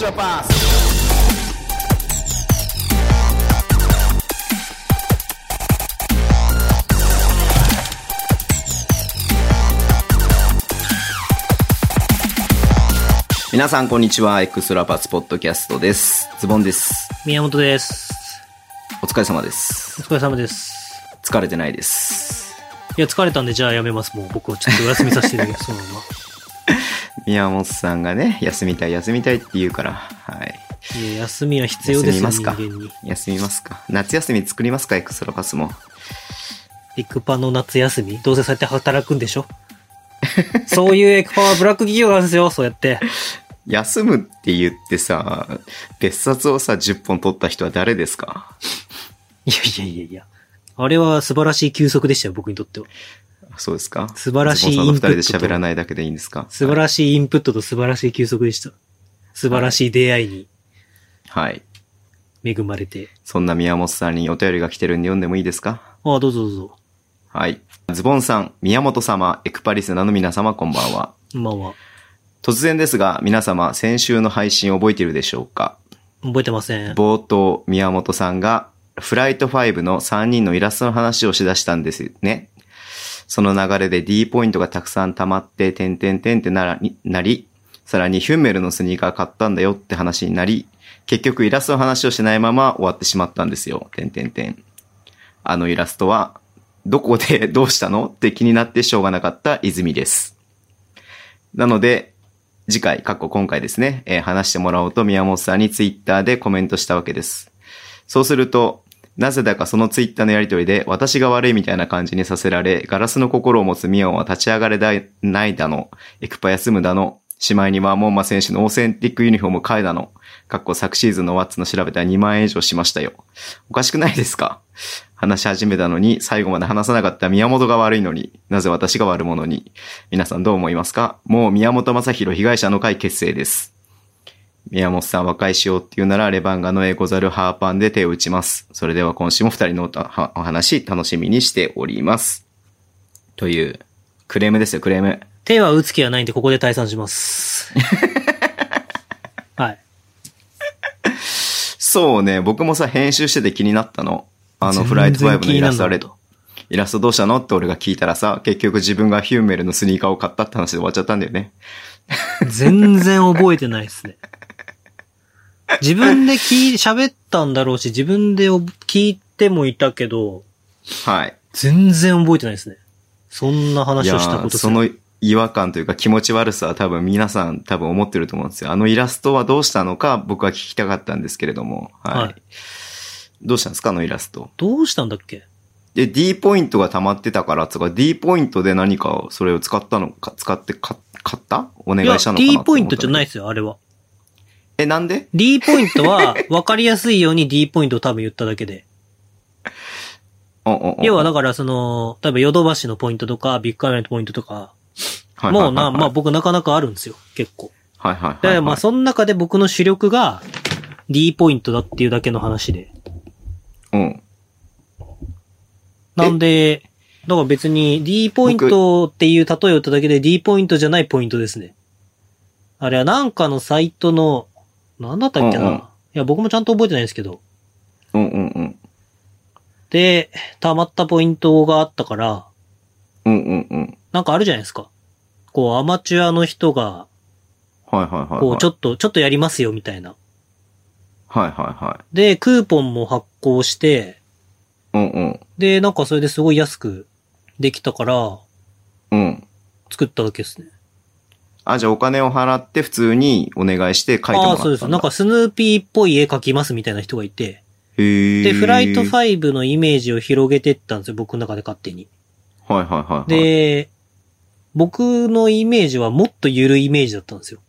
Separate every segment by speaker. Speaker 1: your past.
Speaker 2: 「皆さんこんにちはエクストラパスポッドキャスト」ですズボンです
Speaker 3: 宮本です。
Speaker 2: お疲れ様で
Speaker 3: お
Speaker 2: す
Speaker 3: 疲れ様です。
Speaker 2: 疲れてないです
Speaker 3: いや、疲れたんで、じゃあやめます。もう僕はちょっとお休みさせていただき ます。そのまま。
Speaker 2: 宮本さんがね休みたい休みたいって言うからはい
Speaker 3: いや、休みは必要で
Speaker 2: 休み
Speaker 3: すよ、
Speaker 2: ます
Speaker 3: 人
Speaker 2: か
Speaker 3: 間に。
Speaker 2: 休みますか夏休み作りますかエクストラパスも
Speaker 3: エクパの夏休みどうせそうやって働くんでしょそういうエクパはブラック企業なんですよ、そうやって。
Speaker 2: 休むって言ってさ別冊をさ10本取った人は誰ですか
Speaker 3: いやいやいやいや。あれは素晴らしい休息でしたよ、僕にとっては。
Speaker 2: そうですか
Speaker 3: 素晴らしい
Speaker 2: ズボンさんと
Speaker 3: イ
Speaker 2: 二
Speaker 3: ンプッ
Speaker 2: 人で
Speaker 3: トと
Speaker 2: 喋らないだけでいいんですか
Speaker 3: 素晴
Speaker 2: し
Speaker 3: らしいインプットと素晴らしい休息でした。素晴らしい出会いに
Speaker 2: いはい
Speaker 3: 恵まれて。
Speaker 2: そんな宮本さんにお便りが来てるんで読んでもいいですか
Speaker 3: ああ、どうぞどうぞ。
Speaker 2: はい。ズボンさん、宮本様、エクパリスナの皆様、こんばんは。
Speaker 3: まあまあ、
Speaker 2: 突然ですが、皆様、先週の配信覚えているでしょうか
Speaker 3: 覚えてません。
Speaker 2: 冒頭、宮本さんが、フライト5の3人のイラストの話をしだしたんですね。その流れで D ポイントがたくさん溜まって、てんてんてんってならになり、さらにヒュンメルのスニーカー買ったんだよって話になり、結局イラストの話をしないまま終わってしまったんですよ。てんてんてん。あのイラストは、どこでどうしたのって気になってしょうがなかった泉です。なので、次回、過去今回ですね、えー話してもらおうと宮本さんにツイッターでコメントしたわけです。そうすると、なぜだかそのツイッターのやりとりで私が悪いみたいな感じにさせられ、ガラスの心を持つミオンは立ち上がれだないだの、エクパ休むだの、しまいにはモンマ選手のオーセンティックユニフォーム買えだの、かっこ昨シーズンのワッツの調べたら2万円以上しましたよ。おかしくないですか話し始めたのに、最後まで話さなかった宮本が悪いのに、なぜ私が悪者に。皆さんどう思いますかもう宮本正宏被害者の会結成です。宮本さん和解しようっていうなら、レバンガのエゴザルハーパンで手を打ちます。それでは今週も二人のおたお話楽しみにしております。という、クレームですよ、クレーム。
Speaker 3: 手は打つ気はないんで、ここで退散します。 はい。
Speaker 2: そうね、僕もさ、編集してて気になったの。あの、
Speaker 3: 全然
Speaker 2: フライト5
Speaker 3: 気
Speaker 2: のイ
Speaker 3: にな
Speaker 2: ラ
Speaker 3: ん
Speaker 2: ス
Speaker 3: な
Speaker 2: トあ
Speaker 3: かっ
Speaker 2: れ
Speaker 3: た、
Speaker 2: イラストどうしたのって俺が聞いたらさ、結局自分がヒューメルのスニーカーを買ったって話で終わっちゃったんだよね。
Speaker 3: 全然覚えてないですね。自分で聞い、喋ったんだろうし、自分でお聞いてもいたけど、
Speaker 2: はい。
Speaker 3: 全然覚えてないですね。そんない話
Speaker 2: や
Speaker 3: をしたこと
Speaker 2: ー
Speaker 3: す
Speaker 2: そ
Speaker 3: ら
Speaker 2: の違和感というか気持ち悪さは多分皆さん多分思ってると思うんですよ。あのイラストはどうしたのか僕は聞きたかったんですけれども。はい。
Speaker 3: はい
Speaker 2: どうしたんですかあのイラスト。
Speaker 3: どうしたんだっけ
Speaker 2: で、D ポイントが溜まってたから、つうか D ポイントで何かそれを使ったのか、使ってか買ったお願
Speaker 3: いや
Speaker 2: いした、のかな
Speaker 3: D ポイントじゃない
Speaker 2: い。
Speaker 3: ですよ、あれは。
Speaker 2: え、なんで
Speaker 3: D ポイントは、分かりやすいように D ポイントを多分言っただけで。
Speaker 2: おんおんおん
Speaker 3: 要はだから、その、例えばヨドバシのポイントとか、ビッグカメラのポイントとか、
Speaker 2: はいはい
Speaker 3: も
Speaker 2: は
Speaker 3: う
Speaker 2: いは
Speaker 3: な、
Speaker 2: い
Speaker 3: まあ僕なかなかあるんですよ、結構。
Speaker 2: はいはいはいはい。
Speaker 3: だからまあその中で僕の主力が D ポイントだっていうだけの話で。
Speaker 2: うん。
Speaker 3: なんで、だから別に D ポイントっていう例えを打っただけで D ポイントじゃないポイントですね。あれはなんかのサイトの、なんだったっけな、
Speaker 2: うんうん
Speaker 3: いや、僕もちゃんと覚えてないんですけど。
Speaker 2: うんうんうん。
Speaker 3: で、溜まったポイントがあったから、
Speaker 2: うんうんうん。
Speaker 3: なんかあるじゃないですか。こう、アマチュアの人が、
Speaker 2: はいはいはいはい。
Speaker 3: こう、ちょっと、ちょっとやりますよ、みたいな。
Speaker 2: はいはいは
Speaker 3: で、クーポンも発行して、
Speaker 2: い。うんうん。
Speaker 3: で、なんかそれですごい安くできたから、
Speaker 2: うん。
Speaker 3: 作っただけですね。
Speaker 2: あ、じゃあお金を払って普通にお願いして書いてもらったんだ。
Speaker 3: ああー、そうです。なんかスヌーピーっぽい絵描きますみたいな人がいて、
Speaker 2: へー、
Speaker 3: で、フライ
Speaker 2: イ
Speaker 3: ト5のイメージを広げてったんですよ、僕の中で勝手に。
Speaker 2: はいはいはいはい。、
Speaker 3: で、僕のイメージはもっとゆるいイメージだったんですよ。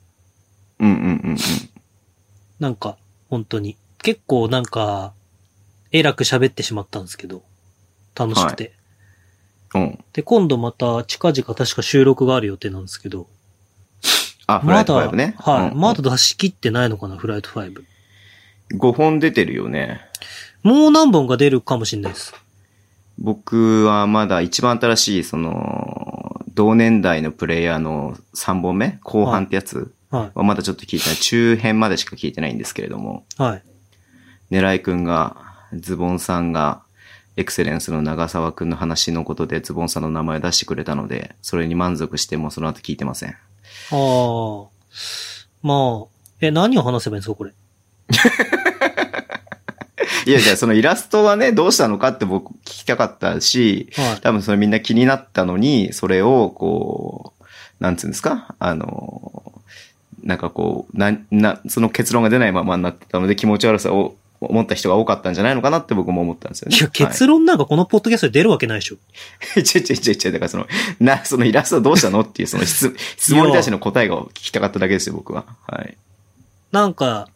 Speaker 2: うんうんうんうん。
Speaker 3: なんか、本当に。結構なんか、えらく喋ってしまったんですけど、楽しくて。
Speaker 2: うん。
Speaker 3: で、今度また近々確か収録がある予定なんですけど、
Speaker 2: あ、フラ
Speaker 3: ま
Speaker 2: イト
Speaker 3: だ、
Speaker 2: 5ね。
Speaker 3: はい、
Speaker 2: うん
Speaker 3: まだ出し切ってないのかな、フライト5。
Speaker 2: 5本出てるよね。
Speaker 3: もう何本か出るかもしれないです。
Speaker 2: 僕はまだ一番新しい、その、同年代のプレイヤーの3本目後半ってやつ
Speaker 3: は
Speaker 2: はまだちょっと聞いてない。中編までしか聞いてないんですけれども、
Speaker 3: い。はい。
Speaker 2: 狙いくんが、ズボンさんが、エクセレンスの長沢くんの話のことでズボンさんの名前を出してくれたので、それに満足してもうその後聞いてません。
Speaker 3: ああ。まあ。え、何を話せばいいんですか、これ。
Speaker 2: いやいや、そのイラストはね、どうしたのかって僕聞きたかったし、
Speaker 3: はい。
Speaker 2: 多分それみんな気になったのに、それをこう、なんつうんですかあの、なんかこう、な、な、その結論が出ないままになってたので気持ち悪さを思った人が多かったんじゃないのかなって僕も思ったんですよね。
Speaker 3: いや、
Speaker 2: は
Speaker 3: 結論なんかこのポッドキャストで出るわけないでしょ。
Speaker 2: い、 ちょいちょいちょいちょい、だからその、な、そのイラストどうしたのっていうその質、質問に対しての答えが聞きたかっただけですよ、僕は。はい。
Speaker 3: なんか、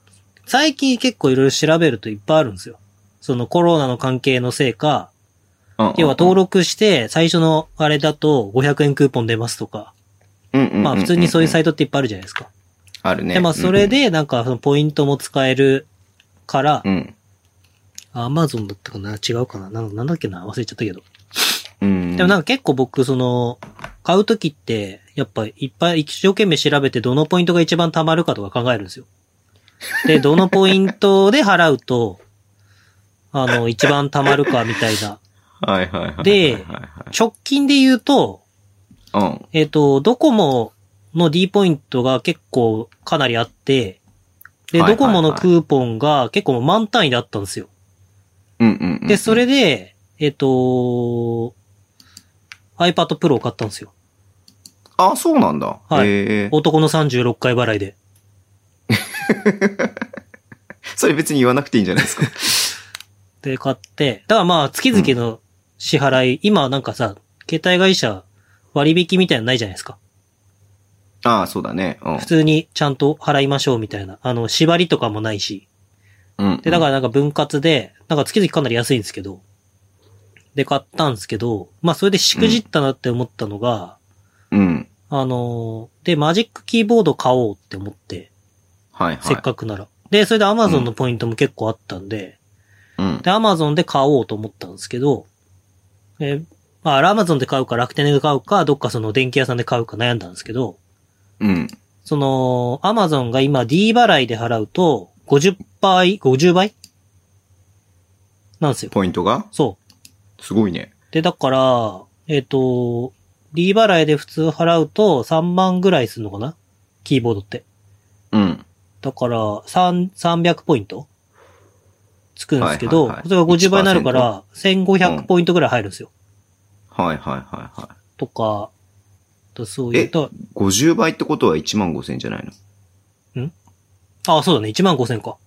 Speaker 3: 最近結構いろいろ調べるといっぱいあるんですよ。そのコロナの関係のせいか、
Speaker 2: うんうんうん
Speaker 3: 要は登録して最初のあれだと500円クーポン出ますとか、
Speaker 2: うんうんうんうん
Speaker 3: まあ普通にそういうサイトっていっぱいあるじゃないですか。
Speaker 2: あるね。
Speaker 3: で、まあそれでなんかそのポイントも使えるから
Speaker 2: う、ん、
Speaker 3: アマゾンだったかな違うかななんなんだっけな忘れちゃったけど。
Speaker 2: うん。うん。
Speaker 3: でもなんか結構僕その、買うときって、やっぱいっぱい一生懸命調べてどのポイントが一番貯まるかとか考えるんですよ。で、どのポイントで払うと、 あの、一番貯まるかみたいな。
Speaker 2: はいはいはいはいはい。
Speaker 3: で
Speaker 2: はい
Speaker 3: 直近で言うと、
Speaker 2: うん。
Speaker 3: えっ、と、ドコモの D ポイントが結構かなりあって、で、
Speaker 2: はいはいは
Speaker 3: ド
Speaker 2: い
Speaker 3: コモのクーポンが結構満単位であったんですよ。
Speaker 2: うんうんうん。
Speaker 3: で、それで、えっ、と、iPad Pro を買ったんですよ。
Speaker 2: あ、そうなんだ。
Speaker 3: はい
Speaker 2: へえ
Speaker 3: 男の36回払いで。
Speaker 2: それ別に言わなくていいんじゃないですか。
Speaker 3: で、買って。だからまあ、月々の支払い、今なんかさ、携帯会社割引みたいなのないじゃないですか。
Speaker 2: ああ、そうだね。うん
Speaker 3: 普通にちゃんと払いましょうみたいな。あの、縛りとかもないし。
Speaker 2: うん。
Speaker 3: で、だから
Speaker 2: ら、
Speaker 3: なんか分割で、なんか月々かなり安いんですけど、で買ったんですけど、まあそれでしくじったなって思ったのが、
Speaker 2: うん。
Speaker 3: あのーで、マジックキーボード買おうって思って、
Speaker 2: はいはい。
Speaker 3: せっかくなら。で、それで Amazon のポイントも結構あったんで、
Speaker 2: うん。
Speaker 3: で、Amazon で買おうと思ったんですけど、え、まあ Amazon で買うか楽天で買うか、どっかその電気屋さんで買うか悩んだんですけど、
Speaker 2: うん。
Speaker 3: その、Amazon が今 D 払いで払うと、50倍、50倍なんですよ。
Speaker 2: ポイントが
Speaker 3: そう。
Speaker 2: すごいね。
Speaker 3: で、だから、えっ、と、D 払いで普通払うと3万ぐらいするのかなキーボードって。
Speaker 2: うん。
Speaker 3: だから、3、300ポイントつくんですけ
Speaker 2: は
Speaker 3: ど、
Speaker 2: いはいはい
Speaker 3: それが50倍になるから、1500ポイントぐらい入るんですよ。
Speaker 2: はいはいはいは
Speaker 3: とか、とそういうと、
Speaker 2: い。50倍ってことは1万5千じゃないの
Speaker 3: あ、そうだね、1万5000か。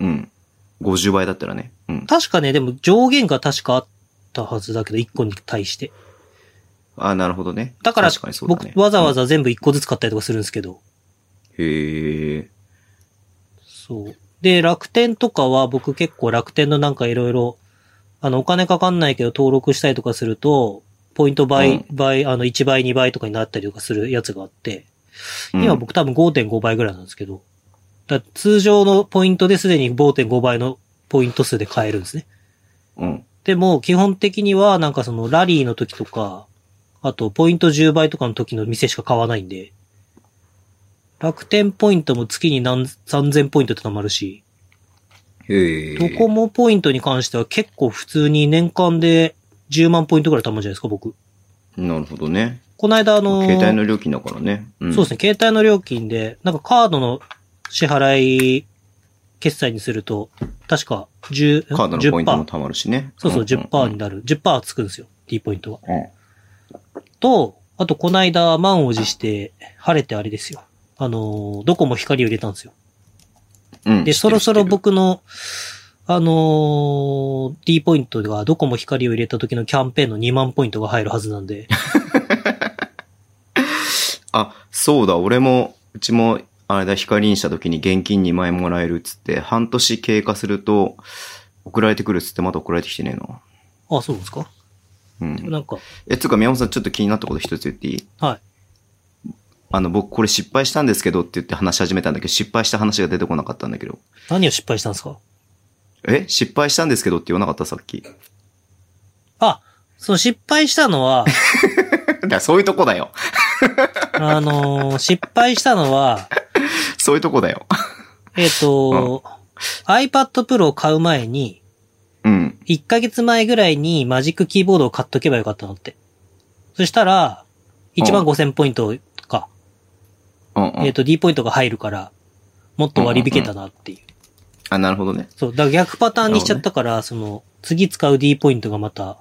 Speaker 2: うん。50倍だったらね。うん。
Speaker 3: 確かね、でも上限が確かあったはずだけど、1個に対して。
Speaker 2: ああ、なるほどね。
Speaker 3: だから、
Speaker 2: 確かにそうだ
Speaker 3: 僕
Speaker 2: ね。
Speaker 3: わざわ
Speaker 2: ざ。
Speaker 3: ざ全部1個ずつ買ったりとかするんですけど、
Speaker 2: へえ。
Speaker 3: そう。で、楽天とかは僕結構楽天のなんかいろいろ、あの、お金かかんないけど登録したりとかすると、ポイント倍、
Speaker 2: う
Speaker 3: 倍、あの、1倍、2倍とかになったりとかするやつがあって、
Speaker 2: うん
Speaker 3: 今。僕多分5.5倍ぐらいなんですけど、だから通常のポイントですでに5.5倍のポイント数で買えるんですね。
Speaker 2: うん。
Speaker 3: でも、基本的にはなんかそのラリーの時とか、あとポイント10倍とかの時の店しか買わないんで、楽天ポイントも月に何、3000ポイントって貯まるし、
Speaker 2: へえ。
Speaker 3: ドコモポイントに関しては結構普通に年間で10万ポイントぐらい貯まるんじゃないですか、僕。
Speaker 2: なるほどね。
Speaker 3: この間あのー
Speaker 2: 携帯の料金だからね。うん。
Speaker 3: そうですね、携帯の料金で、なんかカードの支払い決済にすると、確か10、
Speaker 2: カードのポイントも
Speaker 3: 10%
Speaker 2: 貯まるしね。
Speaker 3: そうそう、
Speaker 2: んんん
Speaker 3: 10%になる。10%つくんですよ、D ポイントは。
Speaker 2: うん。
Speaker 3: と、あとこの間満を持して、晴れてあれですよ。あのー、ドコモ光を入れたんですよ。
Speaker 2: うん
Speaker 3: で、そろそろ。
Speaker 2: 知ってる
Speaker 3: 僕の、あのー、D ポイントがドコモ光を入れた時のキャンペーンの2万ポイントが入るはずな んで、
Speaker 2: 知ってるあ、そうだ、俺も、うちも、あれだ、光にした時に現金2万円もらえるっつって、半年経過すると、送られてくるっつってまだ送られてきてねえな。
Speaker 3: あ、そうなんですか
Speaker 2: うん。
Speaker 3: なんか、
Speaker 2: え、つうか、宮本さんちょっと気になったこと一つ言っていい
Speaker 3: はい。
Speaker 2: あの、僕これ失敗したんですけどって言って話し始めたんだけど、失敗した話が出てこなかったんだけど。
Speaker 3: 何を失敗したんですか
Speaker 2: え失敗したんですけどって言わなかったさっき。
Speaker 3: あ、その失敗した のは、
Speaker 2: だからそういうとこだよ。
Speaker 3: あのー失敗したのは、
Speaker 2: そういうとこだよ。
Speaker 3: えっ、と、iPad Pro を買う前に、
Speaker 2: うん。
Speaker 3: 1ヶ月前ぐらいにマジックキーボードを買っとけばよかったのって。そしたら、1万5000ポイントか、
Speaker 2: うんうん。
Speaker 3: えっ、と、D ポイントが入るから、もっと割り引けたなっていう。
Speaker 2: あ、なるほどね。
Speaker 3: そう、だから逆パターンにしちゃったから、その、次使う D ポイントがまた、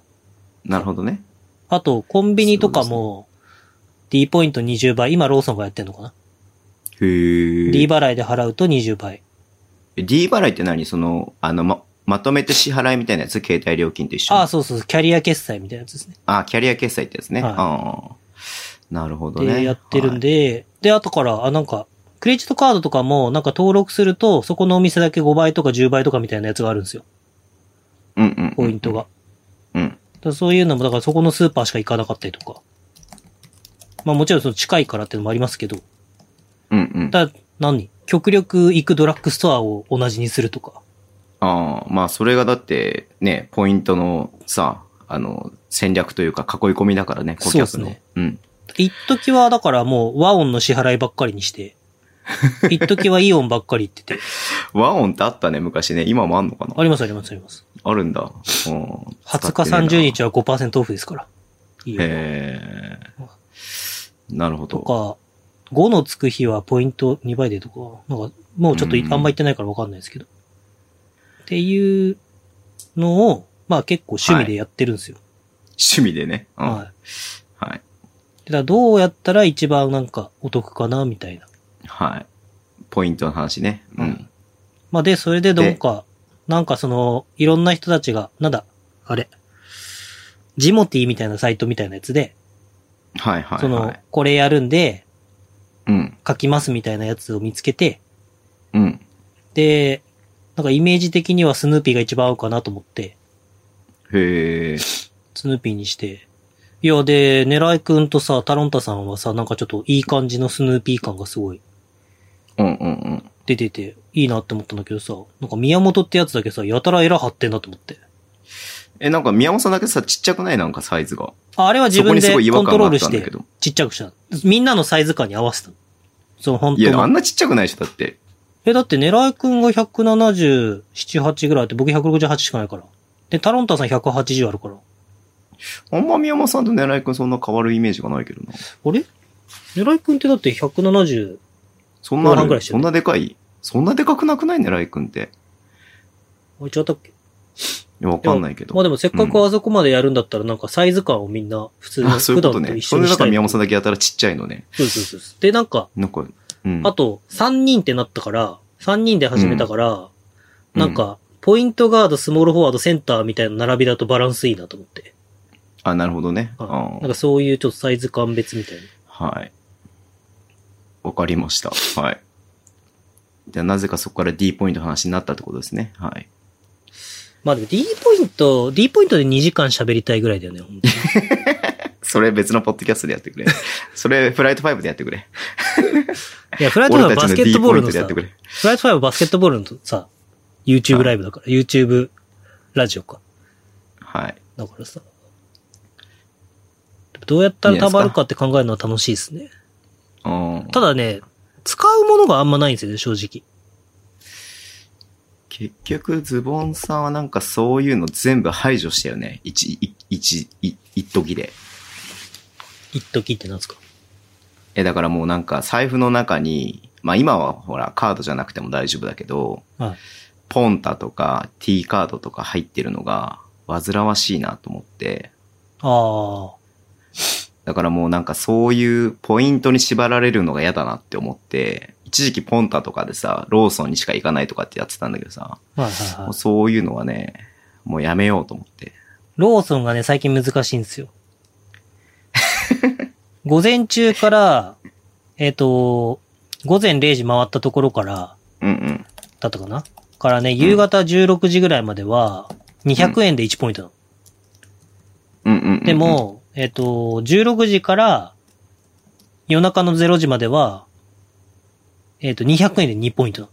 Speaker 2: なるほどね。
Speaker 3: あと、コンビニとかも、D ポイント20倍、今ローソンがやってんのかな、
Speaker 2: へー
Speaker 3: ?D 払いで払うと20倍。
Speaker 2: D 払いって何その、あの、ま、まとめて支払いみたいなやつ携帯料金と一緒に
Speaker 3: ああ、そうそうそう、キャリア決済みたいなやつですね。
Speaker 2: あ、キャリア決済ってやつね。
Speaker 3: はい
Speaker 2: ああ。なるほどね。
Speaker 3: で、やってるん
Speaker 2: で。
Speaker 3: で、で、後から、あ、なんか、クレジットカードとかも、なんか登録すると、そこのお店だけ5倍とか10倍とかみたいなやつがあるんですよ。
Speaker 2: うんうんうん。
Speaker 3: ポイントが。だか
Speaker 2: うん。
Speaker 3: らそういうのも、だからそこのスーパーしか行かなかったりとか。まあもちろんその近いからっていうのもありますけど、
Speaker 2: うんうん。あ
Speaker 3: ただ、何極力行くドラッグストアを同じにするとか。
Speaker 2: あー、まあそれがだって、ね、ポイントのさ、あの、戦略というか囲い込みだからね、顧客の。
Speaker 3: そうですね
Speaker 2: うん。
Speaker 3: 一時はだからもう和音の支払いばっかり にして、一時はイオンばっかりって言って、
Speaker 2: 和音ってあったね、昔ね。今もあんのかな
Speaker 3: ありますありますあります。
Speaker 2: あるんだ。うん。
Speaker 3: 20日
Speaker 2: 使って
Speaker 3: 30
Speaker 2: ねえ
Speaker 3: 日は5%オフですから。いい
Speaker 2: な。
Speaker 3: よ。
Speaker 2: へえ。なるほど。
Speaker 3: とか、5のつく日はポイント2倍でとか、なんか、もうちょっとい
Speaker 2: うん
Speaker 3: あんま言ってないからわかんないですけど。っていうのを、まあ結構趣味でやってるんですよ。
Speaker 2: 趣味でね。うん。
Speaker 3: はい。
Speaker 2: はい。はい。
Speaker 3: でだからどうやったら一番なんかお得かな、みたいな。
Speaker 2: ポイントの話ね。う
Speaker 3: うんん。まあで、それでどうか、なんかその、いろんな人たちが、なんだ、あれ、ジモティーみたいなサイトみたいなやつで、
Speaker 2: はいはいはい。
Speaker 3: その、これやるんで、
Speaker 2: うん。
Speaker 3: 書きますみたいなやつを見つけて、
Speaker 2: うん。
Speaker 3: で、なんかイメージ的にはスヌーピーが一番合うかなと思って、
Speaker 2: へえ。
Speaker 3: スヌーピーにして、いや、で、狙いくんとさ、タロンタさんはさ、なんかちょっといい感じのスヌーピー感がすごい
Speaker 2: うんうんうん。
Speaker 3: 出てて、いいなって思ったんだけどさ、なんか宮本ってやつだけさ、やたらエラ張ってんなと思って。
Speaker 2: え、なんか宮本さんだけさ、ちっちゃくないなんかサイズが。
Speaker 3: ああれは自
Speaker 2: そこ
Speaker 3: 分
Speaker 2: にす
Speaker 3: で
Speaker 2: ごい違
Speaker 3: コ
Speaker 2: 和
Speaker 3: ント
Speaker 2: 感
Speaker 3: ロ
Speaker 2: が
Speaker 3: ー
Speaker 2: あった
Speaker 3: ルし
Speaker 2: んだけ
Speaker 3: て、
Speaker 2: ど。
Speaker 3: ちっちゃくした。みんなのサイズ感に合わせたの。そう、本
Speaker 2: い
Speaker 3: 当
Speaker 2: や、あ
Speaker 3: の
Speaker 2: んなちっちゃくないでしょ、だって。
Speaker 3: え、だって狙いくんが177、8ぐらいあって、僕168しかないから。で、タロンタさん180あるから。
Speaker 2: あんま宮本さんと狙い君そんな変わるイメージがないけどな。
Speaker 3: あれ狙いくんってだって170、
Speaker 2: そんなあ
Speaker 3: 後半ぐら
Speaker 2: る
Speaker 3: いしてる
Speaker 2: そんなでかいそんなでかくなくない狙い君って。
Speaker 3: あ、違ったっけ
Speaker 2: いやわかんないけど。
Speaker 3: まあでもせっかくあそこまでやるんだったらなんかサイズ感をみんな普通に
Speaker 2: あ、そうい
Speaker 3: 普
Speaker 2: うこ
Speaker 3: 段
Speaker 2: と
Speaker 3: と
Speaker 2: ね。
Speaker 3: 一
Speaker 2: そ
Speaker 3: 緒
Speaker 2: れ
Speaker 3: に
Speaker 2: でだか
Speaker 3: した
Speaker 2: ら
Speaker 3: い。
Speaker 2: 宮本さんだけやたらちっちゃいのね。
Speaker 3: そうそうそうそう。で、なんか、
Speaker 2: なんか、うん。
Speaker 3: あと3人ってなったから、3人で始めたから、
Speaker 2: うん
Speaker 3: なんか、ポイントガード、スモールフォワード、センターみたいな並びだとバランスいいなと思って。
Speaker 2: あ、なるほどね。
Speaker 3: はい
Speaker 2: あ
Speaker 3: なんかそういうちょっとサイズ感別みたいな。
Speaker 2: はい。わかりました。はい。じゃあ、なぜかそこから D ポイントの話になったってことですね。はい。
Speaker 3: まあでも D ポイント、D ポイントで2時間喋りたいぐらいだよね、 本当に
Speaker 2: それ別のポッドキャストでやってく れ。それ、フライト5でやってくれ。
Speaker 3: いや、フライトファイ
Speaker 2: 俺
Speaker 3: ブ
Speaker 2: たち
Speaker 3: はバス
Speaker 2: の
Speaker 3: ケッ
Speaker 2: D
Speaker 3: トボー
Speaker 2: ポイ
Speaker 3: ル
Speaker 2: ン
Speaker 3: の
Speaker 2: トでや
Speaker 3: さ、
Speaker 2: って
Speaker 3: フ
Speaker 2: く
Speaker 3: ラ
Speaker 2: れ。
Speaker 3: イトファイブはバスケットボールのさ、YouTube ライブだから、YouTube ラジオか。
Speaker 2: はい。
Speaker 3: だからさ。どうやったら溜まるかって考えるのは楽しいですね。
Speaker 2: うん。
Speaker 3: ただね、使うものがあんまないんですよね、正直。
Speaker 2: 結局、ズボンさんはなんかそういうの全部排除したよね。一、一、一、一一時で。
Speaker 3: 一時ってなんですか
Speaker 2: え、だからもうなんか財布の中に、まあ今はほらカードじゃなくても大丈夫だけど、
Speaker 3: はい。
Speaker 2: ポンタとか T カードとか入ってるのが煩わしいなと思って、
Speaker 3: ああ。
Speaker 2: だからもうなんかそういうポイントに縛られるのが嫌だなって思って、一時期ポンタとかでさ、ローソンにしか行かないとかってやってたんだけどさ、
Speaker 3: はいはいは
Speaker 2: も。
Speaker 3: いう
Speaker 2: そういうのはね、もうやめようと思って。
Speaker 3: ローソンがね、最近難しいんです よ。午前中から、えっ、と、午前0時回ったところから、
Speaker 2: うんうん。
Speaker 3: だったかなからね、夕方16時ぐらいまでは、200円で1ポイントなの。
Speaker 2: うんうんうんうん
Speaker 3: で、も、えっ、と、16時から、夜中の0時までは、えっ、と、200円で2ポイントな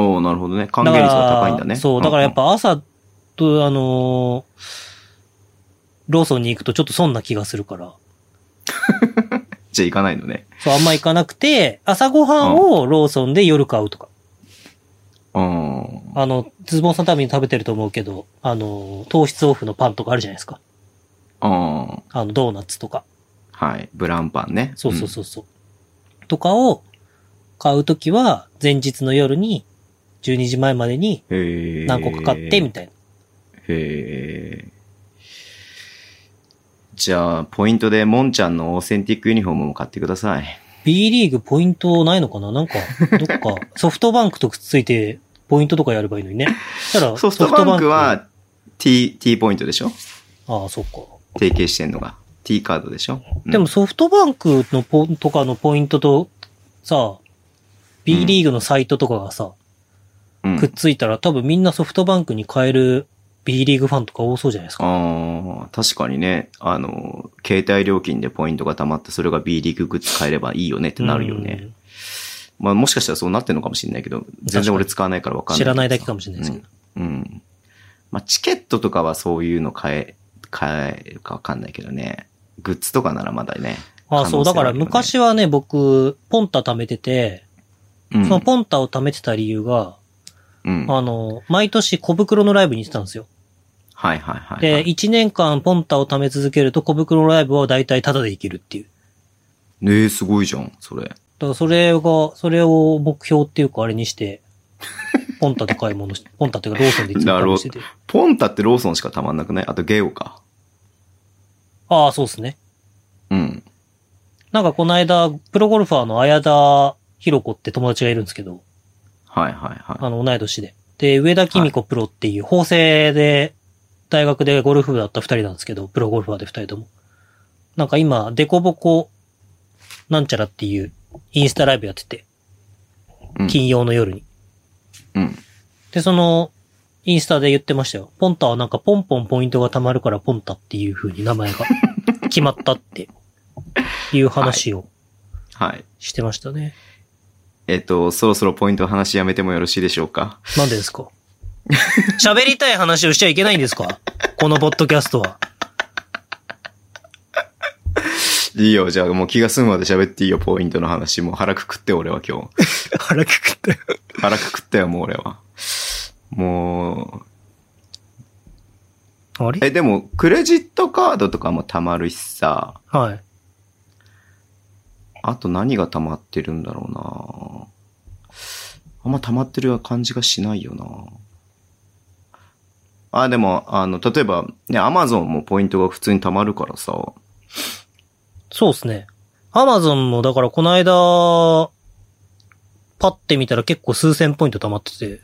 Speaker 3: の。
Speaker 2: おおなるほどね。還元率が高いんだね。
Speaker 3: そう、だからやっ。ぱ朝と、あのーローソンに行くとちょっと損な気がするから。
Speaker 2: じゃあ行かないのね。
Speaker 3: そう、あんま行かなくて、朝ごはんをローソンで夜買うとか。
Speaker 2: うん。
Speaker 3: あの、ズボンさん多分食べてると思うけど、あの、糖質オフのパンとかあるじゃないですか。
Speaker 2: うん。
Speaker 3: あの、ドーナツとか。
Speaker 2: はい。ブランパンね。
Speaker 3: そうそうそうそう。とかを買うときは、前日の夜に、12時前までに
Speaker 2: うん。へえ。
Speaker 3: 何個か買って、みたいな。
Speaker 2: へえ。じゃあ、ポイントで、モンちゃんのオーセンティックユニフォームも買ってください。
Speaker 3: B リーグポイントないのかななんか、ど っか、ソフトバンクとくっついて、ポイントとかやればいいのにね。そした ら、
Speaker 2: ソフトバンクは T、T ポイントでしょ
Speaker 3: ああ、そっか。
Speaker 2: 提携してんのが。T カードでしょ、うん
Speaker 3: でも、ソフトバンクのポとかのポイントと、さ、B リーグのサイトとかがさ、
Speaker 2: うん、
Speaker 3: くっついたら多分みんなソフトバンクに変える B リーグファンとか多そうじゃないですか。
Speaker 2: ああ、確かにね、あの、携帯料金でポイントが貯まって、それが B リーググッズ買えればいいよねってなるよ
Speaker 3: う
Speaker 2: ね。
Speaker 3: ん。
Speaker 2: まあ、もしかしたらそうなってるのかもしれないけど、全然俺使わないからわかんない。
Speaker 3: 知らないだけかもしれないですけど。
Speaker 2: うん。うん。まあ、チケットとかはそういうの買え、買えるかわかんないけどね。グッズとかならまだね。
Speaker 3: ああ、そう、だから
Speaker 2: 可能性はあるよね
Speaker 3: 昔はね、僕、ポンタ貯めてて、
Speaker 2: うん。
Speaker 3: そのポンタを貯めてた理由が、
Speaker 2: うん。はい
Speaker 3: あの、毎年小袋のライブに行ってたんですよ。
Speaker 2: はいはい。
Speaker 3: で、、1年間ポンタを貯め続けると小袋のライブは大体タダで行けるっていう。
Speaker 2: ねえ、すごいじゃん、それ。
Speaker 3: だからそれが、それを目標っていうかあれ にして、ポンタで買い物し、ポンタっていうかローソンでいつも買い物してて。
Speaker 2: ポンタってローソンしかたまんなくないあとゲオか。
Speaker 3: ああ、そうですね。
Speaker 2: うん。
Speaker 3: なんかこの間、プロゴルファーの綾田ひろ子って友達がいるんですけど、
Speaker 2: はいはいは
Speaker 3: あの、同い年で。で、上田紀美子プロっていう、法政で、大学でゴルフ部だった二人なんですけど、プロゴルファーで二人とも。なんか今、デコボコ、なんちゃらっていう、インスタライブやってて、
Speaker 2: い。うん
Speaker 3: 金曜の夜に。
Speaker 2: うん。
Speaker 3: で、その、インスタで言ってましたよ。ポンタはなんかポンポンポイントが貯まるからポンタっていう風に名前 が決まったっていう話を
Speaker 2: はい。
Speaker 3: してましたね。
Speaker 2: えっと、そろそろポイントの話やめてもよろしいでしょうか。
Speaker 3: なんでですか喋りたい話をしちゃいけないんですかこのポッドキャストは。
Speaker 2: いいよ、じゃあもう気が済むまで喋っていいよ、ポイントの話。もう腹くくって、俺は今日。
Speaker 3: 腹くくったよ。
Speaker 2: 腹くくったよ、もう俺は。も
Speaker 3: あ
Speaker 2: う、
Speaker 3: れ
Speaker 2: え、でも、クレジットカードとかも溜まるしさ、
Speaker 3: はい。
Speaker 2: あと何が溜まってるんだろうなあんま溜まってる感じがしないよなあ、でも、あの、例えば、ね、アマゾンもポイントが普通に溜まるからさ、
Speaker 3: そうですね。アマゾンもだからこの間、パッて見たら結構数千ポイント貯まってて。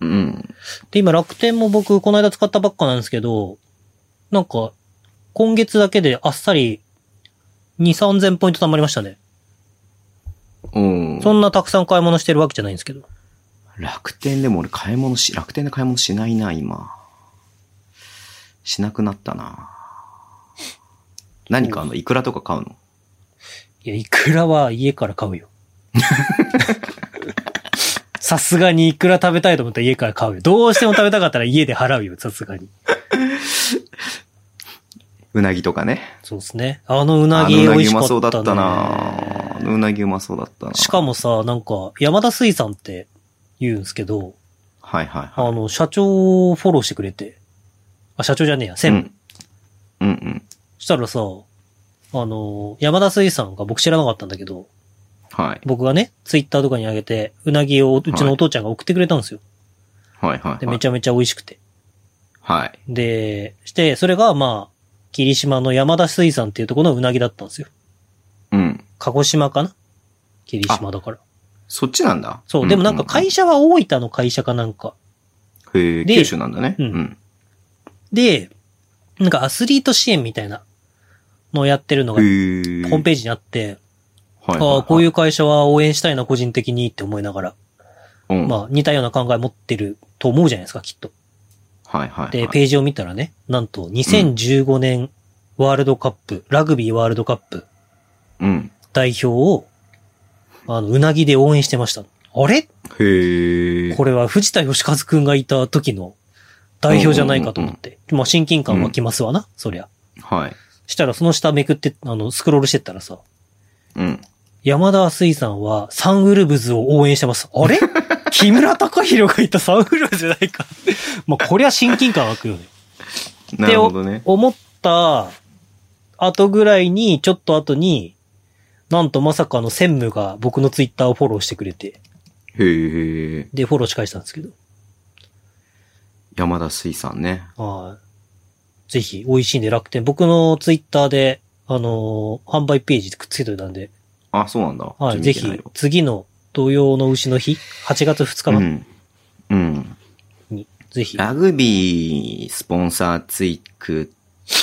Speaker 2: うん。
Speaker 3: で、今楽天も僕、この間使ったばっかなんですけど、なんか、今月だけであっさり、2、3000ポイント貯まりましたね。
Speaker 2: うん。
Speaker 3: そんなたくさん買い物してるわけじゃないんですけど。
Speaker 2: 楽天でも俺買い物し、楽天で買い物しないな、今。しなくなったな。何買うのいくらとか買うの
Speaker 3: いや、いくらは家から買う よ。さすがにいくら食べたいと思ったら家から買うよ。どうしても食べたかったら家で払うよ、さすがに。
Speaker 2: うなぎとかね。
Speaker 3: そうですね。あのうな
Speaker 2: あ
Speaker 3: ぎ
Speaker 2: のう
Speaker 3: 美
Speaker 2: な
Speaker 3: 味
Speaker 2: ぎう
Speaker 3: しか
Speaker 2: ま
Speaker 3: った、ね。
Speaker 2: そうだったな。あのうなぎうまそうだったな。
Speaker 3: しかもさ、なんか、山田水産って言うんですけど、
Speaker 2: はいはいはい。
Speaker 3: あの、社長をフォローしてくれて、あ、社長じゃねえや、専
Speaker 2: う
Speaker 3: 務。
Speaker 2: ん。うんうん。
Speaker 3: そしたらさ、あの、山田水産が僕知らなかったんだけど、
Speaker 2: はい。
Speaker 3: 僕がね、ツイッターとかにあげて、うなぎをうちのお父ちゃんが送ってくれたんですよ。
Speaker 2: はいはい、はい。
Speaker 3: で、めちゃめちゃ美味しくて。
Speaker 2: はい。
Speaker 3: で、して、それがまあ、霧島の山田水産っていうところのうなぎだったんですよ。
Speaker 2: うん。
Speaker 3: 鹿児島かな霧島だから。
Speaker 2: そっちなんだ。
Speaker 3: そう、でもなんか会
Speaker 2: 社、
Speaker 3: 社は大分の会社かなんか。
Speaker 2: へえ、
Speaker 3: で
Speaker 2: 九州なんだね。
Speaker 3: う
Speaker 2: うんん。
Speaker 3: で、なんかアスリート支援みたいなのをやってるのが、
Speaker 2: へ
Speaker 3: ホ
Speaker 2: え。
Speaker 3: ームページにあって、
Speaker 2: はいはいは、
Speaker 3: ああ、こういうう会社は応援したいな、個人的にって思いながら。
Speaker 2: うん、
Speaker 3: まあ、似たような考え持ってると思うじゃないですか、きっと。
Speaker 2: はいはいはい。
Speaker 3: で、ページを見たらね、なんと、2015年ワールドカップ、ラグビーワールドカップ
Speaker 2: うん。
Speaker 3: 代表を、あの、うなぎで応援してました。あれ
Speaker 2: へえ。
Speaker 3: これは藤田義和くんがいた時の代表じゃないかと思って。まあ、親近感湧きますわな、そりゃ。
Speaker 2: はい。
Speaker 3: したら、その下めくって、あの、スクロールしてったらさ、
Speaker 2: うん。
Speaker 3: 山田水産はサンウルブズを応援してます。あれ木村隆弘が言ったサンウルブズじゃないか。 まあ、こりゃ親近感湧くよね。
Speaker 2: なるほどね。
Speaker 3: 思った後ぐらいに、ちょっと後に、なんとまさかの専務が僕のツイッターをフォローしてくれて、
Speaker 2: へえ。
Speaker 3: で、フォローし返したんですけど。
Speaker 2: 山田水産ね。
Speaker 3: はい。ぜひ、美味しいんで楽天。僕のツイッターで、あのー販売ページくっつけといたんで、
Speaker 2: あ、そうなんだ。
Speaker 3: は
Speaker 2: ち
Speaker 3: い。
Speaker 2: ょ
Speaker 3: ぜ
Speaker 2: っと見てな
Speaker 3: ひ
Speaker 2: よ、
Speaker 3: 次の土曜の牛の日、8月2日
Speaker 2: う
Speaker 3: かな、
Speaker 2: ん。うん。
Speaker 3: に、ぜひ。
Speaker 2: ラグビースポンサーついく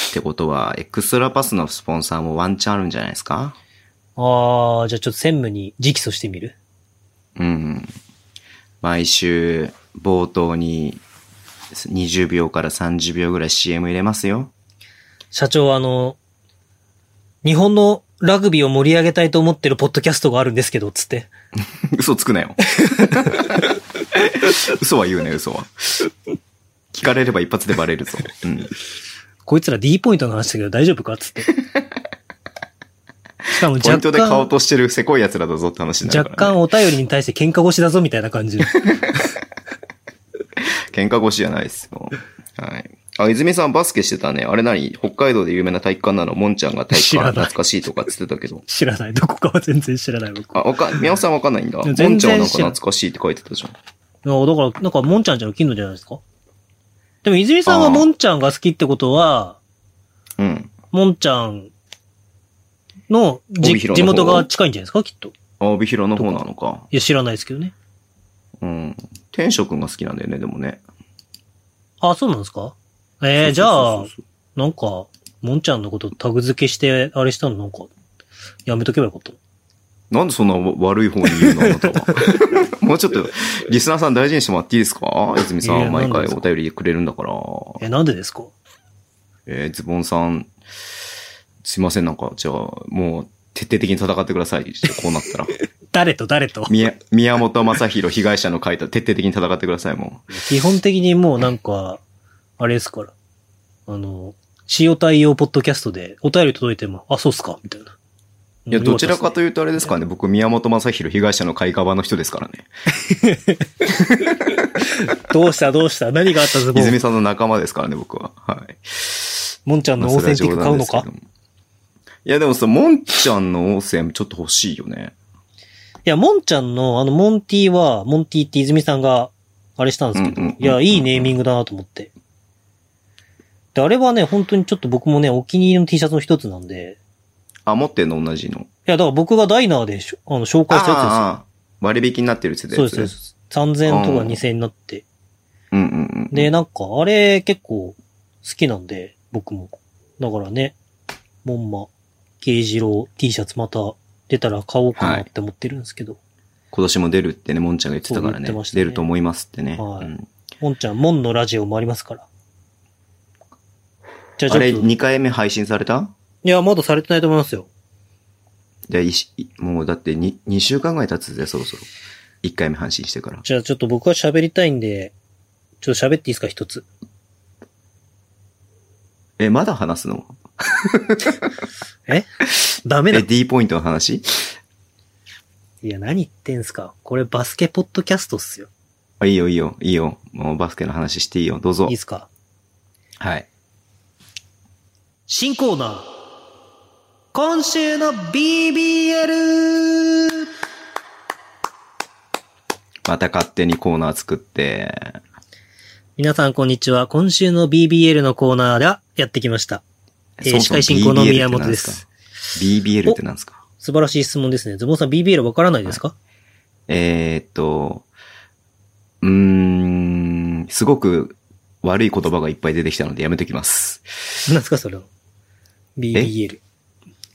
Speaker 2: ってことは、エクストラパスのスポンサーもワンチャンあるんじゃないですか
Speaker 3: ああ、じゃあちょっと専務に直訴してみる。
Speaker 2: うん。毎週、冒頭に20秒から30秒ぐらい CM 入れますよ。
Speaker 3: 社長、あの、日本のラグビーを盛り上げたいと思ってるポッドキャストがあるんですけど、つって。
Speaker 2: 嘘つくなよ。 嘘は言うね、嘘は。聞かれれば一発でバレるぞ。うん。
Speaker 3: こいつら D ポイントの話だけど大丈夫 かつって。しかも
Speaker 2: ポイ
Speaker 3: 若
Speaker 2: ントで買おう
Speaker 3: 干、
Speaker 2: としてるせこい奴らだぞって話になる
Speaker 3: 若
Speaker 2: から、ね。
Speaker 3: 干お便りに対して喧嘩腰だぞみたいな感じの。
Speaker 2: 喧嘩腰じゃないですよ。はい。あ、泉さんバスケしてたね。あれ何北海道で有名な体育館なのもんちゃんが体育
Speaker 3: 知らな
Speaker 2: 館
Speaker 3: い
Speaker 2: 懐かしいとかっつってたけど。
Speaker 3: 知らない。どこかは全然知らない僕。
Speaker 2: あ、わか、宮尾さんわかんないんだ。もん
Speaker 3: 全
Speaker 2: ちゃ
Speaker 3: 然
Speaker 2: んなんか
Speaker 3: 知らん
Speaker 2: 懐かしいって書いてたじゃん。
Speaker 3: いやだから、なんか、もんちゃんちゃんの近所じゃないですかでも、泉さんはもんちゃんが好きってことは、
Speaker 2: うん。
Speaker 3: もんちゃんの
Speaker 2: 帯
Speaker 3: じ
Speaker 2: 広
Speaker 3: 地
Speaker 2: の方
Speaker 3: 元が近いんじゃないですかきっと。い
Speaker 2: 帯広の方なのか。
Speaker 3: や、知らないですけどね。
Speaker 2: うん。天職が好きなんだよね、でもね。
Speaker 3: あ、そうなんですかえー、じゃ
Speaker 2: そ
Speaker 3: あ
Speaker 2: うそうそう、そう
Speaker 3: なんか、もんちゃんのことタグ付けして、あれしたのなんか、やめとけばよかった。
Speaker 2: なんでそんな悪い方に言うのあなたは。 もうちょっと、リスナーさん大事にしてもらっていいですか泉さ
Speaker 3: い
Speaker 2: ん
Speaker 3: や
Speaker 2: 毎
Speaker 3: なん
Speaker 2: 回
Speaker 3: でです
Speaker 2: お
Speaker 3: か
Speaker 2: 便りくれるんだから。
Speaker 3: え、なんでですか
Speaker 2: えーズボンさん、すいません、なんか、じゃあ、もう、徹底的に戦ってください。こうな ったら。
Speaker 3: 誰と誰と
Speaker 2: 宮、宮本正宏被害者の会と徹底的に戦ってください、も
Speaker 3: 基本的にもうなんか、あれですから。あの、使用対応ポッドキャストで、お便り届いても、あ、そうっすかみたいな。
Speaker 2: う。いや、どちらかと
Speaker 3: いう
Speaker 2: いうとあれですかね、僕、宮本正宏被害者の会側の人ですからね。
Speaker 3: どうしたどうした何があったズボン。
Speaker 2: 泉さんの仲間ですからね、僕は。はい。
Speaker 3: もんちゃんのオーセンティック買う
Speaker 2: ま
Speaker 3: の
Speaker 2: あそれは冗談
Speaker 3: か
Speaker 2: ですけどもいや、でもさ、もんちゃんのオーセンちょっと欲しいよね。
Speaker 3: いや、もんちゃんの、あの、モンティは、モンティって泉さんが、あれしたんですけど、
Speaker 2: うんうんうんうん
Speaker 3: いや、いいネーミングだなと思って。で、あれはね、本当にちょっと僕もね、お気に入りの T シャツの一つなんで、
Speaker 2: あ、持ってんの同じの。
Speaker 3: いや、だから僕がダイナーでしょあの紹介したや
Speaker 2: ああ割引になってるやつ
Speaker 3: つ
Speaker 2: で
Speaker 3: ですよ。そうです、そうです。3000とか2000になって。
Speaker 2: うんうんうん。
Speaker 3: で、なんか、あれ結構好きなんで、僕も。だからね、もんま、慶次郎 T シャツまた出たら買おうかなって思ってるんですけど、
Speaker 2: 今年も出るってね、もんちゃんが言ってたから
Speaker 3: そ
Speaker 2: ね。
Speaker 3: う言ってましたね
Speaker 2: 出ると思いますってね。
Speaker 3: はい
Speaker 2: うん
Speaker 3: もんちゃん、もんのラジオもありますから。じゃあちょ
Speaker 2: あ
Speaker 3: っと
Speaker 2: れ、、2回目配信された
Speaker 3: いや、まだされてないと思いますよ。
Speaker 2: で、いしもうだってに 2, 週間ぐらい経つぜ、そろそろ。1回目配信してから。
Speaker 3: じゃあちょっと僕は喋りたいんで、ちょっと喋っていいですか、一つ。
Speaker 2: え、まだ話すの
Speaker 3: えダメだ
Speaker 2: え、。D ポイントの話
Speaker 3: いや、何言ってんすか。これバスケポッドキャストっすよ。
Speaker 2: あいいよ、いいよ、いいよ。もうバスケの話していいよ。どうぞ
Speaker 3: いいっ。すか。
Speaker 2: はい。
Speaker 3: 新コーナー。今週の BBL!
Speaker 2: また勝手にコーナー作って。
Speaker 3: 皆さんこんにちは。今週の BBL のコーナーがやってきました。えー
Speaker 2: そも
Speaker 3: 司
Speaker 2: そも
Speaker 3: 会進行の
Speaker 2: BBL
Speaker 3: 宮本です
Speaker 2: って何ですか。BBL って何ですか
Speaker 3: 素晴らしい質問ですね。ズボンさん BBL わからないですか、
Speaker 2: えーっと、うーん、すごく悪い言葉がいっぱい出てきたのでやめときます。
Speaker 3: 何ですかそれは。BBL。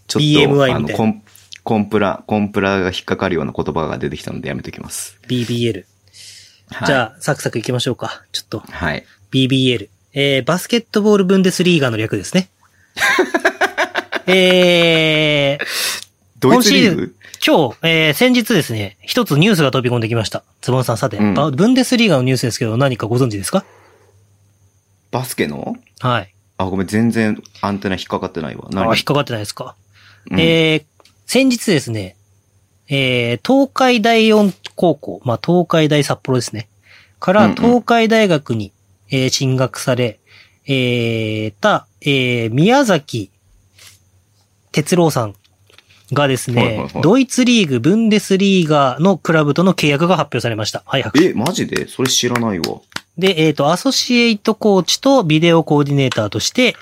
Speaker 2: ちょ
Speaker 3: BMI
Speaker 2: あ
Speaker 3: み
Speaker 2: の
Speaker 3: たいな
Speaker 2: コン、コンプラ、コンプラが引っかかるような言葉が出てきたのでやめときます。
Speaker 3: BBL。
Speaker 2: はい、
Speaker 3: じゃあ、サクサク行きましょうか。ちょっと。
Speaker 2: はい。
Speaker 3: BBL。えー、バスケットボールブンデスリーガーの略です ね。えー、
Speaker 2: ドイツリーグ
Speaker 3: 今日、えー、先日ですね、一つニュースが飛び込んできました。ズボンさん、さて、
Speaker 2: うん
Speaker 3: バブンデスリーガーのニュースですけど、何かご存知ですか
Speaker 2: バスケの
Speaker 3: はい。
Speaker 2: あ、ごめん、全然アンテナ引っかかってないわ。
Speaker 3: あ
Speaker 2: 何
Speaker 3: 引っかかってないですか。
Speaker 2: うん
Speaker 3: えー、先日ですね、えー、東海大4高校、まあ、東海大札幌ですね。か
Speaker 2: うん
Speaker 3: ら
Speaker 2: うん
Speaker 3: 東海大学に、えー進学され、えー、た、えー、宮崎哲郎さんがですね、
Speaker 2: はいはいはい
Speaker 3: ドイツリーグ、ブンデスリーガのクラブとの契約が発表されました。はい、拍手
Speaker 2: え、マジでそれ知らないわ。
Speaker 3: で、えっ、と、アソシエイトコーチとビデオコーディネーターとして、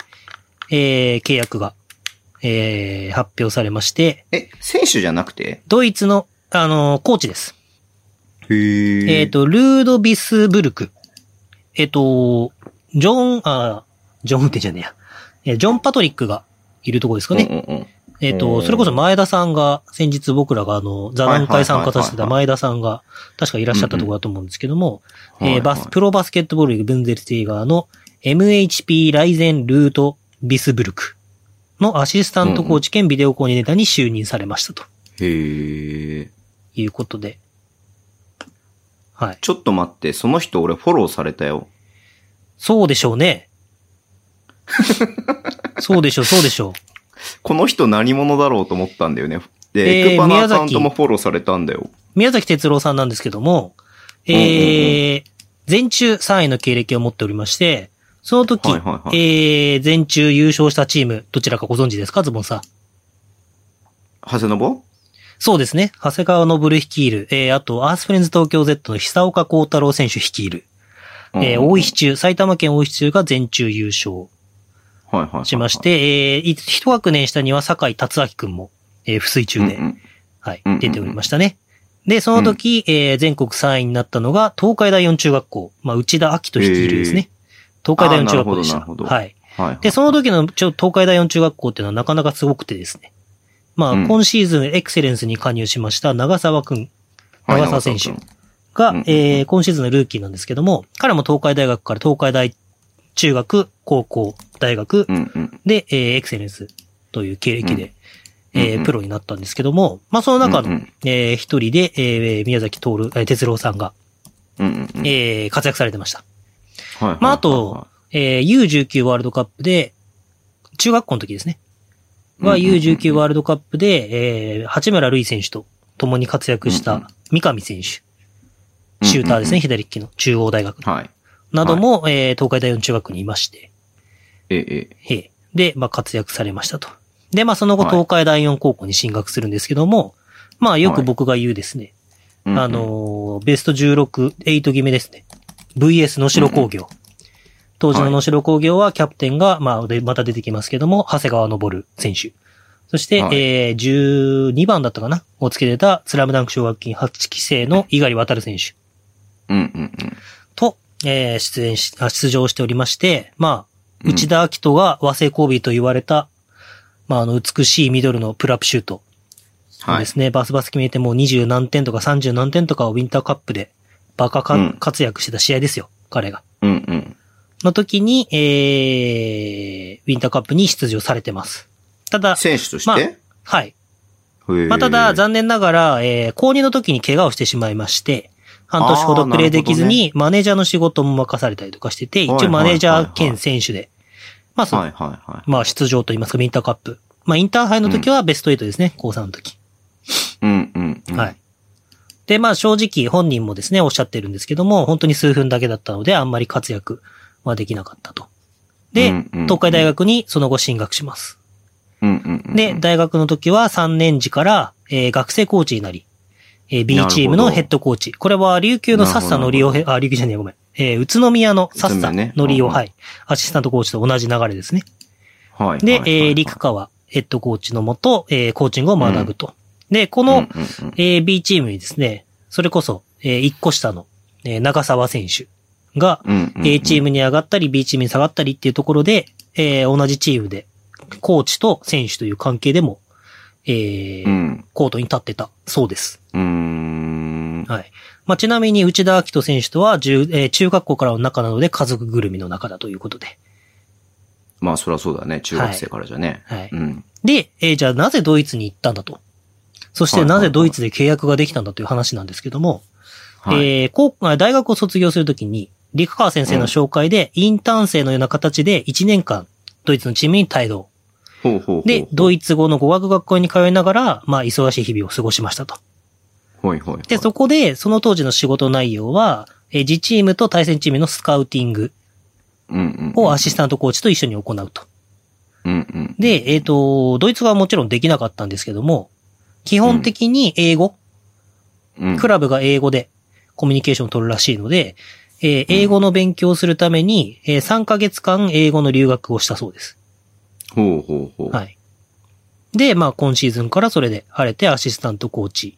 Speaker 3: えー契約が、えー発表されまして、
Speaker 2: え、選手じゃなくて
Speaker 3: ドイツの、あのーコーチです。
Speaker 2: へー
Speaker 3: えっ、、と、ルードビスブルク。えっ、と、ジョン、あージョンってじゃねえや。えージョン・パトリックがいるとこですかね。
Speaker 2: うんうんうん。
Speaker 3: えっ、
Speaker 2: う
Speaker 3: と、
Speaker 2: ん
Speaker 3: それこそ前田さんが、先日僕らがあの、座談会参加させてた前田さんが、確かいらっしゃったところだと思うんですけども、
Speaker 2: はい
Speaker 3: え
Speaker 2: はい
Speaker 3: ーバス、プロバスケットボールリーグブンゼルティーガーの MHP ライゼンルートビスブルクのアシスタントコーチ兼ビデオコーディネーターに就任されましたと
Speaker 2: へー
Speaker 3: いうことで。はい。
Speaker 2: ちょっと待って、その人俺フォローされたよ。
Speaker 3: そうでしょうね。 そうでしょう、そうでしょ
Speaker 2: この人何者だろうと思ったんだよね。で、
Speaker 3: えー
Speaker 2: エクパのアカウン
Speaker 3: 宮崎
Speaker 2: トもフォローされたんだよ。
Speaker 3: う。宮崎哲郎さんなんですけども、えー全中3位の経歴を持っておりまして、その時、
Speaker 2: はいはいはい
Speaker 3: えー全中優勝したチーム、どちらかご存知ですかズボンさん。
Speaker 2: 長谷信
Speaker 3: そうですね。長谷川信率いる。えー、あと、アースフレンズ東京 Z の久岡幸太郎選手率いる。えー、大石中、埼玉県大石中が全中優勝
Speaker 2: はいはいはいはい
Speaker 3: しまし、て、えー、い一学年下には酒井達明くんも、えー、不水中で、
Speaker 2: うんうん
Speaker 3: はい
Speaker 2: うんうんう、ん
Speaker 3: 出ておりましたね。で、その時、えー、全国3位になったのが、東海大四中学校。まあ、内田明人率いるですね。東海大四中学校でし
Speaker 2: あーな
Speaker 3: た。
Speaker 2: るほどなるほど
Speaker 3: はい。
Speaker 2: はいはい
Speaker 3: で、その時のちょ東海大四中学校っていうのはなかなかすごくてですね。まあ、
Speaker 2: うん
Speaker 3: 今シーズンエクセレンスに加入しました長沢くん
Speaker 2: はい
Speaker 3: 長澤選手
Speaker 2: 長
Speaker 3: が、
Speaker 2: うんうんうん
Speaker 3: えー今シーズンのルーキーなんですけども、彼も東海大学から東海大中学、高校、大学
Speaker 2: うんうん。
Speaker 3: で、えーエクセレンスという経歴で、
Speaker 2: うん
Speaker 3: え
Speaker 2: うんう
Speaker 3: ー
Speaker 2: ん
Speaker 3: プロになったんですけども、まあその中の、
Speaker 2: うんうん
Speaker 3: えー一人で、えー宮崎徹、えー哲郎さんが、
Speaker 2: うんうんうん。
Speaker 3: えー活躍されてました。
Speaker 2: はいはいはいはい
Speaker 3: まああと、えー U19 ワールドカップで、中学校の時ですね。は
Speaker 2: うんうんうん
Speaker 3: U19 ワールドカップで、えー八村塁選手と共に活躍し
Speaker 2: うんうん
Speaker 3: た三上選手。シューターですね、
Speaker 2: うん
Speaker 3: 左利きの中央大学の。
Speaker 2: はい。
Speaker 3: なども、えー東海大の中学にいまして、
Speaker 2: ええ、
Speaker 3: ええで、まあ、活躍されましたと。で、まあ、その後、
Speaker 2: はい
Speaker 3: 東海大4高校に進学するんですけども、まあ、よ
Speaker 2: は
Speaker 3: く
Speaker 2: い
Speaker 3: 僕が言うですね、
Speaker 2: うんうん
Speaker 3: あ、のーベスト16、8決めですね。VS 能代工業。当時の能代工業は、キャプテンが、まあ、で、また出てきますけども、長谷川昇選手。そして、
Speaker 2: はい
Speaker 3: えー、12番だったかなをつけてた、スラムダンク奨学金8期生の猪狩渡選手。
Speaker 2: うんうんうん。
Speaker 3: と、えー出演し、あ出場しておりまして、まあ、
Speaker 2: うん
Speaker 3: 内田明人が和製コービーと言われた、まあ、あの、美しいミドルのプラップシュート
Speaker 2: はい
Speaker 3: で。すね、バスバス決めてもう20何点とか30何点とかをウィンターカップでバカか、
Speaker 2: うん
Speaker 3: 活躍してた試合ですよ、彼が。
Speaker 2: うんうん。
Speaker 3: の時に、えー、ウィンターカップに出場されてます。ただ、
Speaker 2: 選手として、
Speaker 3: まあ
Speaker 2: へ
Speaker 3: はい。
Speaker 2: ー
Speaker 3: まあ、ただ、残念ながら、えー、高2の時に怪我をしてしまいまして、半年ほどプレイできずに、マネージャーの仕事も任されたりとかしてて、一
Speaker 2: はい
Speaker 3: 応マネージ
Speaker 2: はい
Speaker 3: ャ
Speaker 2: は
Speaker 3: ー
Speaker 2: いはい
Speaker 3: 兼選手で、まあ、そう、
Speaker 2: はいはいはい。
Speaker 3: まあ、出場といいますか、ウィンターカップ。まあ、インターハイの時はベスト8ですね、高3の時。
Speaker 2: うんうん、うん。
Speaker 3: はい。。で、まあ、正直本人もですね、おっしゃってるんですけども、本当に数分だけだったので、あんまり活躍はできなかったと。で、
Speaker 2: うんうんうん
Speaker 3: 東海大学にその後進学します。
Speaker 2: うんうん、うん。
Speaker 3: で、大学の時は3年時から、えー学生コーチになり、えー B
Speaker 2: なるほど
Speaker 3: チームのヘッドコーチ。これは琉球のサッサのりを
Speaker 2: なるほ、
Speaker 3: あ、琉球じゃねえ、ごめん。えー宇都宮のサッ
Speaker 2: 宇都
Speaker 3: サ
Speaker 2: 宮ね
Speaker 3: のりを、
Speaker 2: うんうん
Speaker 3: はい。アシスタントコーチと同じ流れですね。
Speaker 2: はい、
Speaker 3: で、
Speaker 2: はい
Speaker 3: えー陸、川ヘッドコーチのもと、えーコーチングを学ぶと。で、こ
Speaker 2: はい
Speaker 3: の、
Speaker 2: うんうんうん
Speaker 3: えー B チームにですね、それこそ、え1個下の、えー長沢選手が、
Speaker 2: うんうんうん
Speaker 3: A チームに上がったり B チームに下がったりっていうところで、えー同じチームで、コーチと選手という関係でも、えー
Speaker 2: うん。
Speaker 3: コートに立ってたそうです。
Speaker 2: うーん。
Speaker 3: はい。まあ、ちなみに内田明人選手とは、中えー中学校からの中なので家族ぐるみの中だということで。
Speaker 2: まあ、そりゃそうだね。中学生からじゃね。
Speaker 3: はい。
Speaker 2: うん。
Speaker 3: で、えーじゃあなぜドイツに行ったんだと。そして
Speaker 2: はい
Speaker 3: なぜドイツで契約ができたんだという話なんですけども、
Speaker 2: はい。
Speaker 3: えー高あ大学を卒業するときに、陸川先生の紹介で、インターン生のような形で1年間、ドイツのチームに帯同。
Speaker 2: ほうほうほう。
Speaker 3: で、ドイツ語の語学学校に通いながら、まあ、忙しい日々を過ごしましたと。
Speaker 2: ほいほいほい。
Speaker 3: で、そこで、その当時の仕事内容は、えー自チームと対戦チームのスカウティング
Speaker 2: うんうん。
Speaker 3: をアシスタントコーチと一緒に行うと。
Speaker 2: うんうん。
Speaker 3: で、えっ、と、ドイツ語はもちろんできなかったんですけども、基本的に英語、
Speaker 2: うん、
Speaker 3: クラブが英語でコミュニケーションを取るらしいので、えー英語の勉強をするために、えー3ヶ月間英語の留学をしたそうです。
Speaker 2: ほうほうほう。
Speaker 3: はい。で、まあ今シーズンからそれで晴れてアシスタントコーチ、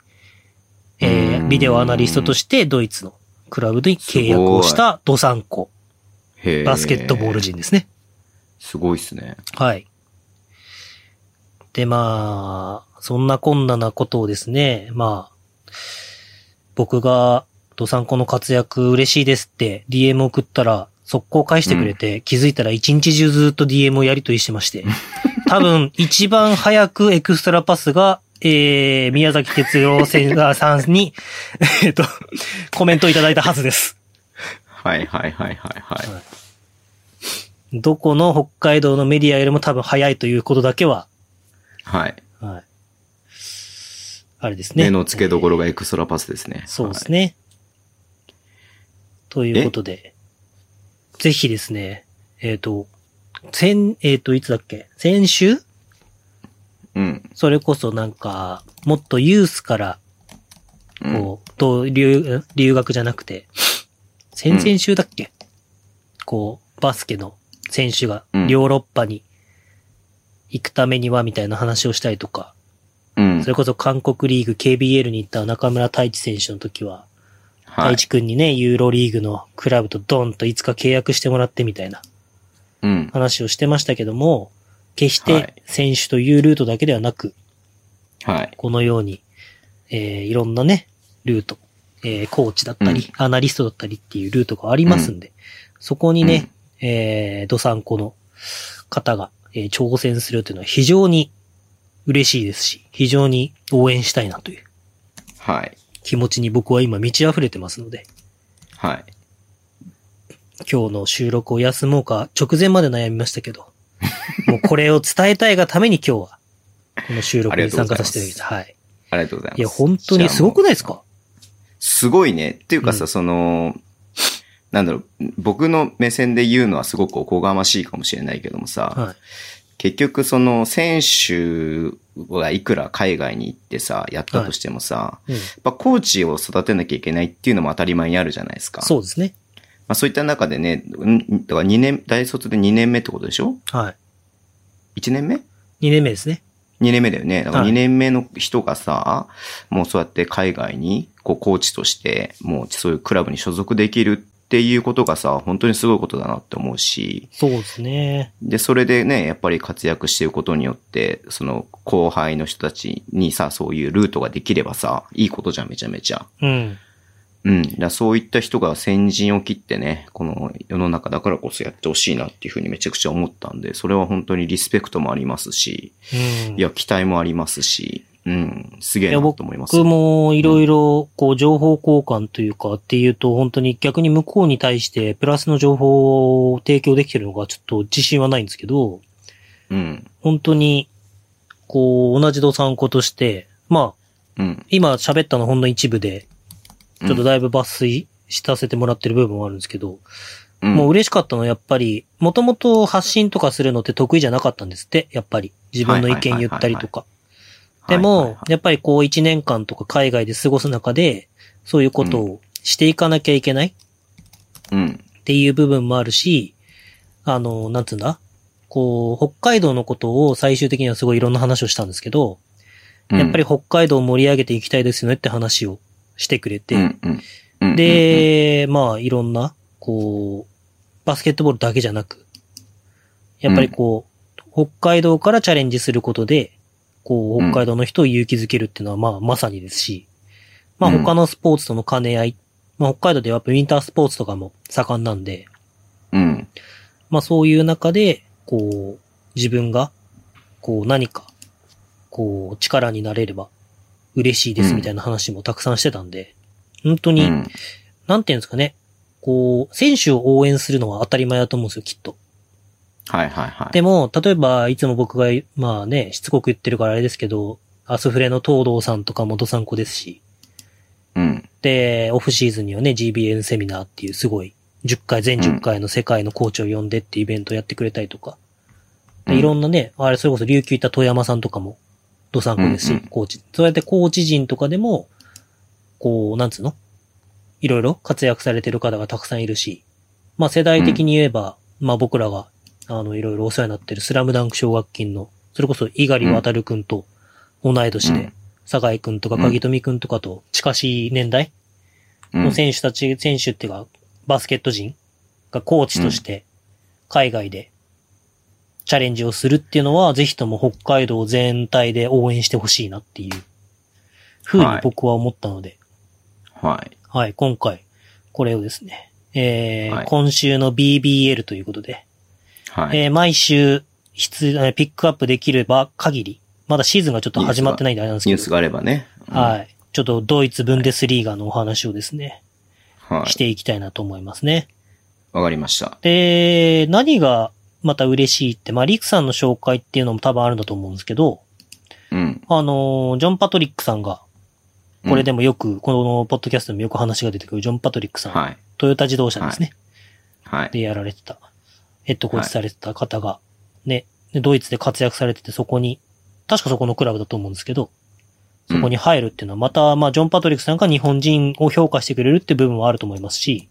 Speaker 3: え
Speaker 2: うー
Speaker 3: ー
Speaker 2: ん
Speaker 3: ビデオアナリストとしてドイツのクラブに契約をしたドサンコ、
Speaker 2: へえ
Speaker 3: バスケットボール。人ですね。
Speaker 2: すごいっすね。
Speaker 3: はい。で、まあ、そんなこんななことをですね、まあ、僕が、ドサンコの活躍嬉しいですって DM 送ったら、速攻返してくれて、気づいたら一日中ずっと DM をやりとりしてまして、多分一番早くエクストラパスが、えー、宮崎哲郎先生さんに、えっと、コメントいただいたはずです。
Speaker 2: はいはいはいはいはい。
Speaker 3: どこの北海道のメディアよりも多分早いということだけは
Speaker 2: はい。
Speaker 3: はい。あれですね。
Speaker 2: 目の付けどころがエクストラパスですね。
Speaker 3: そうです
Speaker 2: ね。
Speaker 3: ね。ということで、ぜひですね、えっ、と、先、えっ、と、いつだっけ先週
Speaker 2: うん。
Speaker 3: それこそなんか、もっとユースから、
Speaker 2: うん。
Speaker 3: こう、と留、留学じゃなくて、先々週だっけ、こう、バスケの選手が
Speaker 2: うん
Speaker 3: ヨーロッパに行くためにはみたいな話をしたりとか、
Speaker 2: うん
Speaker 3: そ。れこそ韓国リーグ KBL に行った中村太一選手の時は、
Speaker 2: はい
Speaker 3: 太。一くんにね、ユーロリーグのクラブとドンといつか契約してもらってみたいな
Speaker 2: うん。
Speaker 3: 話をしてましたけども、決し
Speaker 2: はい
Speaker 3: て選手というルートだけではなく、
Speaker 2: はい。
Speaker 3: このように、えーいろんなね、ルート、えーコーチだったり、アナリストだったりっていうルートがありますんで、そこにね、えー、ドサンコの方が、えー挑戦するというのは非常に嬉しいですし、非常に応援したいなという。
Speaker 2: はい。
Speaker 3: 気持ちに僕は今満ち溢れてますので、
Speaker 2: はい。
Speaker 3: 今日の収録を休もうか直前まで悩みました けど、もうこれを伝えたいがために今日は、この収録に参加させていただきたい。はい。
Speaker 2: ありがとうございます。
Speaker 3: いや、本当にすごくないですか
Speaker 2: すごいね。っていうかさ、
Speaker 3: うん
Speaker 2: その、なんだろう、僕の目線で言うのはすごくおこがましいかもしれないけどもさ、
Speaker 3: はい。
Speaker 2: 結局その選手がいくら海外に行ってさ、やったとしてもさ、
Speaker 3: うん、
Speaker 2: やっぱコーチを育てなきゃいけないっていうのも当たり前にあるじゃないですか。
Speaker 3: そうですね。
Speaker 2: まあそういった中でね、うんだから2年、大卒で2年目ってことでしょ
Speaker 3: は
Speaker 2: ?1 年目
Speaker 3: い。2年目ですね。
Speaker 2: 2年目だよね。だから
Speaker 3: はい
Speaker 2: 2年目の人がさ、もうそうやって海外に、こう、コーチとして、もうそういうクラブに所属できるっていうことがさ、本当にすごいことだなって思うし、
Speaker 3: そうですね。
Speaker 2: で、それでね、やっぱり活躍していくことによって、その後輩の人たちにさ、そういうルートができればさ、いいことじゃん、めちゃめちゃ。
Speaker 3: うん。
Speaker 2: うん。だからそういった人が先陣を切ってね、この世の中だからこそやってほしいなっていうふうにめちゃくちゃ思ったんで、それは本当にリスペクトもありますし、
Speaker 3: うん。
Speaker 2: いや、期待もありますし、うん、すげえ
Speaker 3: い
Speaker 2: な
Speaker 3: や
Speaker 2: と
Speaker 3: 僕
Speaker 2: 思います。
Speaker 3: もいろいろ、こう、情報交換というか、っていうと、本当に逆に向こうに対して、プラスの情報を提供できてるのが、ちょっと自信はないんですけど、
Speaker 2: うん、
Speaker 3: 本当に、こう、同じ度参考として、まあ、
Speaker 2: うん。
Speaker 3: 今喋ったのほんの一部で、ちょっとだいぶ抜粋したせてもらってる部分もあるんですけど、
Speaker 2: うん、
Speaker 3: もう嬉しかったのはやっぱり、もともと発信とかするのって得意じゃなかったんですって、やっぱり。自分の意見言ったりとか。
Speaker 2: はい
Speaker 3: で
Speaker 2: はい
Speaker 3: も
Speaker 2: は、い
Speaker 3: やっぱりこう一年間とか海外で過ごす中で、そういうことをしていかなきゃいけない
Speaker 2: うん、
Speaker 3: っていう部分もあるし、あの、なんつうんだこう、北海道のことを最終的にはすごいいろんな話をしたんですけど、
Speaker 2: うん
Speaker 3: やっぱり、北海道を盛り上げていきたいですよねって話をしてくれ
Speaker 2: うん
Speaker 3: て、
Speaker 2: うんうん、
Speaker 3: で、まあいろんな、こう、バスケットボールだけじゃなく、やっぱりこう、北海道からチャレンジすることで、こう、
Speaker 2: うん
Speaker 3: 北海道の人を勇気づけるっていうのはまあまさにですし、まあ
Speaker 2: うん
Speaker 3: 他のスポーツとの兼ね合い、まあ北海道ではやっぱウィンタースポーツとかも盛んなんで、
Speaker 2: うん、うん、
Speaker 3: まあそういう中で、こう、自分が、こう何か、こう力になれれば嬉しいですみたいな話もたくさんしてたんで、本当に、
Speaker 2: うん
Speaker 3: なんていうんですかね、こう、選手を応援するのは当たり前だと思うんですよ、きっと。
Speaker 2: はいはいはい。
Speaker 3: でも、例えば、いつも僕が、まあね、しつこく言ってるからあれですけど、アスフレの東堂さんとか元さん子ですし、
Speaker 2: うん。
Speaker 3: で、オフシーズンにはね、GBN セミナーっていうすごい、10回、全10回の世界のコーチを呼んでっていうイベントをやってくれたりとか、で
Speaker 2: うん
Speaker 3: いろんなね、あれ、それこそ琉球行った富山さんとかも、ドサンコですし、
Speaker 2: うんうん
Speaker 3: コーチ。そうやってコーチ陣とかでも、こう、なんつうのいろいろ活躍されてる方がたくさんいるし、まあ世代的に言えば、まあ僕らが、あの、いろいろお世話になってるスラムダンク奨学金の、それこそ猪狩渡くんと同い年
Speaker 2: う
Speaker 3: で
Speaker 2: ん、
Speaker 3: 酒井くんとか
Speaker 2: うん
Speaker 3: 鍵富くんとかと近しい年代
Speaker 2: うん
Speaker 3: の選手たち、選手っていうか、バスケット人がコーチとして、海外でチャレンジをするっていうのは、ぜひとも北海道全体で応援してほしいなっていう、ふうに僕は思ったので、
Speaker 2: はい。
Speaker 3: はい、今回、これをですね、えー
Speaker 2: はい
Speaker 3: 今週の BBL ということで、
Speaker 2: はい。
Speaker 3: えー毎週、必えーピックアップできれば限り、まだシーズンがちょっと始まってないんであれなんです
Speaker 2: ニ
Speaker 3: け
Speaker 2: ュー
Speaker 3: ど
Speaker 2: ス、があればね。い。
Speaker 3: はい。ちょっとドイツブンデスリーガのお話をですね、
Speaker 2: は
Speaker 3: し
Speaker 2: い。
Speaker 3: ていきたいなと思いますね。
Speaker 2: わかりました。
Speaker 3: で、何がまた嬉しいって、まあ、リクさんの紹介っていうのも多分あるんだと思うんですけど、
Speaker 2: うん。
Speaker 3: あのー、ジョン・パトリックさんが、これで
Speaker 2: も。
Speaker 3: もよく、このポッドキャストでもよく話が出てくるジョン・パトリックさん、
Speaker 2: はい。
Speaker 3: トヨタ自動車ですね、
Speaker 2: はい。
Speaker 3: でやられてた、ヘッドコーチされてた方が、ね、でドイツで活躍されててそこに、確かそこのクラブだと思うんですけど、そこに入るっていうのは、また、まあ、ジョン・パトリックさんが日本人を評価してくれるって部分はあると思いますし、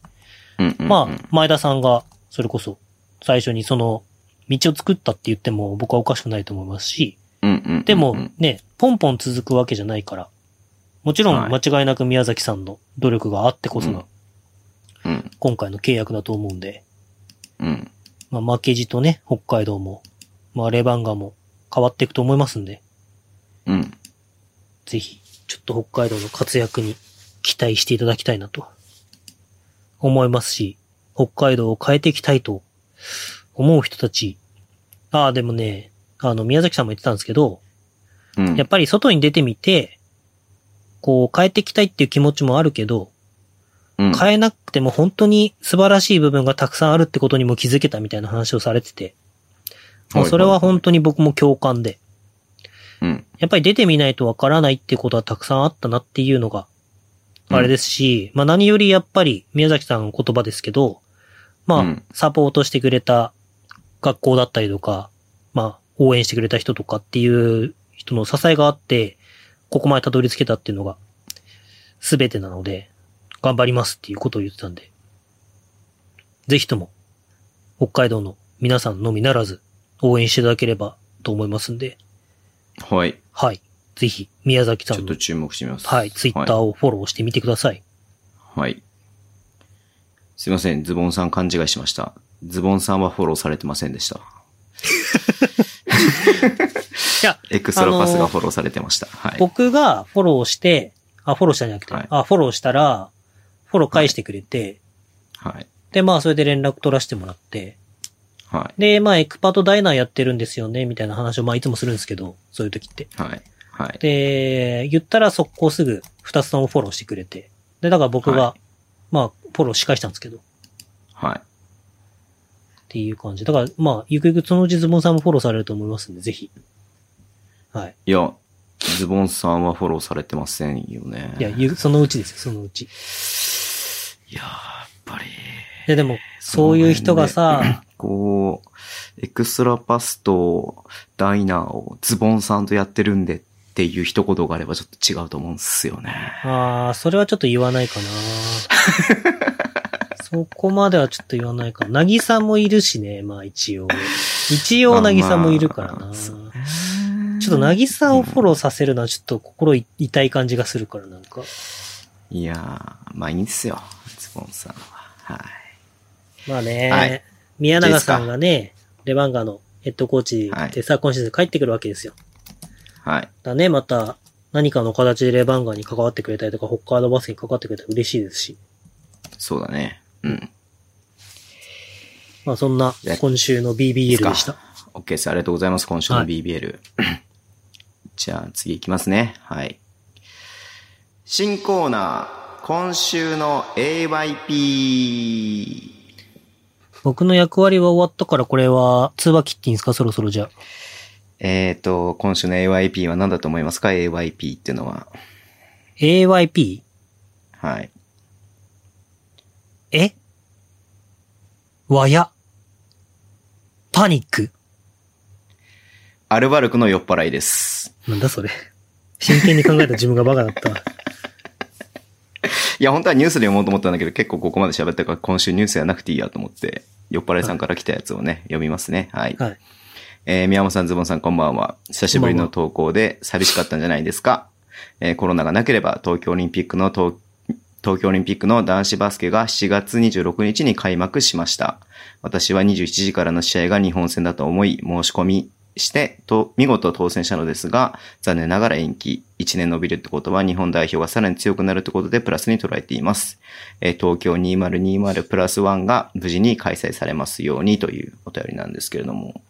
Speaker 2: うん、うんうんうん
Speaker 3: まあ、前田さんが、それこそ、最初にその、道を作ったって言っても僕はおかしくないと思いますし、
Speaker 2: うんうんうんうん
Speaker 3: でもね、ポンポン続くわけじゃないから、もちろん
Speaker 2: はい
Speaker 3: 間違いなく宮崎さんの努力があってこそ
Speaker 2: うん
Speaker 3: の
Speaker 2: うん。
Speaker 3: 今回の契約だと思うんで、
Speaker 2: うん。
Speaker 3: まあ負けじとね、北海道も、まあレバンガも変わっていくと思いますんで、
Speaker 2: うん。
Speaker 3: ぜひ、ちょっと北海道の活躍に期待していただきたいなと、思いますし、北海道を変えていきたいと思う人たち、ああ、でもね、あの、宮崎さんも言ってたんですけど、
Speaker 2: うん。
Speaker 3: やっぱり外に出てみて、こう、変えていきたいっていう気持ちもあるけど、
Speaker 2: うん
Speaker 3: 変えなくても本当に素晴らしい部分がたくさんあるってことにも気づけたみたいな話をされてて、もうそれは本当に僕も共感で、
Speaker 2: うん。
Speaker 3: やっぱり出てみないとわからないってことはたくさんあったなっていうのが、
Speaker 2: うん
Speaker 3: あれですし、まあ何よりやっぱり宮崎さんの言葉ですけど、まあ、
Speaker 2: うん
Speaker 3: サポートしてくれた学校だったりとか、まあ応援してくれた人とかっていう人の支えがあって、ここまでたどり着けたっていうのが全てなので、頑張りますっていうことを言ってたんで、ぜひとも北海道の皆さんのみならず応援していただければと思いますんで、
Speaker 2: はい。
Speaker 3: はい。ぜひ、宮崎さ
Speaker 2: ちょ
Speaker 3: ん
Speaker 2: っ
Speaker 3: の
Speaker 2: と、注目してみます。
Speaker 3: はい、ツイッターをフォローしてみてください。
Speaker 2: はい。すいません、ズボンさん勘違いしました。ズボンさんはフォローされてませんでした。
Speaker 3: いや、
Speaker 2: エクストラパス
Speaker 3: あの
Speaker 2: が
Speaker 3: ー
Speaker 2: フォローされてました。はい。
Speaker 3: 僕がフォローして、あ、フォローしたんじゃなくて、
Speaker 2: はい
Speaker 3: あ、フォローしたら、フォロー返してくれて、
Speaker 2: はい。
Speaker 3: で、まあ、それで連絡取らせてもらって、
Speaker 2: は
Speaker 3: で、まあ、エクパとダイナーやってるんですよね、みたいな話を、まあ、いつもするんですけど、そういう時って。
Speaker 2: い。はい。はい。
Speaker 3: で、言ったら速攻すぐ、二つともフォローしてくれて、で、だから僕が、
Speaker 2: は
Speaker 3: まあ、フォローし返したんですけど、っ
Speaker 2: はい。
Speaker 3: ていう感じ。だから、まあ、ゆくゆくそのうちズボンさんもフォローされると思いますんで、ぜひ。はい。
Speaker 2: いや、ズボンさんはフォローされてませんよね。
Speaker 3: いや、ゆそのうちですよ、そのうち。
Speaker 2: いやーやっぱり。
Speaker 3: で、でも、そういう人がさ、
Speaker 2: こう、エクストラパスとダイナーをズボンさんとやってるんでっていう一言があればちょっと違うと思うんですよね。
Speaker 3: ああ、それはちょっと言わないかな。 そこまではちょっと言わないかな。なぎさもいるしね、まあ一応。一応なぎさもいるから
Speaker 2: まあま
Speaker 3: な。
Speaker 2: あ
Speaker 3: ち
Speaker 2: そ
Speaker 3: ょっとなぎさをフォローさせるのはちょっと心痛い感じがするから、なんか。
Speaker 2: いやー、まあいいんですよ、ズボンさんは。はい。
Speaker 3: まあね、
Speaker 2: はい
Speaker 3: 宮永さんがね、レバンガのヘッドコーチでさ、今シーズン帰ってくるわけですよ。
Speaker 2: はい。
Speaker 3: だね、また何かの形でレバンガに関わってくれたりとか、北海道バスケに関わってくれたら嬉しいですし。
Speaker 2: そうだね。うん。
Speaker 3: まあそんな
Speaker 2: ね
Speaker 3: 今週の BBL でした。
Speaker 2: OK です。ありがとうございます。今週の
Speaker 3: はい
Speaker 2: BBL。じゃあ次行きますね。はい。新コーナー、今週の AYP。
Speaker 3: 僕の役割は終わったから、これは通話切っていいんですかそろそろじゃあ。
Speaker 2: えっ、ー、と、今週の AYP は何だと思いますか ?AYP っていうのは。
Speaker 3: AYP?
Speaker 2: はい。
Speaker 3: えわや。パニック。
Speaker 2: アルバルクの酔っ払いです。
Speaker 3: なんだそれ。真剣に考えた自分がバカだった。
Speaker 2: いや、本当はニュースで読もうと思ったんだけど、結構ここまで喋ったから今週ニュースやなくていいやと思って、酔っ払いさんから来たやつをね、読みますね。はい。
Speaker 3: はい。
Speaker 2: えー宮本さん、ズボンさん、こんばんは。久しぶりの投稿で寂しかったんじゃないですか。えーコロナがなければ、東京オリンピックの東、東京オリンピックの男子バスケが7月26日に開幕しました。私は21時からの試合が日本戦だと思い、申し込みして、と、見事当選したのですが、残念ながら延期。1年延びるってことは、日本代表がさらに強くなるってことでプラスに捉えています。えー東京2020プラス1が無事に開催されますようにというお便りなんですけれども。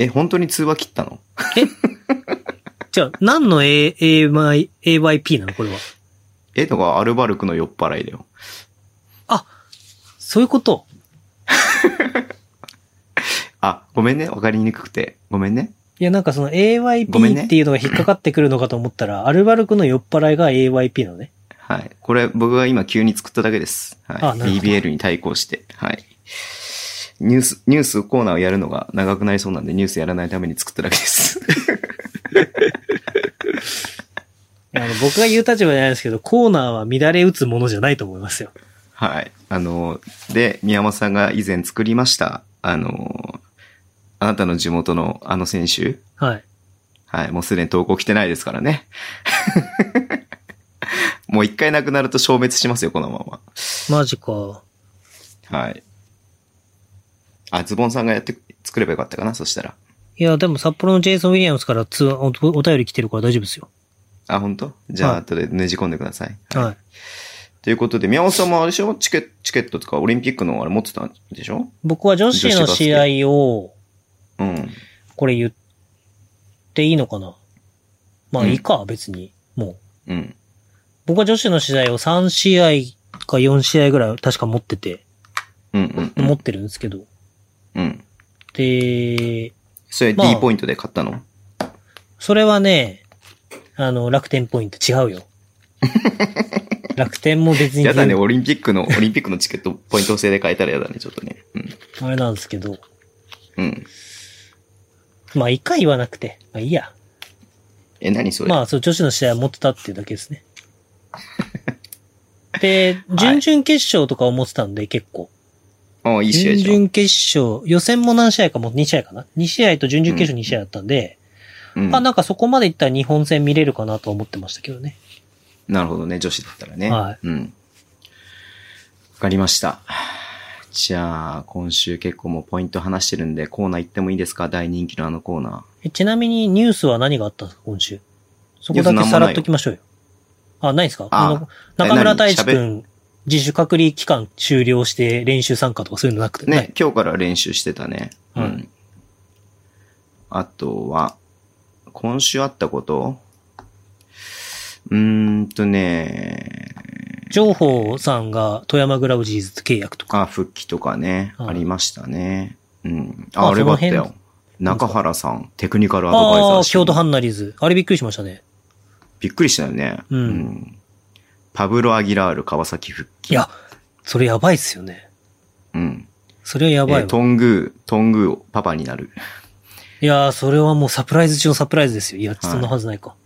Speaker 2: え、本当に通話切ったの
Speaker 3: じゃあ、何の A、AY、AYP なのこれは。
Speaker 2: え、とか、アルバルクの酔っ払いだよ。
Speaker 3: あ、そういうこと。
Speaker 2: あ、ごめんね。わかりにくくて。ごめんね。
Speaker 3: いや、なんかその
Speaker 2: ごめんね
Speaker 3: AYP っていうのが引っかかってくるのかと思ったら、アルバルクの酔っ払いが AYP なのね。
Speaker 2: はい。これ、僕が今急に作っただけです。はい。
Speaker 3: あなるほど
Speaker 2: BBL に対抗して。はい。ニュース、ニュースコーナーをやるのが長くなりそうなんで、ニュースやらないために作っただけです。
Speaker 3: あの僕が言う立場じゃないですけど、コーナーは乱れ打つものじゃないと思いますよ。
Speaker 2: はい。あの、で、宮本さんが以前作りました。あの、あなたの地元のあの選手。
Speaker 3: はい。
Speaker 2: はい。もうすでに投稿来てないですからね。 もう一回なくなると消滅しますよ、このまま。
Speaker 3: マジか。
Speaker 2: はい。あ、ズボンさんがやって、作ればよかったかな、そしたら。
Speaker 3: いや、でも札幌のジェイソン・ウィリアムスからつおお便り来てるから大丈夫ですよ。
Speaker 2: あ、本当？じゃあ、
Speaker 3: はい
Speaker 2: 後でねじ込んでください。
Speaker 3: はい。
Speaker 2: ということで、宮本さんもあれでしょチケチケットとかオリンピックのあれ持ってたんでしょ
Speaker 3: 僕は女子の試合を、
Speaker 2: うん。
Speaker 3: これ言っていいのかなまあ
Speaker 2: うん
Speaker 3: いいか、別に。もう。
Speaker 2: うん。
Speaker 3: 僕は女子の試合を3試合か4試合ぐらい確か持ってて、
Speaker 2: うんうんうん。
Speaker 3: 持ってるんですけど。
Speaker 2: うん。
Speaker 3: で、
Speaker 2: それ
Speaker 3: まあ
Speaker 2: D ポイントで買ったの、
Speaker 3: それはね、あの、楽天ポイント違 うよ。楽天も別に、
Speaker 2: やだね、オリンピックの、オリンピックのチケットポイント制で買えたらやだね、ちょっとね。うん。
Speaker 3: あれなんですけど。
Speaker 2: うん。
Speaker 3: まあ、一回言わなくて。まあ、いいや。
Speaker 2: え、何それ、
Speaker 3: まあ、そう、女子の試合は持ってたっていうだけで すね。で、準々決勝とかを持ってたんで、結構。
Speaker 2: あ、あいい試合
Speaker 3: 準
Speaker 2: じゃん。
Speaker 3: 々決勝、予選も何試合かも、2試合かな ?2 試合と準々決勝2試合だったんで、
Speaker 2: うん
Speaker 3: まあ、なんかそこまでいったら日本戦見れるかなと思ってましたけどね。
Speaker 2: なるほどね、女子だったらね。
Speaker 3: は
Speaker 2: うん。わかりました。じゃあ、今週結構もうポイント話してるんで、コーナー行ってもいいですか大人気のあのコーナー。
Speaker 3: えちなみにニュースは何があったんですか、今週。そこだ
Speaker 2: ニュー
Speaker 3: け
Speaker 2: ス
Speaker 3: さ
Speaker 2: なんもないよ
Speaker 3: らっときましょうよ。あ、ないんですか
Speaker 2: あ
Speaker 3: あの、中村
Speaker 2: 何
Speaker 3: 太一くん、自主隔離期間終了して練習参加とかそういうのなくて。
Speaker 2: ね、
Speaker 3: ない。
Speaker 2: 今日から練習してたね。
Speaker 3: うん
Speaker 2: あとは、今週あったことうーんとね、
Speaker 3: 情報さんが富山グラウジーズと契約とか。
Speaker 2: あ、復帰とかね、
Speaker 3: はい
Speaker 2: ありましたね。うん。あ、
Speaker 3: あ
Speaker 2: あれがあった
Speaker 3: その
Speaker 2: よ
Speaker 3: 辺。
Speaker 2: 中原さん、テクニカルアドバイザー
Speaker 3: ああー、
Speaker 2: して
Speaker 3: 京都ハンナリーズ。あれびっくりしましたね。
Speaker 2: びっくりしたよね。
Speaker 3: うん
Speaker 2: パブロ・アギラール、川崎復帰。
Speaker 3: いや、それやばいっすよね。
Speaker 2: うん。
Speaker 3: それはやばい
Speaker 2: えー
Speaker 3: わ。
Speaker 2: トングー、トングー、パパになる。
Speaker 3: いやー、それはもうサプライズ中のサプライズですよ。いや、そんなはずないか。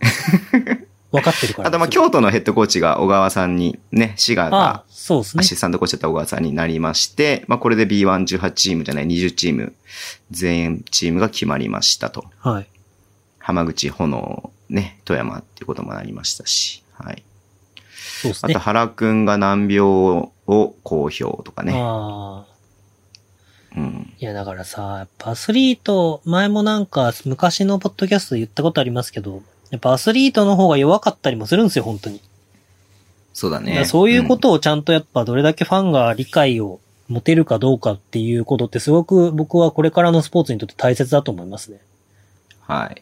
Speaker 3: わかってるから。
Speaker 2: あと、まあ、京都のヘッドコーチが小川さんに、ね、滋賀
Speaker 3: あ
Speaker 2: が
Speaker 3: あ、そうです
Speaker 2: ア
Speaker 3: ね。
Speaker 2: シスタントコーチだった小川さんになりまして、まあ、これで B118 チームじゃない、20チーム、全チームが決まりましたと。
Speaker 3: はい。
Speaker 2: 浜口、炎、ね、富山っていうこともなりましたし。はい。
Speaker 3: そうです
Speaker 2: あと、
Speaker 3: ね。
Speaker 2: 原くんが難病を公表とかね。
Speaker 3: ああ。
Speaker 2: うん。
Speaker 3: いや、だからさ、やっぱアスリート、前もなんか昔のポッドキャストで言ったことありますけど、やっぱアスリートの方が弱かったりもするんですよ、本当に。
Speaker 2: そうだ
Speaker 3: だか
Speaker 2: ね。
Speaker 3: らそういうことをちゃんとやっぱどれだけファンが理解を持てるかどうかっていうことってすごく僕はこれからのスポーツにとって大切だと思いますね。
Speaker 2: はい。あ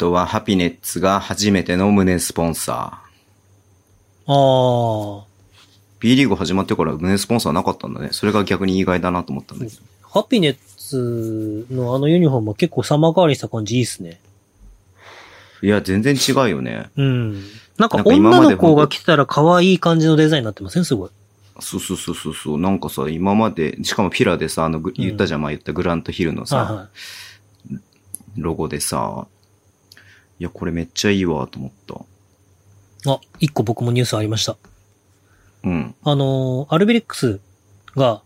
Speaker 2: とは、ハピネッツが初めての胸スポンサ
Speaker 3: ああ
Speaker 2: B リーグ始まってから胸スポンサーなかったんだね。それが逆に意外だなと思ったんだけど。
Speaker 3: あ。ハピネッツのあのユニフォームは結構様変わりした感じいいっすね。
Speaker 2: いや、全然違うよね。
Speaker 3: うん。なんか
Speaker 2: なんか今ま
Speaker 3: 女
Speaker 2: で
Speaker 3: の子が着てたら可愛い感じのデザインになってませんすごい。
Speaker 2: そうそうそうそうそう。なんかさ、今まで、しかもピラでさ、あの、ぐ
Speaker 3: うん
Speaker 2: 言ったじゃん、前言ったグラントヒルのさ、
Speaker 3: はいはい。
Speaker 2: ロゴでさ、いや、これめっちゃいいわ、と思った。
Speaker 3: あ、一個僕もニュースありました。
Speaker 2: うん。
Speaker 3: あのーアルビレックスが、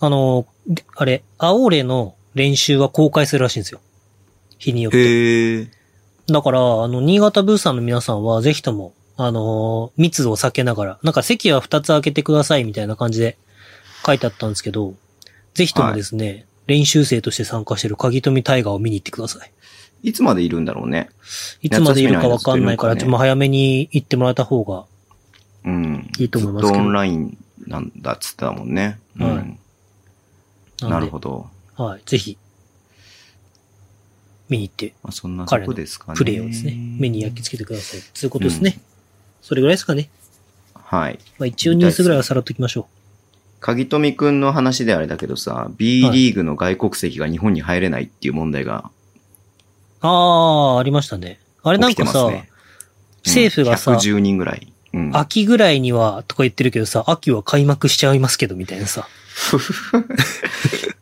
Speaker 3: あのーであれ、アオーレの練習は公開するらしいんですよ。日によって。
Speaker 2: へえ。
Speaker 3: だから、あの、新潟ブースさんの皆さんは、ぜひとも、あのー密度を避けながら、なんか席は2つ開けてくださいみたいな感じで書いてあったんですけど、ぜひともですね、練習生として参加してる鍵富大河を見に行ってください。
Speaker 2: いつまでいるんだろうね。
Speaker 3: いつまでいるかわかんないから、
Speaker 2: 夏
Speaker 3: ち
Speaker 2: 休
Speaker 3: ょっ
Speaker 2: み
Speaker 3: と早めに行ってもらった方が
Speaker 2: うん。
Speaker 3: いいと思いますけ
Speaker 2: ずっ
Speaker 3: ど
Speaker 2: とオンラインなんだっつってたもんね。うん。
Speaker 3: はなんで、
Speaker 2: なるほど。
Speaker 3: はい、ぜひ、見に行って、
Speaker 2: まあ、そんなと
Speaker 3: 彼
Speaker 2: こ
Speaker 3: の
Speaker 2: ですかね。
Speaker 3: プレイをですね、目に焼き付けてください。ということですね。それぐらいですかね。
Speaker 2: はい。
Speaker 3: まあ一応ニュースぐらいはさらっときましょ
Speaker 2: 鍵富くんの話であれだけどさ、B リーグの外国籍が日本に入れないっていう問題が
Speaker 3: う。あー、ありましたね。あれ
Speaker 2: 起
Speaker 3: なん
Speaker 2: きて
Speaker 3: か
Speaker 2: ます
Speaker 3: さ、
Speaker 2: ね。
Speaker 3: 政府がさ
Speaker 2: うん110人ぐらい。うん。
Speaker 3: 秋ぐらいには、とか言ってるけどさ、秋は開幕しちゃいますけど、みたいなさ。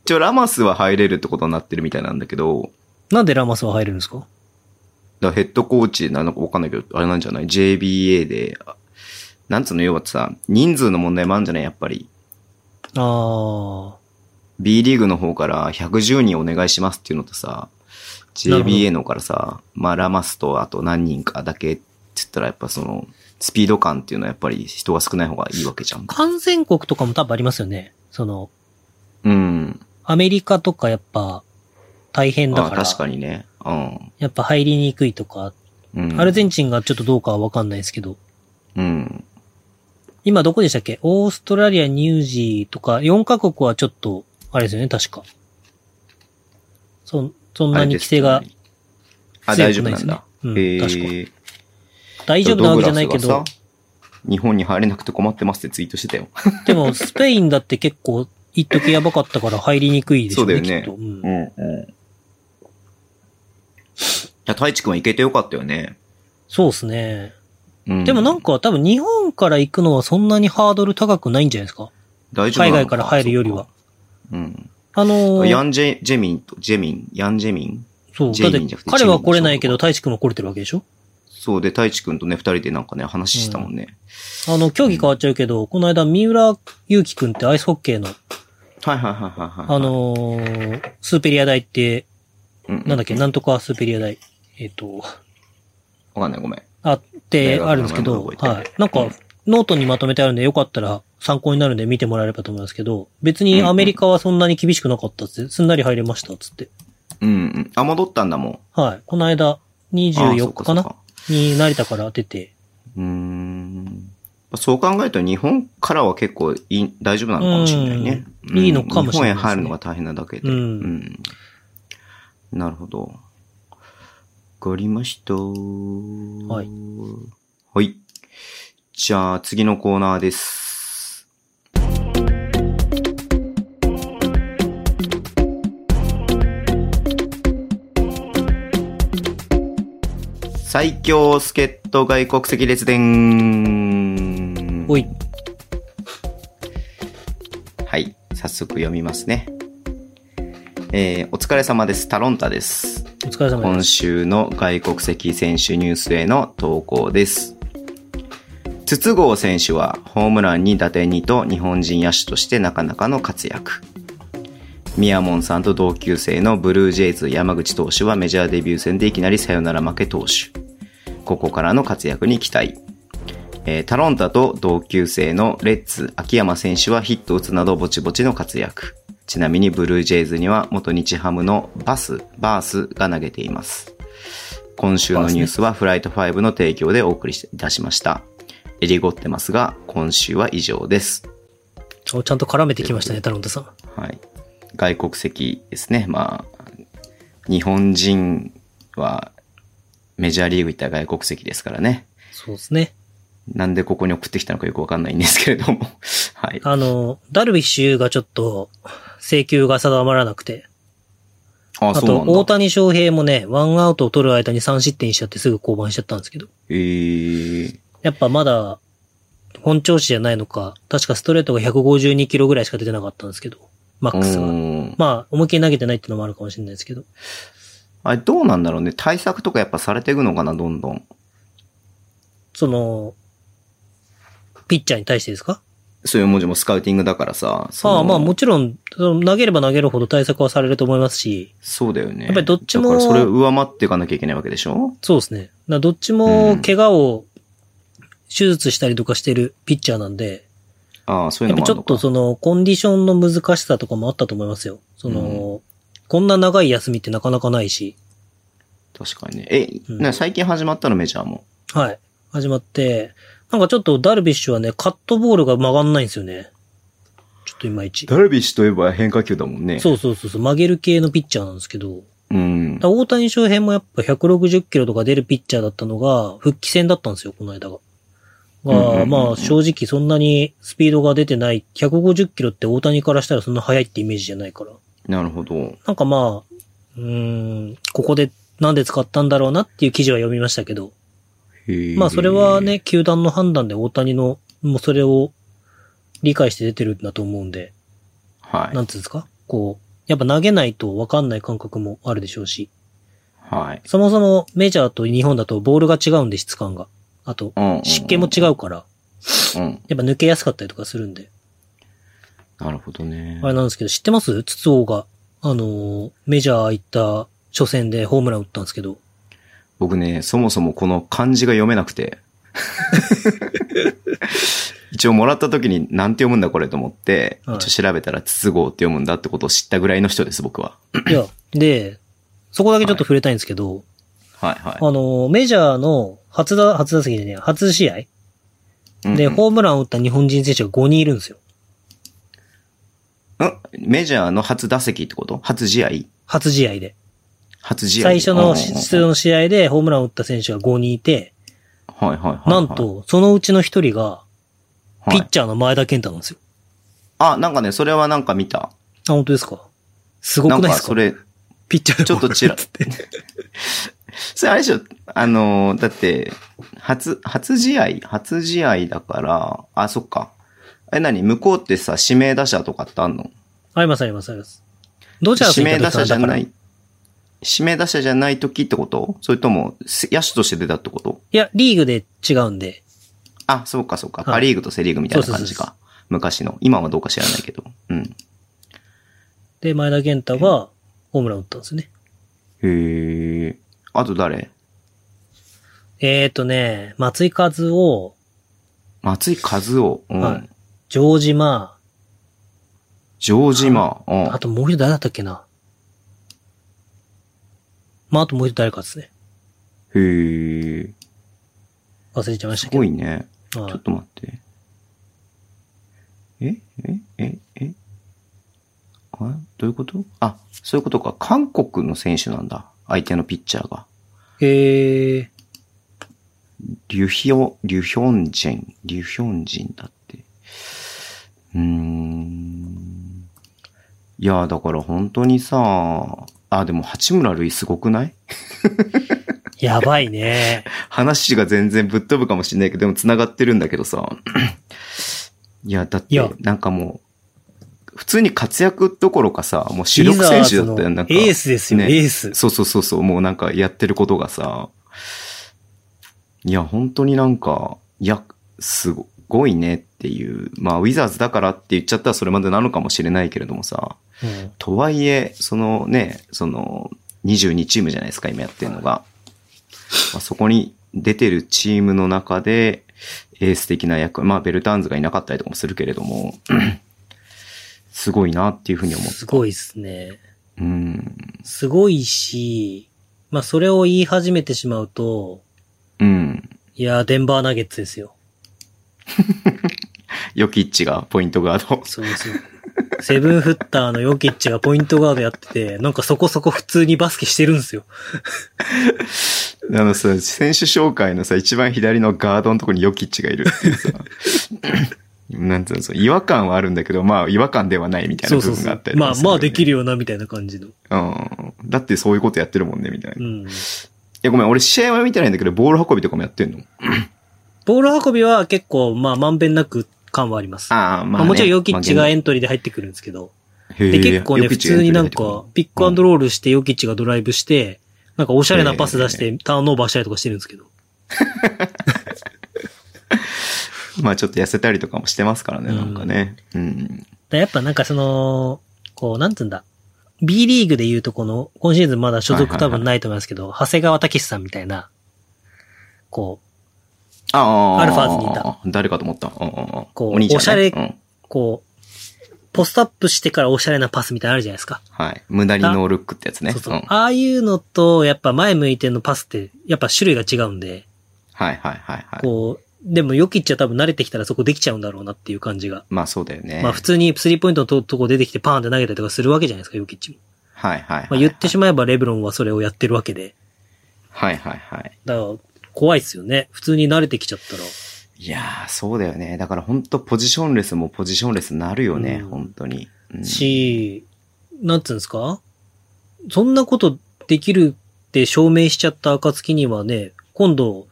Speaker 2: 一応ラマスは入れるってことになってるみたいなんだけど、
Speaker 3: なんでラマスは入れるんですか
Speaker 2: だからヘッドコーチなのかわかんないけど、あれなんじゃない ?JBA で、あなんつうの要はさ、人数の問題もあるんじゃないやっぱり。
Speaker 3: あー、
Speaker 2: B リーグの方から110人お願いしますっていうのとさ、
Speaker 3: なるほど
Speaker 2: JBA の方からさ、まあラマスとあと何人かだけって言ったらやっぱその、スピード感っていうのはやっぱり人が少ない方がいいわけじゃん。
Speaker 3: 完全国とかも多分ありますよね。その、
Speaker 2: うん。
Speaker 3: アメリカとかやっぱ、大変だ
Speaker 2: あ
Speaker 3: から、
Speaker 2: 確かにね。うん。
Speaker 3: やっぱ入りにくいとか、
Speaker 2: うん。
Speaker 3: アルゼンチンがちょっとどうかはわかんないですけど、
Speaker 2: うん。
Speaker 3: 今どこでしたっけオーストラリア、ニュージーとか、4カ国はちょっと、あれですよね、確か。そん、そんなに規制
Speaker 2: あ
Speaker 3: が
Speaker 2: れですあ、
Speaker 3: 強
Speaker 2: 大
Speaker 3: く
Speaker 2: 丈夫
Speaker 3: な
Speaker 2: な
Speaker 3: いで
Speaker 2: ん
Speaker 3: すね
Speaker 2: だ。。
Speaker 3: うん、
Speaker 2: へー
Speaker 3: 確か。大丈夫なわけじゃないけ
Speaker 2: ドグラ
Speaker 3: ど
Speaker 2: スが、さ日本に入れなくて困ってますってツイートしてたよ。
Speaker 3: でも、スペインだって結構、一時やばかったから入りにくいでしょうね、
Speaker 2: そうだよね
Speaker 3: きっと。うん
Speaker 2: んうん。いや、太一くん行けてよかったよね。
Speaker 3: そうですね。
Speaker 2: うん。
Speaker 3: でもなんか、多分日本から行くのはそんなにハードル高くないんじゃないですか
Speaker 2: 大丈夫
Speaker 3: 海
Speaker 2: なの
Speaker 3: 外から入るよりは。。
Speaker 2: うん。
Speaker 3: あの
Speaker 2: ヤ
Speaker 3: ー、
Speaker 2: ンジェ、ジェミンと、ジェミン、ヤンジェミン
Speaker 3: そう、
Speaker 2: ジェ
Speaker 3: だっ
Speaker 2: イミ
Speaker 3: て
Speaker 2: ンじゃなくて
Speaker 3: 彼は来れない
Speaker 2: ジ
Speaker 3: け
Speaker 2: ェイミンの
Speaker 3: ど、大地君は来れてるわけでしょ
Speaker 2: そうで、太一くんとね、二人でなんかね、話してたもんね。
Speaker 3: あの、競技変わっちゃうけど、この間、三浦祐樹くんってアイスホッケーの、
Speaker 2: はいはいはいはいはい。
Speaker 3: あ、のースーペリア大って、
Speaker 2: うん、
Speaker 3: なんだっけ、なんとかスーペリア大、えっ、と、
Speaker 2: わかんない、ごめん。
Speaker 3: あって、あるんですけど、
Speaker 2: 大学の名前
Speaker 3: は
Speaker 2: 覚え
Speaker 3: い
Speaker 2: て。
Speaker 3: なんか
Speaker 2: うん、
Speaker 3: ノートにまとめてあるんで、よかったら参考になるんで見てもらえればと思いますけど、別にアメリカはそんなに厳しくなかったっつって、すんなり入れましたっつって。
Speaker 2: うんうん。あ、戻ったんだもん。
Speaker 3: はい。この間、
Speaker 2: あ
Speaker 3: 24日かな
Speaker 2: そうそう
Speaker 3: に成田から出て、
Speaker 2: うーん。そう考えると日本からは結構いい、大丈夫なのかもしれないね。
Speaker 3: うんいいのかもしれな
Speaker 2: 日本へ
Speaker 3: いですね
Speaker 2: 入るのが大変なだけで。
Speaker 3: うん。
Speaker 2: うんなるほど。わかりました。はいはい。じゃあ次のコーナーです。最強助っ人外国籍列伝。
Speaker 3: おい。
Speaker 2: はい。早速読みますね。えーお疲れ様です。タロンタです。
Speaker 3: お疲れ様で
Speaker 2: 今
Speaker 3: す。
Speaker 2: 週の外国籍選手ニュースへの投稿です。筒香選手はホームランに打点にと日本人野手としてなかなかの活躍。宮門さんと同級生のブルージェイズ山口投手はメジャーデビュー戦でいきなりサヨナラ負け投手。ここからの活躍に期待。えータロンタと同級生のレッツ秋山選手はヒットを打つなどぼちぼちの活躍。ちなみにブルージェイズには元日ハムのバス、バースが投げています。今週のニュースはフライト5の提供でお送りいたしました。えりごってますが、今週は以上です。
Speaker 3: おちゃんと絡めてきましたね、タロンタさん。
Speaker 2: はい。外国籍ですね。まあ、日本人はメジャーリーグ行ったら外国籍ですからね。
Speaker 3: そうですね。
Speaker 2: なんでここに送ってきたのかよくわかんないんですけれど も。はい。
Speaker 3: あの、ダルビッシュ有がちょっと、請求が定まらなくて。
Speaker 2: あ、
Speaker 3: あ
Speaker 2: そう
Speaker 3: と、
Speaker 2: なん
Speaker 3: 大
Speaker 2: だ。
Speaker 3: 谷翔平もね、ワンアウトを取る間に3失点しちゃってすぐ降板しちゃったんですけど。
Speaker 2: えー、
Speaker 3: やっぱまだ、本調子じゃないのか、確かストレートが152キロぐらいしか出てなかったんですけど、マックス
Speaker 2: う
Speaker 3: が。
Speaker 2: ん
Speaker 3: まあ、思いっきり投げてないってのもあるかもしれないですけど。
Speaker 2: あれ、どうなんだろうね。対策とかやっぱされていくのかな、どんどん。
Speaker 3: その、ピッチャーに対してですか
Speaker 2: そういう文字もスカウティングだからさ。その
Speaker 3: ああ、まあもちろん、その投げれば投げるほど対策はされると思いますし、
Speaker 2: そうだよね。
Speaker 3: やっぱりどっちも
Speaker 2: だからそれを上回っていかなきゃいけないわけでしょ
Speaker 3: そうですね。だからどっち
Speaker 2: う
Speaker 3: も
Speaker 2: ん
Speaker 3: 怪我を手術したりとかしてるピッチャーなんで、
Speaker 2: ああ、そうい
Speaker 3: や
Speaker 2: う
Speaker 3: っ
Speaker 2: の
Speaker 3: ぱ
Speaker 2: もあるの
Speaker 3: ちょっと
Speaker 2: か。
Speaker 3: そのコンディションの難しさとかもあったと思いますよ。その、こんな長い休みってなかなかないし、
Speaker 2: 確かにね。え、
Speaker 3: うん
Speaker 2: な最近始まったのメジャーも。
Speaker 3: はい。始まって、なんかちょっとダルビッシュはね、カットボールが曲がんないんですよね。ちょっといまいち。
Speaker 2: ダルビッシュといえば変化球だもんね。
Speaker 3: そうそうそうそう、曲げる系のピッチャーなんですけど、
Speaker 2: う。ん
Speaker 3: だ。から大谷翔平もやっぱ160キロとか出るピッチャーだったのが、復帰戦だったんですよ、この間が。
Speaker 2: んうんうん
Speaker 3: が、
Speaker 2: うん
Speaker 3: まあ正直そんなにスピードが出てない、150キロって大谷からしたらそんな速いってイメージじゃないから。
Speaker 2: なるほど。
Speaker 3: なんかまあ、うーん、ここでなんで使ったんだろうなっていう記事は読みましたけど、
Speaker 2: へえ
Speaker 3: まあそれは。ね、球団の判断で大谷の、もうそれを理解して出てるんだと思うんで、
Speaker 2: はい
Speaker 3: なん。つうんですかこう、やっぱ投げないとわかんない感覚もあるでしょうし、
Speaker 2: はい。
Speaker 3: そもそもメジャーと日本だとボールが違うんで質感が。あと
Speaker 2: うんうんうん、
Speaker 3: 湿気も違うから、
Speaker 2: うん。
Speaker 3: やっぱ抜けやすかったりとかするんで。
Speaker 2: なるほどね
Speaker 3: あ。れなんですけど、知ってます筒王が。あのーメジャー行った初戦でホームラン打ったんですけど。
Speaker 2: 僕ね、そもそもこの漢字が読めなく て。一応もらった時に何て読むんだこれと思って、
Speaker 3: はい
Speaker 2: 一応調べたら筒号って読むんだってことを知ったぐらいの人です、僕は。
Speaker 3: いや、で、そこだけちょっと触れたいんですけど、
Speaker 2: はいはい。
Speaker 3: あのーメジャーの初打、初打席でね、初試合
Speaker 2: うんうん
Speaker 3: でホームランを打った日本人選手が5人いるんですよ。
Speaker 2: んメジャーの初打席ってこと初試合
Speaker 3: 初試合で。
Speaker 2: 初試合
Speaker 3: 最初
Speaker 2: うんう
Speaker 3: の
Speaker 2: んうん
Speaker 3: 出場の試合でホームランを打った選手が5人いて、
Speaker 2: はいはいはいはい。
Speaker 3: なんと、そのうちの1人が、
Speaker 2: はい、
Speaker 3: ピッチャーの前田健太なんですよ。
Speaker 2: あ、なんかね、それはなんか見た。
Speaker 3: あ、本当ですかすごく
Speaker 2: な
Speaker 3: ない
Speaker 2: ん
Speaker 3: で
Speaker 2: か
Speaker 3: すか
Speaker 2: それ、
Speaker 3: ピッチャー
Speaker 2: ちょっとちらそれあれでしょ、あのー、だって、初、初試合、初試合だから、あ、そっか。え、何向こうってさ、指名打者とかってあんの
Speaker 3: ありますありますあります。ドジャース
Speaker 2: 指
Speaker 3: 行っ
Speaker 2: 名
Speaker 3: た
Speaker 2: 打
Speaker 3: 時は
Speaker 2: 者じゃ
Speaker 3: だから
Speaker 2: ないい、指名打者じゃない時ってことそれとも、す野手として出たってこと
Speaker 3: や、リーグで違うんで。
Speaker 2: あ、そうかそうか。
Speaker 3: はい
Speaker 2: パリーグとセリーグみたいな
Speaker 3: そうそう
Speaker 2: 感
Speaker 3: そう
Speaker 2: じ
Speaker 3: そう
Speaker 2: か。昔の。今はどうか知らないけど。うん。
Speaker 3: で、前田健太がホームラン打ったんですよね。
Speaker 2: へえ。あと誰
Speaker 3: えーとね、松井和夫、
Speaker 2: 松井和夫。うん。
Speaker 3: はいジョージマ
Speaker 2: ジョージマー。うん
Speaker 3: あともう一人誰だったっけな。まあ、あともう一人誰かですね。
Speaker 2: へえ。
Speaker 3: 忘れちゃいまし
Speaker 2: す
Speaker 3: たけど。
Speaker 2: ごいね。
Speaker 3: はい
Speaker 2: ちょっと待って。ええええあどういうことあ、そういうことか。韓国の選手なんだ。相手のピッチャーが。
Speaker 3: えー、
Speaker 2: リュヒョ、リュヒョンジェン、リュヒョンジンだって。うーん。いや、だから本当にさ、あ、でも八村塁すごくない
Speaker 3: やば いね。
Speaker 2: 話が全然ぶっ飛ぶかもしれないけど、でも繋がってるんだけど さ。いや、だっ
Speaker 3: い
Speaker 2: て
Speaker 3: や、
Speaker 2: なんかもう、普通に活躍どころかさ、もう主力選手だったよ、
Speaker 3: ウィザーズの
Speaker 2: なんか。
Speaker 3: エースですよ、
Speaker 2: ね
Speaker 3: エース。
Speaker 2: そうそうそうそう、もうなんかやってることがさ、いや、本当になんか、いや、すごいねっていう、まあ、ウィザーズだからって言っちゃったらそれまでなのかもしれないけれどもさ、
Speaker 3: うん
Speaker 2: とはいえ、そのね、その、22チームじゃないですか、今やってるのが。まあ、そこに出てるチームの中で、エース的な役、まあ、ベルターンズがいなかったりとかもするけれども、 すごいなっていうふうに思う。
Speaker 3: すごいですね。
Speaker 2: うん。
Speaker 3: すごいし、まあ、それを言い始めてしまうと、
Speaker 2: うん。
Speaker 3: いやー、デンバーナゲッツですよ。
Speaker 2: ヨキッチがポイントガード。
Speaker 3: そうですよ。セブンフッターのヨキッチがポイントガードやってて、なんかそこそこ普通にバスケしてるんですよ。
Speaker 2: あのさ、選手紹介のさ、一番左のガードのとこにヨキッチがいるって いうさ、なんつうの、そう違和感はあるんだけど、まあ違和感ではないみたい
Speaker 3: そ
Speaker 2: な
Speaker 3: うそ
Speaker 2: 部
Speaker 3: う
Speaker 2: 分
Speaker 3: そ
Speaker 2: があ
Speaker 3: う
Speaker 2: った。りと
Speaker 3: ま
Speaker 2: か
Speaker 3: あ
Speaker 2: す
Speaker 3: まあ
Speaker 2: んだ
Speaker 3: で
Speaker 2: よ
Speaker 3: きるよな、みたいな感じの。
Speaker 2: ねうん。だってそういうことやってるもんね、みたいな。
Speaker 3: う
Speaker 2: い
Speaker 3: ん。
Speaker 2: や、ごめん、俺試合は見てないんだけど、ボール運びとかもやってんの
Speaker 3: ボール運びは結構、まあまんべんなく感はあります。
Speaker 2: ああ、ま
Speaker 3: まあ
Speaker 2: あ、ね。
Speaker 3: もちろんヨキッチ
Speaker 2: ま
Speaker 3: が
Speaker 2: あ
Speaker 3: エントリーで入ってくるんですけど。
Speaker 2: へえ
Speaker 3: で、結構ね、
Speaker 2: ヨキ
Speaker 3: 普
Speaker 2: ッチがエン
Speaker 3: 通
Speaker 2: トリ
Speaker 3: に
Speaker 2: ー
Speaker 3: な
Speaker 2: 入っ
Speaker 3: ん
Speaker 2: てくる
Speaker 3: か、ピックアンドロールして、ヨキッチがドライブして、なんかおしゃれなパス出し
Speaker 2: へ
Speaker 3: て、ターンオーバーしたりとかしてるんですけど。
Speaker 2: まあちょっと痩せたりとかもしてますからね、
Speaker 3: うん
Speaker 2: なんかね。うん。
Speaker 3: だやっぱなんかその、こう、なんつうんだ。B リーグで言うとこの、今シーズンまだ所
Speaker 2: は
Speaker 3: 属
Speaker 2: いはいは
Speaker 3: 多
Speaker 2: い
Speaker 3: 分ないと思いますけど、長谷川武さんみたいな、こ
Speaker 2: ああ。
Speaker 3: アルファーズにいた。
Speaker 2: 誰かと思った。うんうんうん
Speaker 3: こう
Speaker 2: お兄ちゃん、ね。
Speaker 3: おしゃれ
Speaker 2: うん。
Speaker 3: う、こう、ポストアップしてからおしゃれなパスみたいなのあるじゃないですか。
Speaker 2: はい。無駄にノールックってやつね。
Speaker 3: そうそう。
Speaker 2: んはい
Speaker 3: ああいうのと、やっぱ前向いてのパスって、やっぱ種類が違うんで、
Speaker 2: はいはいはい。
Speaker 3: こう、でもヨキッチは多分慣れてきたらそこできちゃうんだろうなっていう感じが。
Speaker 2: まあそうだよね。
Speaker 3: まあ普通にスリーポイントのととこ出てきてパーンって投げたりとかするわけじゃないですか、ヨキッチも。
Speaker 2: はいはいはい。
Speaker 3: まあ言ってしまえばレブロンはそれをやってるわけで。
Speaker 2: はいはいはい。
Speaker 3: だから、怖いっすよね。普通に慣れてきちゃったら。
Speaker 2: いやー、そうだよね。だから本当ポジションレスもポジションレスになるよね、
Speaker 3: うん
Speaker 2: 本当に。うん
Speaker 3: し、なんつうんですかそんなことできるって証明しちゃった暁にはね、今度、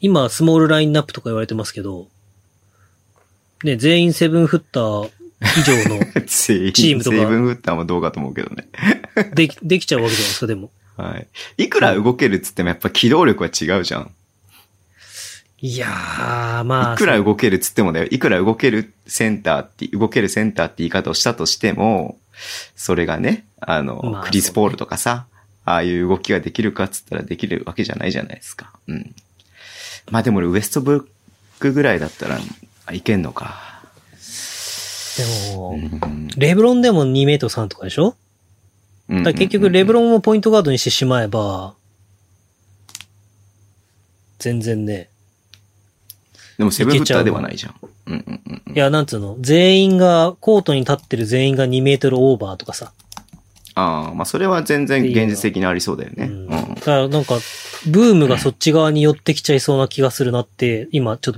Speaker 3: 今、スモールラインナップとか言われてますけど、ね、全員セブンフッター以上の、
Speaker 2: チー
Speaker 3: チー
Speaker 2: ム
Speaker 3: ム
Speaker 2: と
Speaker 3: と
Speaker 2: か。セー
Speaker 3: か
Speaker 2: ブンフッターもどうかと思うけどね。
Speaker 3: でき、できちゃうわけじゃないですか、でも。
Speaker 2: はい。いくら動けるっつってもやっぱ機動力は違うじゃん。
Speaker 3: いやー、まあ、
Speaker 2: いくら
Speaker 3: そう
Speaker 2: 動けるっつってもだよ。いくら動けるセンターって、動けるセンターって言い方をしたとしても、それがね、あの、
Speaker 3: まあ
Speaker 2: クリス・ポールとかさ、ああいう動きができるかっつったらできるわけじゃないじゃないですか。うん。まあでも俺、ウエストブルックぐらいだったら、あいけんのか。
Speaker 3: で
Speaker 2: う
Speaker 3: も、
Speaker 2: ん
Speaker 3: レブロンでも2メートル3とかでしょだから結局、レブ
Speaker 2: ロ
Speaker 3: ロンをポイントガードにしてしまえば、全然ね、
Speaker 2: でもセブンフッターではないじゃん。うんうんうんうん。
Speaker 3: いや、なんつうの、全員が、コートに立ってる全員が2メートルオーバーとかさ。
Speaker 2: ああ、まあそれは全然現実的にありそうだよね。
Speaker 3: う。
Speaker 2: うんん。
Speaker 3: だからなんか、ブームがそっち側に寄ってきちゃいそうな気がするなって、今ちょっ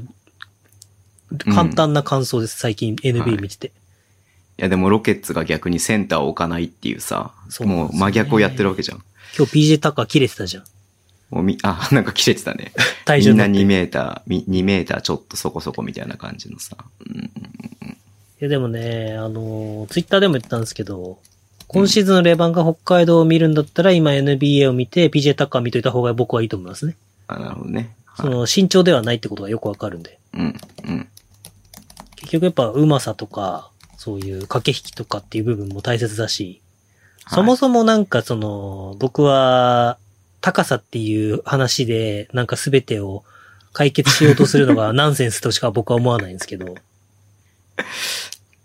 Speaker 3: と、簡単な感想です、最近
Speaker 2: はい
Speaker 3: NBA 見てて。
Speaker 2: いやでもロケッツが逆にセンターを置かないっていうさ、
Speaker 3: そうな
Speaker 2: も
Speaker 3: んですよ
Speaker 2: う
Speaker 3: ね
Speaker 2: 真逆をやってるわけじゃん。
Speaker 3: 今日 PJ タッカー切れてたじゃん。
Speaker 2: もうみ、あ、 なんか切れてたね。
Speaker 3: 体
Speaker 2: み
Speaker 3: 重
Speaker 2: ん
Speaker 3: にな
Speaker 2: な
Speaker 3: って。
Speaker 2: 2
Speaker 3: い
Speaker 2: メーター、み2メーターちょっとそこそこみたいな感じのさ。うん、
Speaker 3: や、でもね、あの、ツイッターでも言ったんですけど、今シーズンのレバンが北海道を見るんだったら、今 NBA を見て、PJ タッカー見といた方が僕はいいと思いますね。
Speaker 2: あ、なるほどね。
Speaker 3: そ
Speaker 2: はい。
Speaker 3: の、身長ではないってことがよくわかるんで。
Speaker 2: うん、うん。
Speaker 3: 結局やっぱうまさとか、そういう駆け引きとかっていう部分も大切だし、そも
Speaker 2: そ
Speaker 3: そもなんかその、僕は、高さっていう話で、なんか全てを解決しようとする のがナンセンスとしか僕は思わないんですけど、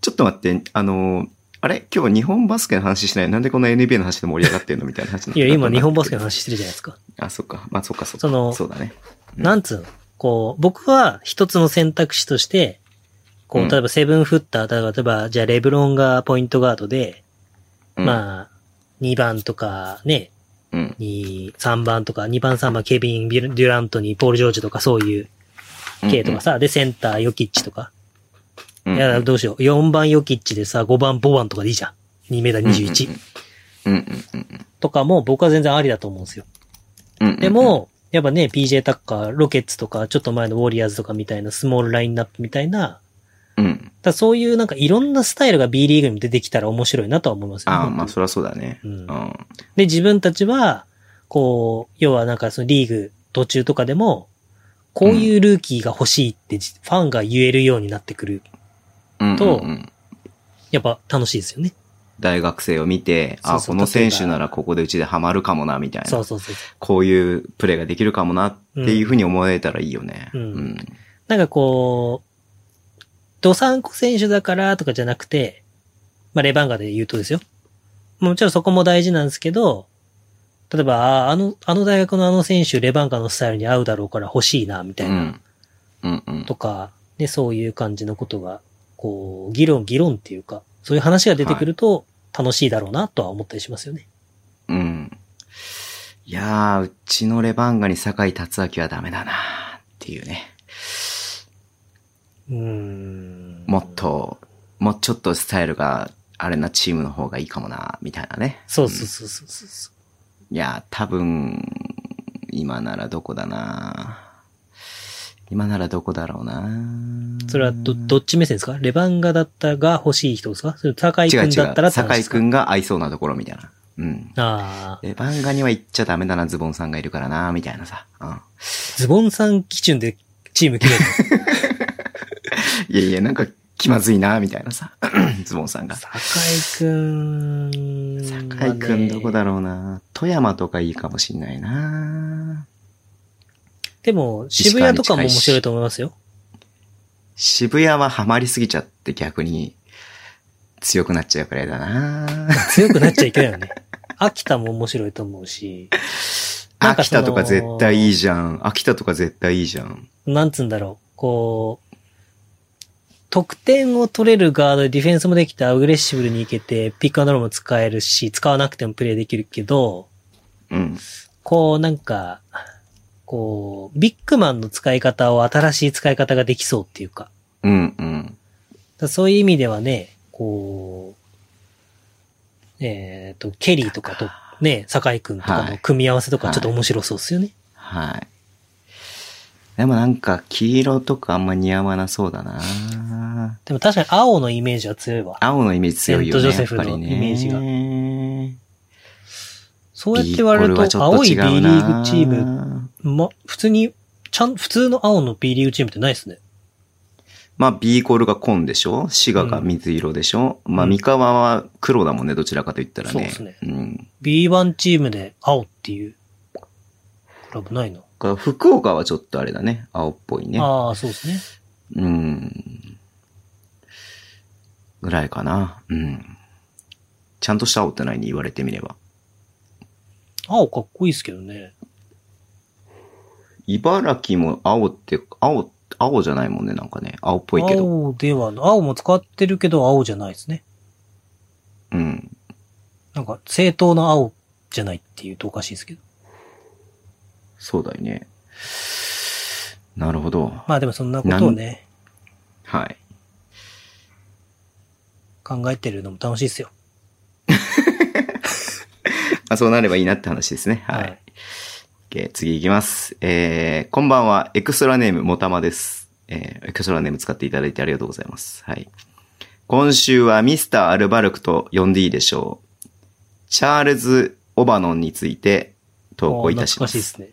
Speaker 2: ちょっと待って、あのーあれ今日日本バスケの話しないなんでこんな NBA の話で盛り上がってんのみたいな話になっ
Speaker 3: い
Speaker 2: た
Speaker 3: や、 今日本バスケの。話してるじゃないですか。
Speaker 2: あ、そっか。まあそっかそっか。
Speaker 3: その
Speaker 2: そうだね。うん
Speaker 3: なんつうのこう、僕は一つの選択肢として、こ
Speaker 2: うん
Speaker 3: う、例えばセブンフッター、例えば、じゃあレブロンがポイントガードで、
Speaker 2: うん、
Speaker 3: まあ、2番とかね、
Speaker 2: うん。
Speaker 3: に、3番とか、2番3番、ケビン・デュラントに、ポール・ジョージとか、そういう系とかさ、で、センター、ヨキッチとか。
Speaker 2: うん、
Speaker 3: いや、どうしよう。4番ヨキッチでさ、5番ボワンとかでいいじゃん。2メーター21、
Speaker 2: うん、うん、うん
Speaker 3: とかも、僕は全然ありだと思うんですよ。
Speaker 2: うんうん。
Speaker 3: でも、やっぱね、PJ タッカー、ロケッツとか、ちょっと前のウォリアーズとかみたいな、スモールラインナップみたいな、
Speaker 2: うん、うん。
Speaker 3: だそういうなんかいろんなスタイルが B リーグに出てきたら面白いなとは思いますよね。
Speaker 2: ああ、まあそりゃそうだね。
Speaker 3: うん
Speaker 2: うん
Speaker 3: で、自分たちは、こう、要はなんかそのリーグ途中とかでも、こういうルーキーが欲しいってじファンが言えるようになってくる。
Speaker 2: うん
Speaker 3: と
Speaker 2: うんうん
Speaker 3: やっぱ楽しいですよね。
Speaker 2: 大学生を見て、あ、
Speaker 3: そ
Speaker 2: こ
Speaker 3: うそう
Speaker 2: の選手
Speaker 3: 例えば
Speaker 2: ならここでうちでハマるかもな、みたい
Speaker 3: そう
Speaker 2: な。
Speaker 3: そうそう。
Speaker 2: こういうプレーができるかもなっていうふうに思えたらいいよね。
Speaker 3: うんなんかこう、ドサンコ選手だからとかじゃなくて、まあレバンガで言うとですよ。もちろんそこも大事なんですけど、例えば、ああの、あの大学のあの選手、レバンガのスタイルに合うだろうから欲しいな、み
Speaker 2: う
Speaker 3: たいな。
Speaker 2: ん。うんうん。
Speaker 3: とか、ね、そういう感じのことが、こう、議論、議論っていうか、そういう話が出てくると楽しいだろうなとは思ったりしますよね。
Speaker 2: うん。いやー、うちのレバンガに酒井達明はダメだなっていうね。
Speaker 3: うーん。
Speaker 2: もっと、もうちょっとスタイルがあれなチームの方がいいかもな、みたいなね。
Speaker 3: そうそうそうそうそうそう。
Speaker 2: いやー、多分、今ならどこだな今ならどこだろうな
Speaker 3: それはど、どっち目線ですかレバンガだったが欲しい人ですかそれと高井
Speaker 2: 違
Speaker 3: く
Speaker 2: うん違
Speaker 3: だったら
Speaker 2: う。
Speaker 3: って話
Speaker 2: 酒
Speaker 3: で
Speaker 2: 井
Speaker 3: すか
Speaker 2: くんが合いそうなところみたいな。うん。
Speaker 3: ああ。
Speaker 2: レバンガには行っちゃダメだな、ズボンさんがいるからな、みたいなさ。うん。
Speaker 3: ズボンさん基準でチーム決める。
Speaker 2: いやいや、なんか気まずいな、みたいなさ。 ズボンさ んが。
Speaker 3: 酒井くん。
Speaker 2: 酒井くんどこ
Speaker 3: まあね
Speaker 2: だろうな。富山とかいいかもしんないな。
Speaker 3: でも、渋谷とかも面白いと思いますよ。
Speaker 2: 渋谷はハマりすぎちゃって逆に強くなっちゃうくらいだな。
Speaker 3: 強くなっちゃいけない よね。秋田も面白いと思うし。なんか
Speaker 2: 秋
Speaker 3: その
Speaker 2: 田とか絶対いいじゃん。秋田とか絶対いいじゃん。
Speaker 3: なんつうんだろう。こう、得点を取れるガードでディフェンスもできてアグレッシブルにいけて、ピックアンドロールも使えるし、使わなくてもプレイできるけど、
Speaker 2: うん。
Speaker 3: こうなんか、こう、ビッグマンの使い方を新しい使い方ができそうっていうか。
Speaker 2: うんうん。
Speaker 3: だからそういう意味ではね、こう、えっ、と、ケリーとかと、ね、酒井くんとかの組み合わせとかちょっと面白そうですよね。
Speaker 2: はい。でもなんか黄色とかあんま似合わなそうだな。
Speaker 3: でも確かに青のイメージは強いわ。
Speaker 2: 青のイメージ強いよね。
Speaker 3: セントジョセフの
Speaker 2: やっぱりね
Speaker 3: イメージがそうやって
Speaker 2: ビー
Speaker 3: 言
Speaker 2: コ
Speaker 3: われ
Speaker 2: ル
Speaker 3: る
Speaker 2: はち
Speaker 3: と、
Speaker 2: ょっ
Speaker 3: 青
Speaker 2: と
Speaker 3: い
Speaker 2: 違
Speaker 3: B リ
Speaker 2: うな
Speaker 3: ーグチーム、ま、普通に、ちゃん、普通の青の B リーグチームってないですね。
Speaker 2: まあ、ビーコルが紺でしょ滋賀が水色でしょ、まあ、三河は黒だもんね、どちらかと言ったらね。
Speaker 3: そうですね
Speaker 2: うん。
Speaker 3: B1 チームで青っていう、クラブないの。
Speaker 2: だから福岡はちょっとあれだね、青っぽいね。
Speaker 3: ああ、そうですね。
Speaker 2: うん。ぐらいかな。うん。ちゃんとした青ってないに言われてみれば。
Speaker 3: 青かっこいいですけどね。
Speaker 2: 茨城も青って、青、青じゃないもんね、なんかね。青っぽいけど。
Speaker 3: 青では、青も使ってるけど青じゃないですね。
Speaker 2: うん。
Speaker 3: なんか、正当な青じゃないっていうとおかしいですけど。
Speaker 2: そうだよね。なるほど。
Speaker 3: まあでもそんなことをね、
Speaker 2: はい。
Speaker 3: 考えてるのも楽しいですよ。
Speaker 2: まあ、そうなればいいなって話ですね。はい。OK 次行きます。えー、こんばんは。エクストラネーム、もたまです。えー、エクストラネーム使っていただいてありがとうございます。はい。今週はミスター・アルバルクと呼んでいいでしょう。チャールズ・オバノンについて投
Speaker 3: もう
Speaker 2: 稿い
Speaker 3: 懐
Speaker 2: たし
Speaker 3: か
Speaker 2: ま。
Speaker 3: しいですすね。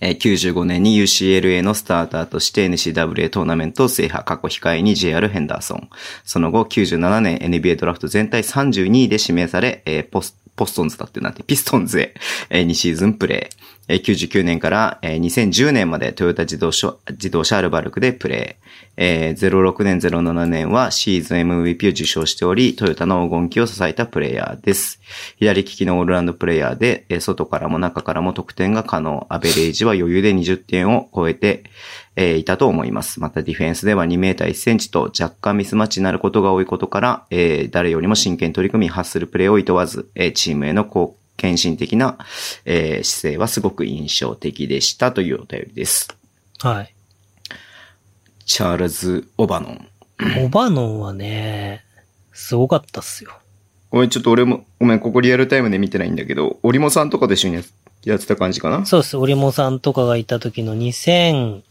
Speaker 2: えー95年に UCLA のスターターとして NCWA トーナメントを制覇、過去控えに JR ヘンダーソン。その後、97年 NBA ドラフト全体32位で指名され、えーポスポストンズだってなんて、ピストンズへ、え2シーズンプレー。えー99年から、えー2010年までトヨタ自動車、自動車アルバルクでプレー。えー06年、07年はシーズン MVP を受賞しており、トヨタの黄金期を支えたプレイヤーです。左利きのオールラウンドプレイヤーで、えー外からも中からも得点が可能。アベレージは余裕で20点を超えて、えーいたと思います。またディフェンスでは2メーター1センチと若干ミスマッチになることが多いことから、えー誰よりも真剣に取り組み、発するプレーを厭わず、えーチームへの貢献心的な、えー姿勢はすごく印象的でしたというお便りです。
Speaker 3: はい。
Speaker 2: チャールズ・オバノン。
Speaker 3: オバノンはね、すごかったっすよ。
Speaker 2: ごめん、ちょっと俺も、ごめん、ここリアルタイムで見てないんだけど、オリモさんとかで一緒にややってた感じかな
Speaker 3: そうです。オリモさんとかがいた時の2000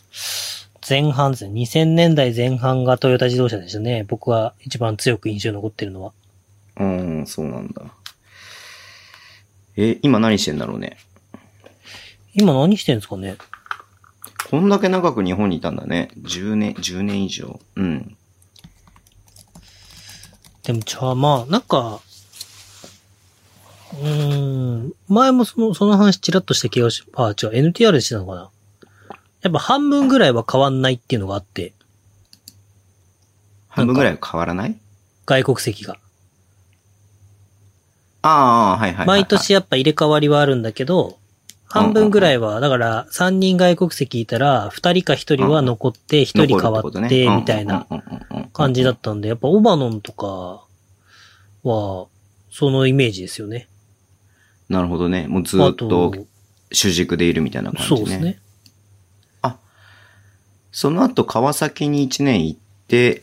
Speaker 3: 前半ですね。2000年代前半がトヨタ自動車でしたね。僕は一番強く印象に残ってるのは。
Speaker 2: うん、そうなんだ。え、今何してんだろうね。
Speaker 3: 今何してんですかね
Speaker 2: こんだけ長く日本にいたんだね。10年、10年以上。うん。
Speaker 3: でも、じゃあまあ、なんか、うーん、前もその、その話ちらっとした気がし、あ、違う、NTR でしてたのかなやっぱ半分ぐらいは変わんないっていうのがあって、
Speaker 2: 半分ぐらいは変わらない
Speaker 3: 外国籍が。
Speaker 2: ああ、はいはいはいはい。
Speaker 3: 毎年やっぱ入れ替わりはあるんだけど、半分ぐらいは、だから、3人外国籍いたら、2人か1人は残って、1人変わって、みたいな感じだ
Speaker 2: っ
Speaker 3: ったんで、やっぱオバノンとかは、そのイメージですよね。
Speaker 2: た。なるほどね。もうず
Speaker 3: あ
Speaker 2: っ
Speaker 3: と
Speaker 2: と、主軸でいるみたいな感じ
Speaker 3: そ
Speaker 2: ね。
Speaker 3: うですね。
Speaker 2: その後、川崎に1年行って、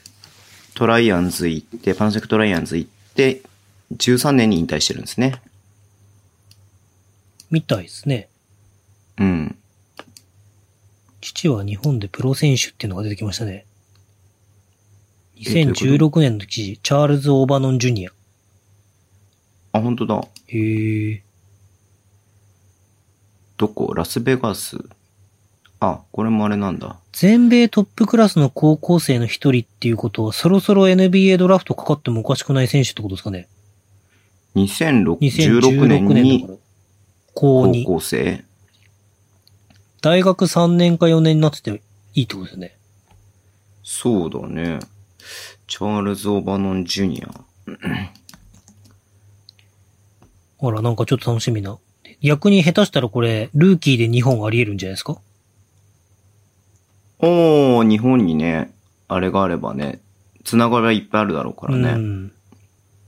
Speaker 2: トライアンズ行って、パナソニックトライアンズ行って、13年に引退してるんですね。
Speaker 3: みたいですね。
Speaker 2: うん。
Speaker 3: 父は日本でプロ選手っていうのが出てきましたね。
Speaker 2: どういうこ
Speaker 3: 2016年の記事、チャールズ・オーバノン・ジュニア。
Speaker 2: あ、本当だ。
Speaker 3: へえ。
Speaker 2: どこラスベガス。あ、これもあれなんだ。
Speaker 3: 全米トップクラスの高校生の一人っていうことは、そろそろ NBA ドラフトかかってもおかしくない選手ってことですかね。
Speaker 2: 2016
Speaker 3: 2016
Speaker 2: 年
Speaker 3: 年だ
Speaker 2: に
Speaker 3: から。高
Speaker 2: 高
Speaker 3: 2。
Speaker 2: 校生。
Speaker 3: 大学3年か4年になってていいってことですね。
Speaker 2: そうだね。チャールズ・オバノン・ジュニア。
Speaker 3: ほら、なんかちょっと楽しみな。逆に下手したらこれ、ルーキーで日本あり得るんじゃないですか
Speaker 2: おー、日本にね、あれがあればね、つながりはいっぱいあるだろうからね。
Speaker 3: うん。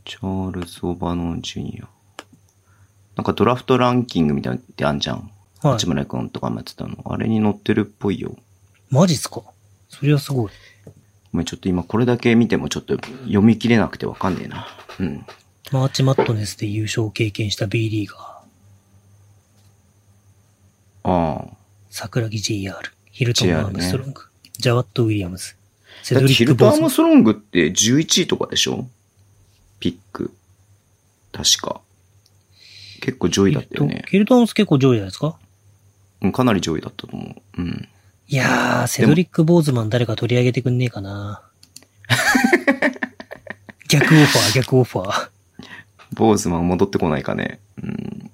Speaker 2: チャールズ・オバノン・ジュニア。なんかドラフトランキングみたいなのってあんじゃん。
Speaker 3: はい
Speaker 2: 八。村君とかもやってたの。あれに乗ってるっぽいよ。
Speaker 3: マジっすかそりゃすごい。
Speaker 2: ごめんちょっと今これだけ見てもちょっと読み切れなくてわかんねえな。うん。
Speaker 3: マーチマットネスで優勝を経験した B リーガー、
Speaker 2: ああ。
Speaker 3: 桜木 JR、ヒルトン・アームストロング、ジャワット・ウィリアムズ、セ
Speaker 2: だ
Speaker 3: ド
Speaker 2: って
Speaker 3: リ
Speaker 2: ヒ
Speaker 3: ック・
Speaker 2: ルト・
Speaker 3: ボ
Speaker 2: ア
Speaker 3: ー
Speaker 2: ー
Speaker 3: ズマ
Speaker 2: ム
Speaker 3: ン。
Speaker 2: ストロングって11位とかでしょピック。確か。結構上位だったよね。
Speaker 3: ヒルトン・アームス結構上位じゃないですか
Speaker 2: うんかなり上位だったと思う。うん。
Speaker 3: いやー、セドリック・ボーズマン誰か取り上げてくんねえ かな逆オファー、逆オファー。
Speaker 2: ボーズマン戻ってこないかね。うん。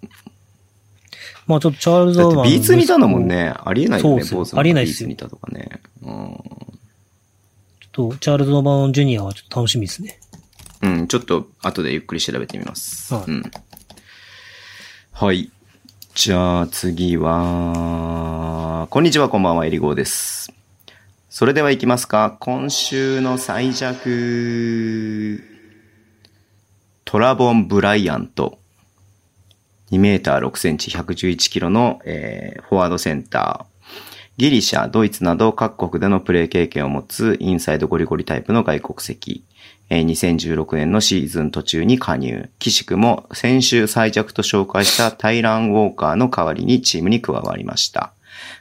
Speaker 3: まあちょっとチャールズ・
Speaker 2: だ
Speaker 3: ア
Speaker 2: って
Speaker 3: ーマン。
Speaker 2: 2にいたんだもん。ね。ありえないよね、
Speaker 3: そうっすよ
Speaker 2: 坊主の
Speaker 3: ありえないっす
Speaker 2: B2
Speaker 3: よ
Speaker 2: にいたとかね。うん。
Speaker 3: ちょっと、チャールズ・オーバーン・ジュニアはちょっと楽しみですね。
Speaker 2: うん、ちょっと後でゆっくり調べてみます。
Speaker 3: はい
Speaker 2: うん。はい。じゃあ次は、こんにちは、こんばんは、えりごーです。それでは行きますか。今週の最弱。トラボン・ブライアント。2メーター6センチ111キロの、えーフォワードセンター。ギリシャ、ドイツなど各国でのプレー経験を持つインサイドゴリゴリタイプの外国籍。えー2016年のシーズン途中に加入。岸くも先週最弱と紹介したタイラン・ウォーカーの代わりにチームに加わりました。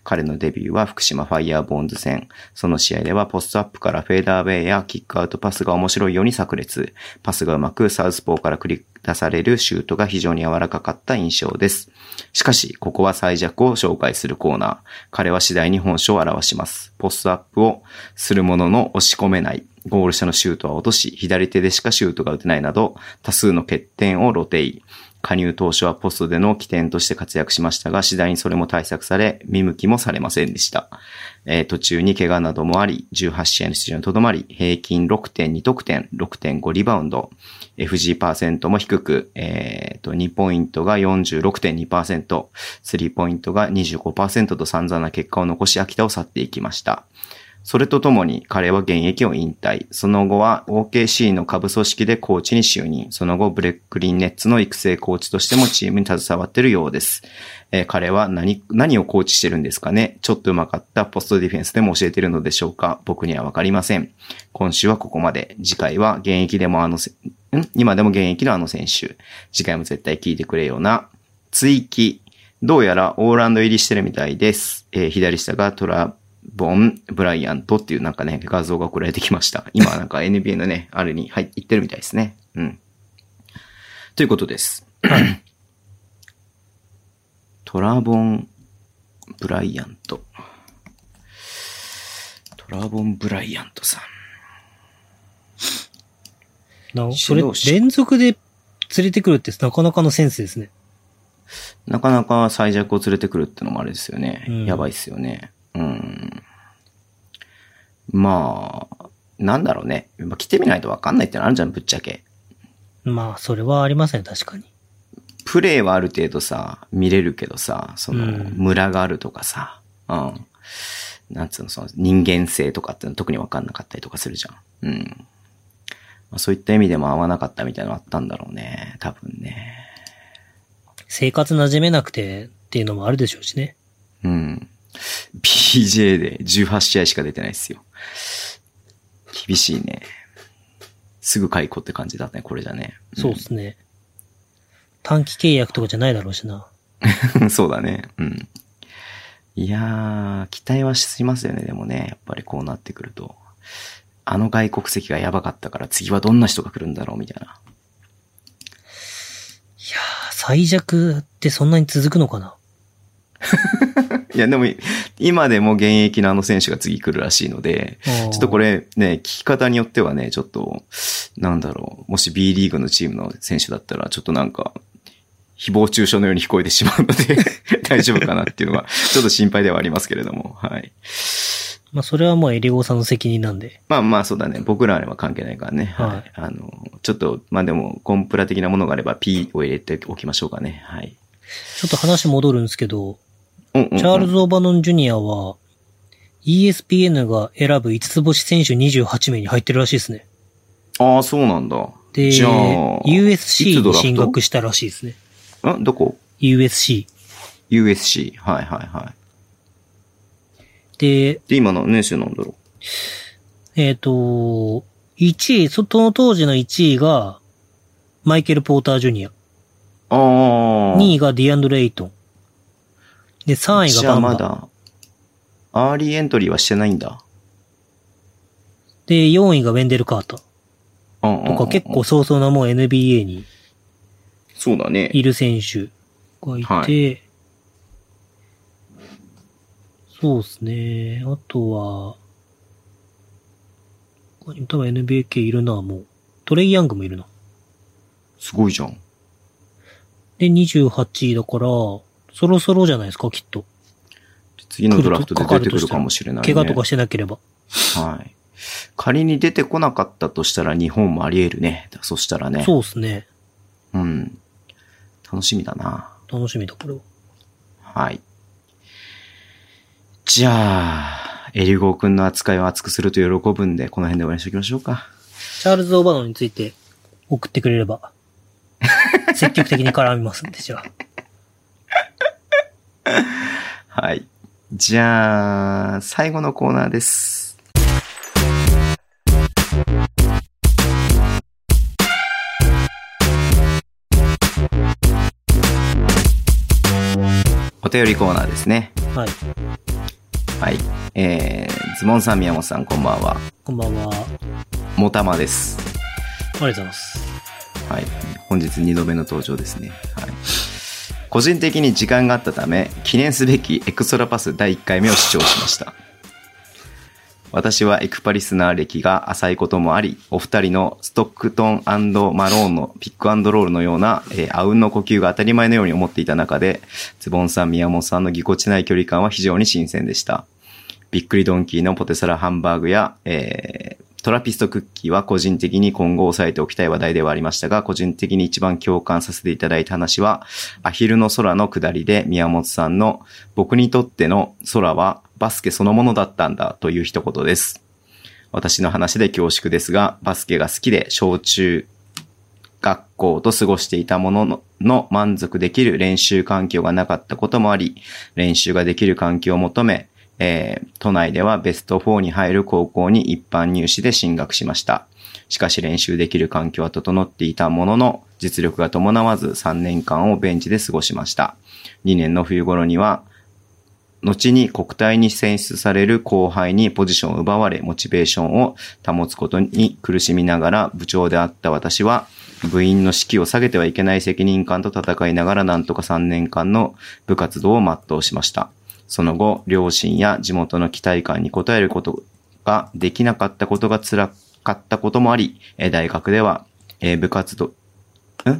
Speaker 2: 彼のデビューは福島ファイヤーボーンズ戦。その試合ではポストアップからフェーダーウェイやキックアウトパスが面白いように炸裂。パスがうまくサウスポーから繰り出されるシュートが非常に柔らかかった印象です。しかし、ここは最弱を紹介するコーナー。彼は次第に本性を表します。ポストアップをするものの押し込めない。ゴール下のシュートは落とし、左手でしかシュートが打てないなど、多数の欠点を露呈。加入当初はポストでの起点として活躍しましたが、次第にそれも対策され、見向きもされませんでした。えー途中に怪我などもあり、18試合の出場にとどまり、平均6.2得点、6.5リバウンド、FG パーセントも低く、えーと、2ポイントが46.2%、3ポイントが25%と散々な結果を残し、秋田を去っていきました。それとともに彼は現役を引退。その後は OKC の下部組織でコーチに就任。その後、ブレックリンネッツの育成コーチとしてもチームに携わっているようです。えー彼は何、何をコーチしてるんですかねちょっと上手かったポストディフェンスでも教えてるのでしょうか僕にはわかりません。今週はここまで。次回は現役でもあのせ、ん今でも現役のあの選手。次回も絶対聞いてくれよな。追記。どうやらオーランド入りしてるみたいです。えー左下がトラボン・ブライアントっていうなんかね、画像が送られてきました。今なんか NBA のね、あれに入ってるみたいですね。うん。ということです。 トラボン・ブライアント。トラボン・ブライアントさん。
Speaker 3: なそ
Speaker 2: 指
Speaker 3: れ
Speaker 2: 導、者
Speaker 3: 連続で連れてくるってなかなかのセンスですね。
Speaker 2: なかなか最弱を連れてくるってのもあれですよね。
Speaker 3: うん
Speaker 2: やばいですよね。うん。まあ、なんだろうね。まあ来てみないとわかんないってのあるじゃん、ぶっちゃけ。
Speaker 3: まあ、それはありますね、確かに。
Speaker 2: プレイはある程度さ、見れるけどさ、その、
Speaker 3: うん
Speaker 2: 村があるとかさ、うん。なんつうの、その、人間性とかっていうのは特に分かんなかったりとかするじゃん。うん。まあ、そういった意味でも合わなかったみたいなのあったんだろうね。多分ね。
Speaker 3: 生活馴染めなくてっていうのもあるでしょうしね。
Speaker 2: うん。PJ で18試合しか出てないっすよ。厳しいね。すぐ解雇って感じだったね、これじゃね。
Speaker 3: そうですね。短期契約とかじゃないだろうしな。
Speaker 2: そうだね。うん。いやー、期待はしますよね、でもね。やっぱりこうなってくると。あの外国籍がやばかったから次はどんな人が来るんだろう、みたいな。
Speaker 3: いやー、最弱ってそんなに続くのかない
Speaker 2: や、でも、今でも現役のあの選手が次来るらしいので、
Speaker 3: ちょ
Speaker 2: ちょっとこ
Speaker 3: れ。
Speaker 2: れね、聞き方によってはね、ちょっと、なんだろう、もし B リーグのチームの選手だったら、ちょっとなんか、誹謗中傷のように聞こえてしまうので、 大丈夫かなっていうのは、ちょっと心配ではありますけれども、はい。
Speaker 3: まあ、それはもうエリゴーさんの責任なんで。
Speaker 2: まあまあそうだね。僕らは関係ないからね。はい。
Speaker 3: はい
Speaker 2: あの、ちょっと、まあでも、コンプラ的なものがあれば P を入れておきましょうかね。はい。
Speaker 3: ちょっと話戻るんですけど、
Speaker 2: うんうん、うん。
Speaker 3: チャールズ・オバノン・ジュニアは、ESPN が選ぶ5つ星選手28名に入ってるらしいですね。
Speaker 2: ああ、そうなんだ。
Speaker 3: で、
Speaker 2: じゃあ、
Speaker 3: USC に進学
Speaker 2: し
Speaker 3: したらしいですね。
Speaker 2: んどこ
Speaker 3: USC。
Speaker 2: ?USC。はいはいはい。
Speaker 3: で、
Speaker 2: で、今の年収なんだろ
Speaker 3: えっ、と、1位、その当時の1位が、マイケル・ポーター・ジュニア。
Speaker 2: う。ああ。
Speaker 3: 2位がディアンドレ・エイトン。で、3位
Speaker 2: じ
Speaker 3: が
Speaker 2: ゃ
Speaker 3: バ
Speaker 2: あ
Speaker 3: ン
Speaker 2: ま
Speaker 3: バ。
Speaker 2: だ、アーリーエントリーはしてないんだ。
Speaker 3: で、4位がウェンデル・カーター。
Speaker 2: うんうんうんう
Speaker 3: と
Speaker 2: ん
Speaker 3: か結構。早々なもう NBA に
Speaker 2: そうだね。
Speaker 3: いる選手がいて、
Speaker 2: は
Speaker 3: そうですね。あとは、他にも多分 NBA 系いるな、もう。トレイ・ヤングもいるな。
Speaker 2: すごいじゃん。
Speaker 3: で、28位だから、そろそろじゃないですか、きっと。
Speaker 2: 次のドラフトで出てくるかもしれない、ね。
Speaker 3: 怪我とかしてなければ。
Speaker 2: はい。仮に出てこなかったとしたら日本もあり得るね。そしたらね。
Speaker 3: そうですね。
Speaker 2: う。ん。楽しみだな。
Speaker 3: 楽しみだ、これは。
Speaker 2: はい。じゃあ、エリゴー君の扱いを熱くすると喜ぶんで、この辺で終わりにしておきましょうか。
Speaker 3: チャールズ・オバノンについて送ってくれ れば、積極的に絡みますんで、じゃあ。
Speaker 2: はい。じゃあ、最後のコーナーです。お便りコーナーですね。
Speaker 3: はい。
Speaker 2: はい。えー、ズボンさん、宮本さん、こんばんは。
Speaker 3: こんばんは。あり
Speaker 2: もたまです。
Speaker 3: がとうございます。
Speaker 2: はい。本日2度目の登場ですね。はい。個人的に時間があったため、記念すべきエクストラパス第1回目を視聴しました。私はエクパリスナー歴が浅いこともあり、お二人のストックトンマローンのピックアンドロールのような、えーあうんの呼吸が当たり前のように思っていた中で、ズボンさん、宮本さんのぎこちない距離感は非常に新鮮でした。びっくりドンキーのポテサラハンバーグや、えートラピストクッキーは個人的に今後押さえておきたい話題ではありましたが、個人的に一番共感させていただいた話は、アヒルの空の下りで宮本さんの僕にとっての空はバスケそのものだったんだという一言です。私の話で恐縮ですが、バスケが好きで小中学校と過ごしていたもののの満足できる練習環境がなかったこともあり、練習ができる環境を求め、えー都内ではベスト4に入る高校に一般入試で進学しました。しかし練習できる環境は整っていたものの、実力が伴わず3年間をベンチで過ごしました。2年の冬頃には、後に国体に選出される後輩にポジションを奪われ、モチベーションを保つことに苦しみながら部長であった私は、部員の士気を下げてはいけない責任感と戦いながらなんとか3年間の部活動を全うしました。その後、両親や地元の期待感に応えることができなかったことが辛かったこともあり、えー大学では、えー部活動、ん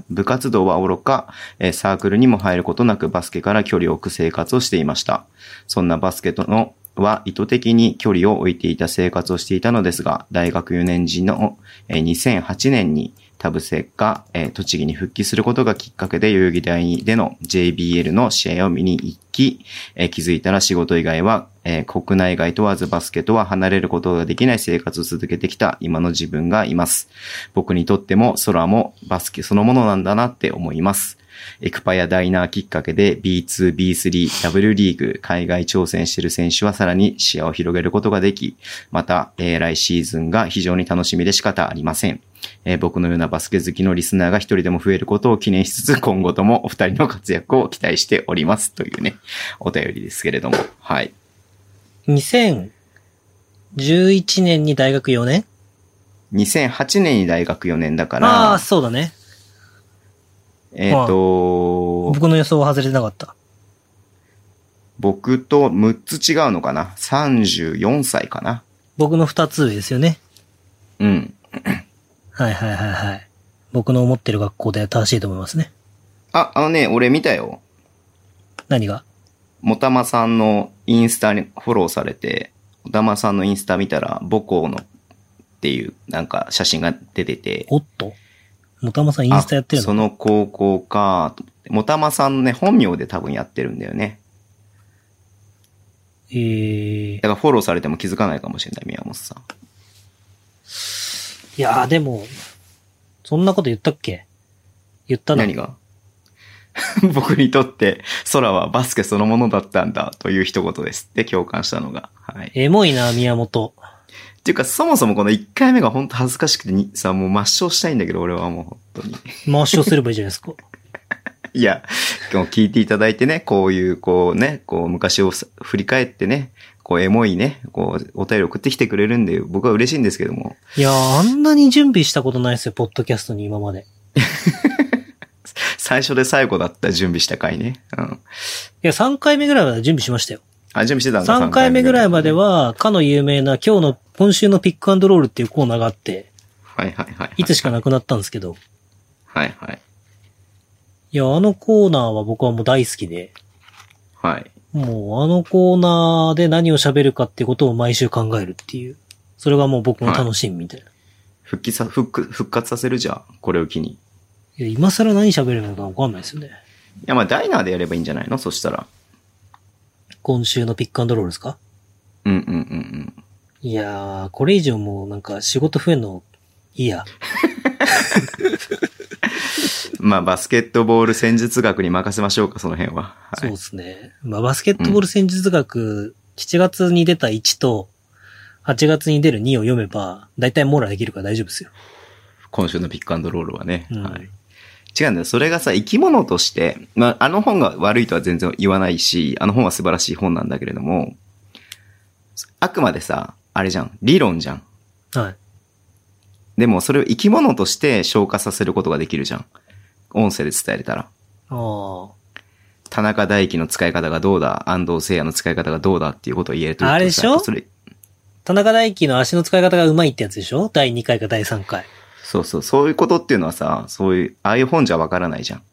Speaker 2: 部活動は愚か、えーサークルにも入ることなくバスケから距離を置く生活をしていました。そんなバスケとのは意図的に距離を置いていた生活をしていたのですが、大学4年時のえー2008年に田臥が、えー栃木に復帰することがきっかけで代々木第二での JBL の試合を見に行き、えー気づいたら仕事以外は、えー国内外問わずバスケとは離れることができない生活を続けてきた今の自分がいます。僕にとっても空もバスケそのものなんだなって思います。エクパやダイナーきっかけで B2、B3、W リーグ、海外挑戦している選手はさらに視野を広げることができ、また、えー来シーズンが非常に楽しみで仕方ありません。えー僕のようなバスケ好きのリスナーが一人でも増えることを記念しつつ、今後ともお二人の活躍を期待しております。というね、お便りですけれども。はい。
Speaker 3: 2011年に大学4年
Speaker 2: 2008年に大学4年だか
Speaker 3: ああー、
Speaker 2: ら、
Speaker 3: そうだね。
Speaker 2: えっ、と、
Speaker 3: 僕の予想は外れてなかった。
Speaker 2: 僕と6つ違うのかな ?34 歳かな
Speaker 3: 僕の2つ上ですよね。
Speaker 2: うん。
Speaker 3: はいはいはいはい。僕の思ってる学校で正しいと思いますね。
Speaker 2: あ、あのね、俺見たよ。
Speaker 3: 何が
Speaker 2: もたまさんのインスタにフォローされて、もたまさんのインスタ見たら、母校のっていうなんか写真が出てて、
Speaker 3: おっともたまさんインスタやってる
Speaker 2: あそ
Speaker 3: の
Speaker 2: の高校か、と思ってもたまさんのね、本名で多分やってるんだよね。
Speaker 3: えー
Speaker 2: だ、からフォローされても気づかないかもしれない、宮本さん。
Speaker 3: いやーでも、そんなこと言ったっけ言ったの
Speaker 2: 何が 僕にとって空はバスケそのものだったんだという一言ですって共感したのが。はい。
Speaker 3: エモいな、宮本。
Speaker 2: っていうか、そもそもこの1回目が本当恥ずかしくてにさ、もう抹消したいんだけど、俺はもう本当に。
Speaker 3: 抹消すればいいじゃないですか。
Speaker 2: いや、今日聞いていただいてね、こういう、こうね、こう昔をさ振り返ってね、こうエモいね、こうお便り送ってきてくれるんで、僕は嬉しいんですけども、
Speaker 3: いやーあんなに準備したことないですよ、ポッドキャストに今まで。
Speaker 2: 最初で最後だった準備した回ね。うん。
Speaker 3: いや、3回目ぐらいまで準備しましたよ。
Speaker 2: あ、準備してたんだ。
Speaker 3: 3回目ぐらいまで
Speaker 2: は。
Speaker 3: は、かの有名な今日の、今週のピックアンドロールっていうコーナーがあって、
Speaker 2: はいはいはい。
Speaker 3: いつしかなくなったんですけど、
Speaker 2: はいはい。
Speaker 3: いや、あのコーナーは僕はもう大好きで、
Speaker 2: はい。
Speaker 3: もうあのコーナーで何を喋るかってことを毎週考えるっていう。それがもう僕の楽しみみたいな。
Speaker 2: 復帰さ、復、復活させるじゃん。これを機に。い
Speaker 3: いや、今更何喋るのかわかんないですよね。
Speaker 2: や、まあ、ダイナーでやればいいんじゃないのそしたら。
Speaker 3: 今週のピックアンドロールですか
Speaker 2: うんうんうんうん。
Speaker 3: いやー、これ以上もうなんか仕事増えんの、いいや。
Speaker 2: まあ、バスケットボール戦術学に任せましょうか、その辺は。は
Speaker 3: そう
Speaker 2: い。
Speaker 3: ですね。まあ、バスケットボール戦術学、7月に出た1と、8月に出る2を読めば、だいたい網羅できるから大丈夫ですよ。
Speaker 2: 今週のピックアンドロールはね。
Speaker 3: うん
Speaker 2: はい。違うんだよ。それがさ、生き物として、まあ、あの本が悪いとは全然言わないし、あの本は素晴らしい本なんだけれども、あくまでさ、あれじゃん。理論じゃん。
Speaker 3: はい。
Speaker 2: でも、それを生き物として消化させることができるじゃん。音声で伝えれたら。
Speaker 3: ああ。
Speaker 2: 田中大輝の使い方がどうだ、安藤誠也の使い方がどうだっていうことを言えるということ
Speaker 3: あれでしょ
Speaker 2: やっぱそれ
Speaker 3: 田中大輝の足の使い方が上手いってやつでしょ第2回か第3回。
Speaker 2: そうそう、そういうことっていうのはさ、そういう、ああいう本じゃわからないじゃん。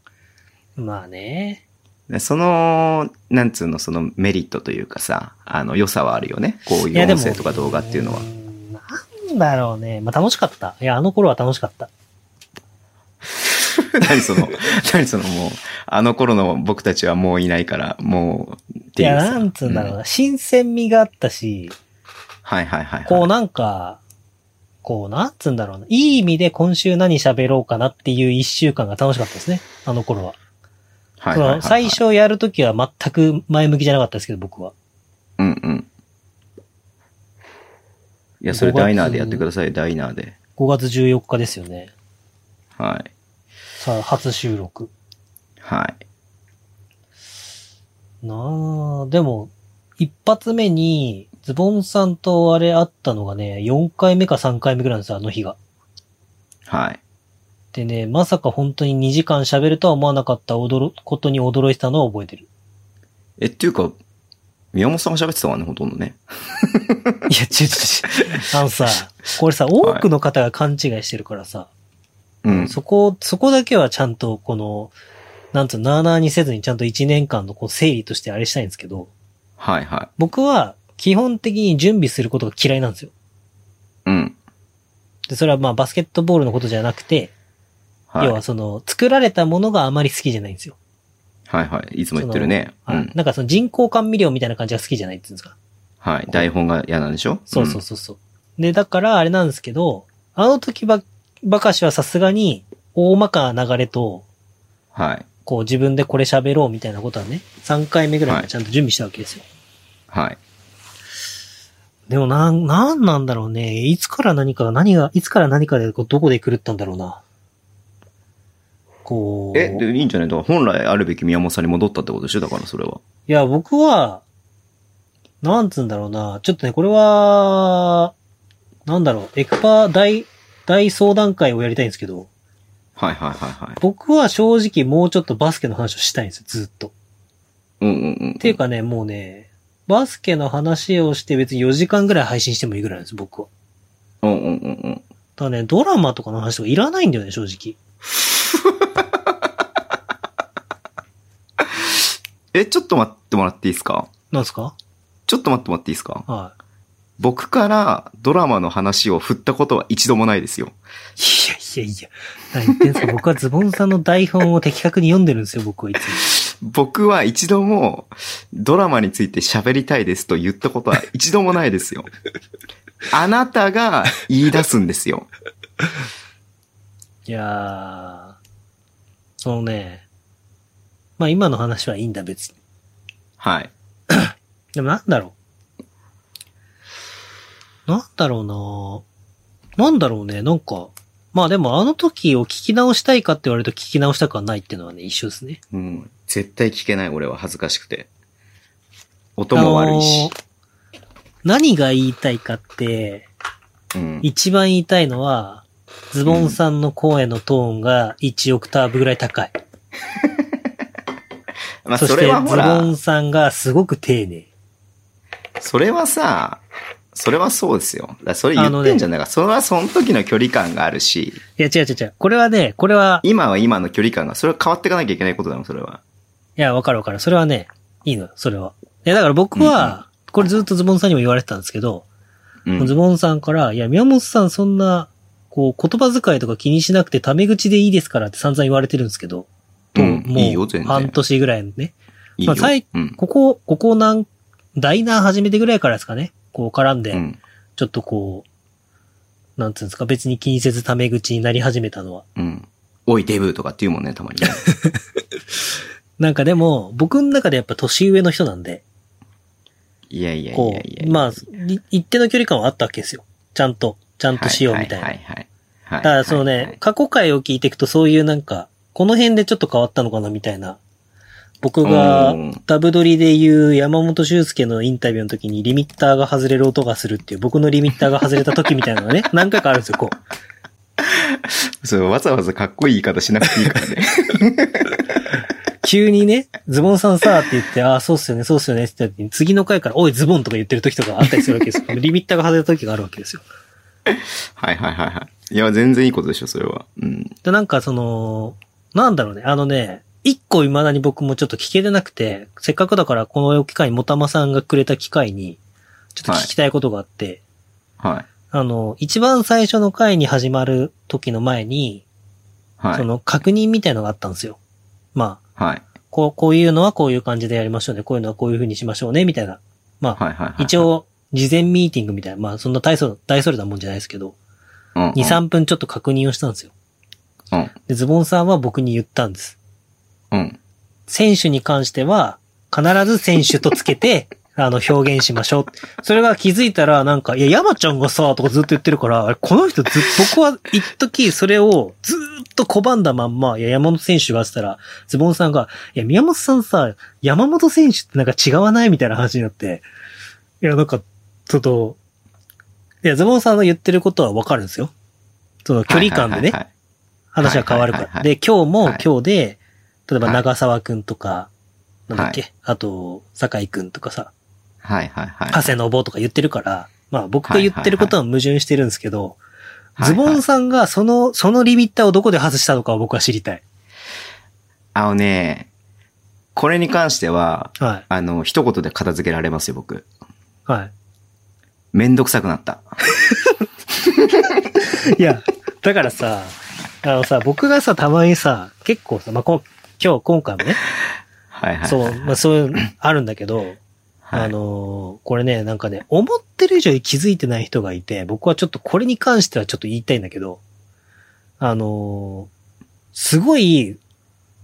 Speaker 3: まあね。
Speaker 2: でその、なんつうの、そのメリットというかさ、あの、良さはあるよね。こう
Speaker 3: い
Speaker 2: い
Speaker 3: や
Speaker 2: う
Speaker 3: で
Speaker 2: 音
Speaker 3: も。
Speaker 2: 声とか動画っていうのは
Speaker 3: う。んなんだろうね。まあ楽しかった。いや、あの頃は楽しかった。
Speaker 2: 何その、何そのもう、あの頃の僕たちはもういないから、もう、って
Speaker 3: い
Speaker 2: いう
Speaker 3: や、
Speaker 2: さ。
Speaker 3: なんつうんだろうな。
Speaker 2: う
Speaker 3: 新鮮味があったし、
Speaker 2: はいはいはい、
Speaker 3: こう
Speaker 2: はい。
Speaker 3: なんか、こうなんつうんだろうな。いい意味で今週何喋ろうかなっていう一週間が楽しかったですね。あの頃は。
Speaker 2: はいはいは
Speaker 3: そ
Speaker 2: いは
Speaker 3: の
Speaker 2: い
Speaker 3: 最。初やるときは全く前向きじゃなかったですけど、僕は。
Speaker 2: うんうん。いや、それダイナーでやってください、ダイナーで。
Speaker 3: 5月14日ですよね。
Speaker 2: はい。
Speaker 3: さあ、初収録。
Speaker 2: はい。
Speaker 3: なあ、でも、一発目に、ズボンさんとあれあったのがね、4回目か3回目ぐらいなんですよ、あの日が。
Speaker 2: はい。
Speaker 3: でね、まさか本当に2時間喋るとは思わなかった驚ことに驚いてたのを覚えてる。
Speaker 2: え、っていうか、宮本さんが喋ってたわね、ほとんどね。
Speaker 3: いや、ちょちょちょ。あの さ、これさ、多くの方が勘違いしてるからさ、
Speaker 2: うん。
Speaker 3: そこ、そこだけはちゃんと、この、なんつうの、なあなあにせずにちゃんと1年間のこう整理としてあれしたいんですけど、
Speaker 2: はいは
Speaker 3: 僕は基本的に準備することが嫌いなんですよ。
Speaker 2: い。うん。
Speaker 3: で、それはまあバスケットボールのことじゃなくて、
Speaker 2: はい。
Speaker 3: 要はその、作られたものがあまり好きじゃないんですよ。
Speaker 2: はいはい。いつも言ってるね。う
Speaker 3: はい
Speaker 2: ん。
Speaker 3: なんかその人工甘味料みたいな感じが好きじゃないっていうんですか。
Speaker 2: はい。台本が嫌なんでしょ
Speaker 3: そうそうそうそう。で、だからあれなんですけど、あの時ば、ばかしはさすがに、大まかな流れと、
Speaker 2: うん。はい。
Speaker 3: こう自分でこれ喋ろうみたいなことはね、3回目ぐらいにちゃんと準備したわけですよ。
Speaker 2: はい。
Speaker 3: でもなん、なんなんだろうね。いつから何か、何が、いつから何かで、こうどこで狂ったんだろうな。こう。
Speaker 2: え、で、いいんじゃないだから本来あるべき宮本さんに戻ったってことでしょだからそれは。
Speaker 3: いや、僕は、なんつうんだろうな。ちょっとね、これは、なんだろう、エクパー大、大相談会をやりたいんですけど、
Speaker 2: はいはいはいはい。
Speaker 3: 僕は正直もうちょっとバスケの話をしたいんですよ、ずっと。
Speaker 2: うんうんうん。
Speaker 3: っていうかね、もうね、バスケの話をして別に4時間ぐらい配信してもいいぐらいなんです、僕は。
Speaker 2: うんうんうんうん。
Speaker 3: ただね、ドラマとかの話とかいらないんだよね、正直。
Speaker 2: え、ちょっと待ってもらっていいですか
Speaker 3: なんすか
Speaker 2: ちょっと待ってもらっていいですか
Speaker 3: は
Speaker 2: 僕からドラマの話を振ったことは一度もないですよ。
Speaker 3: い。いやいやいや、何言ってんすか僕はズボンさんの台本を的確に読んでるんですよ、僕はいつも。
Speaker 2: 僕は一度もドラマについて喋りたいですと言ったことは一度もないです よ。あなたが言い出すんですよ。
Speaker 3: いやー、そのね、まあ今の話はいいんだ別に。
Speaker 2: はい。
Speaker 3: でもなんだろう。なんだろうななんだろうね、なんか。まあでもあの時を聞き直したいかって言われると聞き直したくはないっていうのはね、一緒ですね。
Speaker 2: うん。絶対聞けない俺は恥ずかしくて。音も悪いし。
Speaker 3: あのー何が言いたいかって、
Speaker 2: うん。
Speaker 3: 一番言いたいのは、ズボンさんの声のトーンが1オクターブぐらい高い。
Speaker 2: まあ
Speaker 3: そ
Speaker 2: そ
Speaker 3: し
Speaker 2: れ
Speaker 3: て
Speaker 2: はほ
Speaker 3: ズボ
Speaker 2: ら
Speaker 3: ン、さんがすごく丁寧。
Speaker 2: それはさ、それはそうですよ。だからそれ言
Speaker 3: あの
Speaker 2: って
Speaker 3: ね
Speaker 2: んじゃないか。それはその時の距離感があるし、
Speaker 3: いや、違う違う違う。これはね、これは、い
Speaker 2: 今は今の距離感が、それは変わっていかなきゃいけないことだもん、それは。
Speaker 3: や、わかるわかる。それはね、いいのよ、それは。いや、だから僕は、これずっとズボンさんにも言われてたんですけど、
Speaker 2: うん。
Speaker 3: ズボンさんから、いや、宮本さんそんな、こう、言葉遣いとか気にしなくてタメ口でいいですからって散々言われてるんですけど、
Speaker 2: うん
Speaker 3: もう、
Speaker 2: いいよ、全然。
Speaker 3: 半年ぐらいのね、
Speaker 2: いいよ
Speaker 3: まあ最
Speaker 2: うん。
Speaker 3: ここ、ここなん、ダイナー始めてぐらいからですかね、こう絡んで、
Speaker 2: うん。
Speaker 3: ちょっとこう、なんつうんですか、別に気にせずタメ口になり始めたのは。
Speaker 2: うん。おい、デブとかって言うもんね、たまに ね。
Speaker 3: なんかでも、僕の中でやっぱ年上の人なんで、
Speaker 2: いやいやいや
Speaker 3: こ
Speaker 2: いや。
Speaker 3: う、まあ、い一定の距離感はあったわけですよ。ちゃんと、ちゃんとしようみたいな。
Speaker 2: は
Speaker 3: だ
Speaker 2: いはいはいはい。だ
Speaker 3: からそのね、、過去回を聞いていくとそういうなんか、この辺でちょっと変わったのかなみたいな。僕が
Speaker 2: うん
Speaker 3: ダブドリで言う山本修介のインタビューの時にリミッターが外れる音がするっていう、僕のリミッターが外れた時みたいなのがね、何回かあるんですよ、こう。
Speaker 2: そう、わざわざかっこいい言い方しなくていいからね。
Speaker 3: 急にね、ズボンさんさーって言って、ああ、そうっすよね、そうっすよねって言った時に、次の回から、おい、ズボンとか言ってる時とかあったりするわけです よ。リミッターが外れた時があるわけですよ。
Speaker 2: はいはいはいはい。いや、全然いいことでしょ、それは。うん。
Speaker 3: で、なんかその、なんだろうね、あのね、一個未だに僕もちょっと聞けてなくて、せっかくだからこの機会にもたまさんがくれた機会に、ちょっと聞きたいことがあって、
Speaker 2: はい。
Speaker 3: あの、一番最初の回に始まる時の前に、
Speaker 2: は
Speaker 3: そ
Speaker 2: い。
Speaker 3: の確認みたいのがあったんですよ。まあ、
Speaker 2: はい。
Speaker 3: こう、こういうのはこういう感じでやりましょうね、こういうのはこういう風にしましょうね、みたいな。まあ、
Speaker 2: はいはいはい。
Speaker 3: 一応、事前ミーティングみたいな、まあ、そんな大そ、大それたもんじゃないですけど、
Speaker 2: うんうん、
Speaker 3: 2、3分ちょっと確認をしたんですよ。
Speaker 2: うん。
Speaker 3: で、ズボンさんは僕に言ったんです。
Speaker 2: うん。
Speaker 3: 選手に関しては、必ず選手とつけて、 あの、表現しましょう。それが気づいたら、なんか、いや、山ちゃんがさ、とかずっと言ってるから、あれこの人ずっ僕は一時それをずっと拒んだまんま、いや、山本選手がって言ったら、ズボンさんが、いや、宮本さんさ、山本選手ってなんか違わないみたいな話になって、いや、なんか、ちょっと、いや、ズボンさんの言ってることはわかるんですよ。その距離感で
Speaker 2: はいは
Speaker 3: ね
Speaker 2: いはい、はい
Speaker 3: 話は変わる
Speaker 2: はいはいは
Speaker 3: から。
Speaker 2: いは
Speaker 3: で、今日も
Speaker 2: はい
Speaker 3: 今日で、例えば
Speaker 2: はい
Speaker 3: 長沢くんとか、なんだっ
Speaker 2: は
Speaker 3: け、あと、酒井くんとかさ、
Speaker 2: はいはいはい。
Speaker 3: 長谷信とか言ってるから、まあ僕が言ってることは矛盾してるんですけど、
Speaker 2: はいはい
Speaker 3: ズボンさんがその、そのリミッターをどこで外したのかを僕は知りたい。
Speaker 2: あのね、これに関しては、
Speaker 3: はい。
Speaker 2: あの、一言で片付けられますよ、僕。
Speaker 3: は
Speaker 2: めんどくさくなった。
Speaker 3: い。いや、だからさ、 あのさ、僕がさ、たまにさ、結構さ、まあ、こん今日、今回もね、
Speaker 2: はいはい。
Speaker 3: そう、まあ、そういうのあるんだけど、
Speaker 2: はい
Speaker 3: あのーこれね、なんかね、思ってる以上に気づいてない人がいて、僕はちょっとこれに関してはちょっと言いたいんだけど、あのーすごい、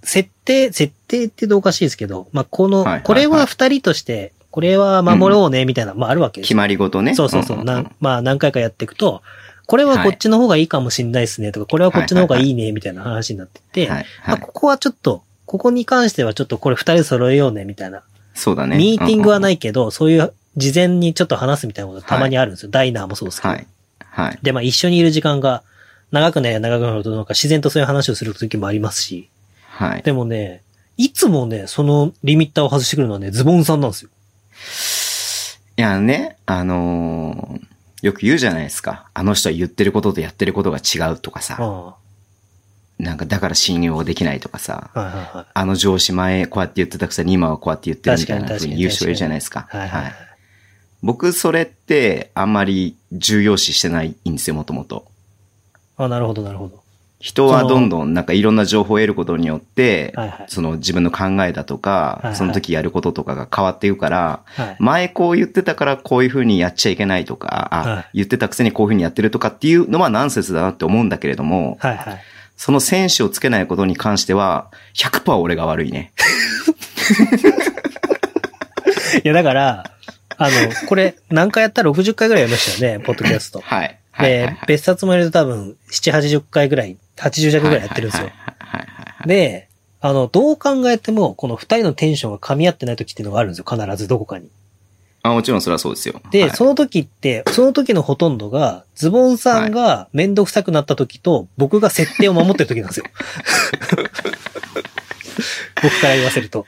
Speaker 3: 設定、設定って言うとおかしいですけど、まあ、この、
Speaker 2: はいはいはい
Speaker 3: これは二人として、これは守ろうね、みたいな、まあ、あるわけです
Speaker 2: 決
Speaker 3: よ
Speaker 2: まりごとね。
Speaker 3: そうそうそう。
Speaker 2: んんん
Speaker 3: なんまあ何回かやっていくと、これはこっちの方がいいかもしんないですねとか、これはこっちの方がいいねみたいな話になってて、
Speaker 2: はいは
Speaker 3: まあ
Speaker 2: い。
Speaker 3: ここはちょっと、ここに関してはちょっとこれ二人揃えようねみたいな。
Speaker 2: そうだね。。
Speaker 3: ミーティングはないいけど、そういう事前にちょっと話すみたいなことたまにあるんですよ。ダイナーもそうですけど
Speaker 2: は。い。はい。
Speaker 3: で、まあ一緒にいる時間が長くなりゃ長くなるほど、なんか自然とそういう話をする時もありますし、
Speaker 2: はい。
Speaker 3: でもね、いつもね、そのリミッターを外してくるのはね、ズボンさんなんですよ。
Speaker 2: いやね、あのーよく言うじゃないですか。あの人は言ってることとやってることが違うとかさ。
Speaker 3: あ
Speaker 2: なんかだから信用できないとかさ。
Speaker 3: あはいはいはい。
Speaker 2: あの上司前こうやって言ってたくせに今はこうやって言ってるみたいな
Speaker 3: 確
Speaker 2: 風
Speaker 3: かに確か
Speaker 2: に
Speaker 3: に
Speaker 2: 言う人がいるじゃないですか。
Speaker 3: はいはいはい。
Speaker 2: 僕それってあんまり重要視してないんですよ、もともと。
Speaker 3: あ、なるほどなるほど。
Speaker 2: 人はどんどんなんかいろんな情報を得ることによって、
Speaker 3: はいはい。
Speaker 2: その自分の考えだと
Speaker 3: はい
Speaker 2: か
Speaker 3: はい、
Speaker 2: その時やることとかが変わっていくから、
Speaker 3: はい。
Speaker 2: 前こう言ってたからこういうふうにやっちゃいけないとか、あ、
Speaker 3: はい
Speaker 2: 言ってたくせにこういうふうにやってるとかっていうのはナンセンスだなって思うんだけれども、
Speaker 3: はいはい。
Speaker 2: その選手をつけないことに関しては、100%俺が悪いね。
Speaker 3: いや、だから、あの、これ、何回やったら60回ぐらいやりましたよね、ポッドキャスト。
Speaker 2: はい。はいはい
Speaker 3: で、別冊も入れると多分、7、80回ぐらい、80弱ぐらいやってるんですよ。
Speaker 2: はいはいはいはい
Speaker 3: で、あの、どう考えても、この二人のテンションが噛み合ってない時っていうのがあるんですよ、必ずどこかに。
Speaker 2: あ、もちろんそれはそうですよ。
Speaker 3: で、
Speaker 2: はい
Speaker 3: その時って、その時のほとんどが、ズボンさんがめんどくさくなった時と、僕が設定を守ってる時なんですよ。僕から言わせると。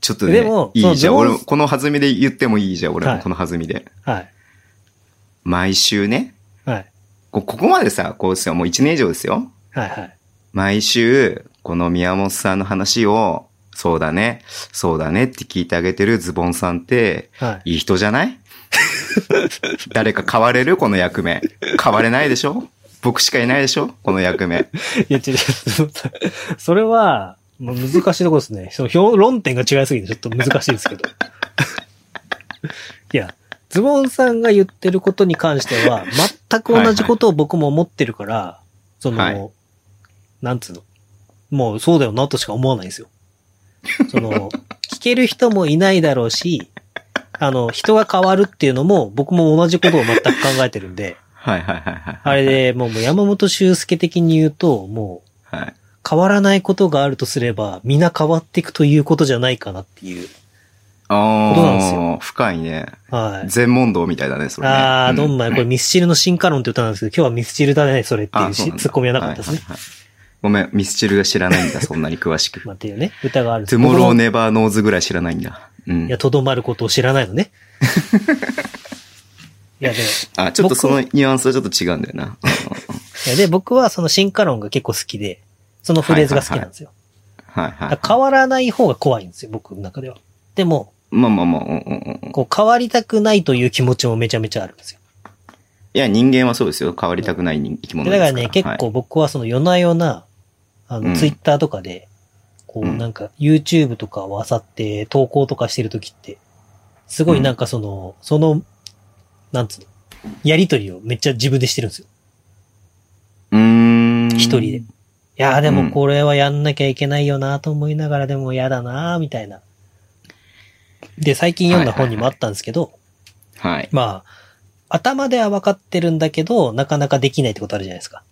Speaker 2: ちょっとね
Speaker 3: でも、
Speaker 2: いいじゃん。
Speaker 3: その
Speaker 2: 俺も、この弾みで言ってもいいじゃん。俺
Speaker 3: は
Speaker 2: も
Speaker 3: い
Speaker 2: この弾みで。
Speaker 3: はい。
Speaker 2: 毎週ね、
Speaker 3: はい。
Speaker 2: こここまでさ、こうですよ。もう1年以上ですよ。
Speaker 3: はいはい。
Speaker 2: 毎週、この宮本さんの話を、そうだね、そうだねって聞いてあげてるズボンさんって、
Speaker 3: はい。
Speaker 2: いい人じゃない 誰か変われるこの役目。変われないでしょ僕しかいないでしょこの役目。
Speaker 3: いや、違う違うそう それは、もう難しいところですね。 その評論点が違いすぎてちょっと難しいですけど。 いや、ズボンさんが言ってることに関しては、全く同じことを僕も思ってるから、その、
Speaker 2: はい
Speaker 3: なんつうの。もうそうだよなとしか思わないんですよ。その、聞ける人もいないだろうし、あの、人が変わるっていうのも、僕も同じことを全く考えてるんで、
Speaker 2: はいはいはいはい。
Speaker 3: あれ。で、もうもう山本修介的に言うと、もう、
Speaker 2: はい。
Speaker 3: 変わらないことがあるとすれば、皆変わっていくということじゃないかなっていう。ことなんです
Speaker 2: ああ、深いね。
Speaker 3: はい。
Speaker 2: 全問答みたいだね、それね。
Speaker 3: ああ、
Speaker 2: うん
Speaker 3: どんまい、これミスチルの進化論って歌なんですけど、今日はミスチルだね、それっていう
Speaker 2: あそうな
Speaker 3: し
Speaker 2: んだ
Speaker 3: ツッコミはなかったですね。
Speaker 2: はいはいはいごめん、ミスチルが知らないんだ、そんなに詳しく
Speaker 3: ま。あ、っていうね、歌があるんで
Speaker 2: ト
Speaker 3: す
Speaker 2: ゥモローネバーノーズぐらい知らないんだ。う
Speaker 3: い
Speaker 2: ん
Speaker 3: や、。とどまることを知らない のね。いや、で、い
Speaker 2: あ、ちょっとそのニュアンスはちょっと違うんだよな。うんうん
Speaker 3: やで、僕はその進化論が結構好きで、そのフレーズが好きなんですよ。
Speaker 2: はいは
Speaker 3: だ
Speaker 2: い
Speaker 3: から。変わらない方が怖いんですよ、僕の中では。でも、
Speaker 2: まあまあまあ、うんうんうん。
Speaker 3: こう、変わりたくないという気持ちもめちゃめちゃあるんですよ。
Speaker 2: いや、人間はそうですよ。変わりたくない人生き物
Speaker 3: で
Speaker 2: で
Speaker 3: だ
Speaker 2: す
Speaker 3: か
Speaker 2: から
Speaker 3: らね、結構僕はその夜な夜な、あ
Speaker 2: う
Speaker 3: の、
Speaker 2: ん
Speaker 3: ツイッターとかで、こう
Speaker 2: うん
Speaker 3: なんか YouTube とかを漁って投稿とかしてるときって、すごいなんかその、その、なんつうの、やりとりをめっちゃ自分でしてるんですよ。
Speaker 2: はい、うーん。
Speaker 3: 一人で。いやーで
Speaker 2: う
Speaker 3: も
Speaker 2: ん
Speaker 3: これはやんなきゃいけないよなと思いながらでもやだなーみたいな。で、最近読んだ本にもあったんですけど、
Speaker 2: はい。
Speaker 3: まあ、頭では分かってるんだけど、なかなかできないってことあるじゃないですか。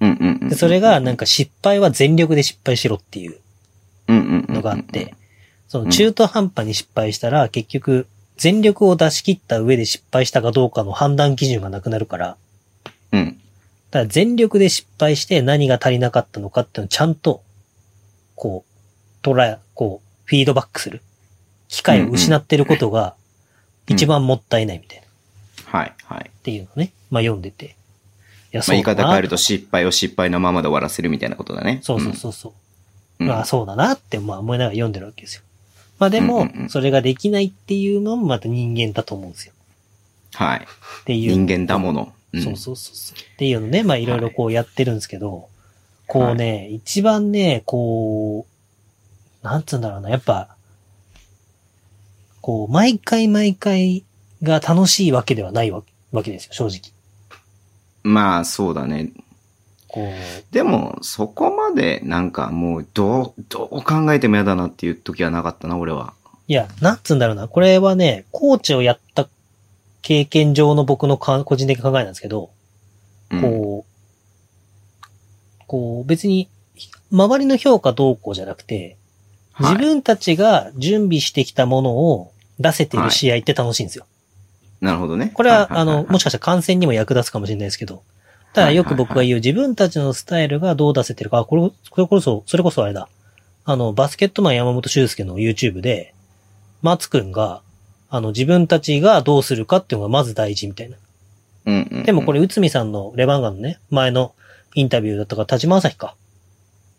Speaker 2: うんうんうん。
Speaker 3: でそれがなんか失敗は全力で失敗しろっていう
Speaker 2: うんうんうんうん
Speaker 3: のがあって、その中途半端に失敗したら結局全力を出し切った上で失敗したかどうかの判断基準がなくなるから、
Speaker 2: うん。
Speaker 3: だから全力で失敗して何が足りなかったのかっていうのをちゃんと、こう、捉え、こう、フィードバックする。機会を失ってることが
Speaker 2: うん
Speaker 3: 一番もったいないみたいな、
Speaker 2: は
Speaker 3: っ
Speaker 2: いはい。
Speaker 3: ていうのをね、まあ読んでて。いや、
Speaker 2: まあ、言い
Speaker 3: だな
Speaker 2: 方変えると失敗を失敗のままで終わらせるみたいなことだね。
Speaker 3: そうそうそうそう。
Speaker 2: うん。うん
Speaker 3: まあそうだなってまあ思いながら読んでるわけですよ。まあでも
Speaker 2: うんうんう、ん
Speaker 3: それができないっていうのもまた人間だと思うんですよ。
Speaker 2: はい。
Speaker 3: っていう。
Speaker 2: 人間だもの。ん
Speaker 3: そうそうそうそう。っていうのね、まあいろいろこうやってるんですけど、こうね、一番ね、こう、なんつうんだろうな、やっぱ、こう、毎回毎回が楽しいわけではないわわけですよ、正直。
Speaker 2: まあ、そうだね。
Speaker 3: こ
Speaker 2: でも、そこまで、なんかもう、どう、どう考えても嫌だなっていう時はなかったな、俺は。
Speaker 3: う、いや、なんつうんだろうな、これはね、コーチをやった経験上の僕のか個人的な考えなんですけど、
Speaker 2: うん。
Speaker 3: こう、こう別に、周りの評価どうこうじゃなくて、
Speaker 2: はい
Speaker 3: 自分たちが準備してきたものを出せてる試合って楽しいんですよ。
Speaker 2: なるほどね。
Speaker 3: これは、
Speaker 2: い
Speaker 3: あ
Speaker 2: いい
Speaker 3: の、もしかしたら観戦にも役立つかもしれないですけど、ただよく僕が言う自分たちのスタイルがどう出せてるか、あこれ、これこそ、それこそあれだ。あの、バスケットマン山本修介の YouTube で、松くんが、あの、自分たちがどうするかっていうのがまず大事みたいな。
Speaker 2: うんうんうん
Speaker 3: でもこれ、内海さんのレバンガのね、前のインタビューだったか、田島朝日か、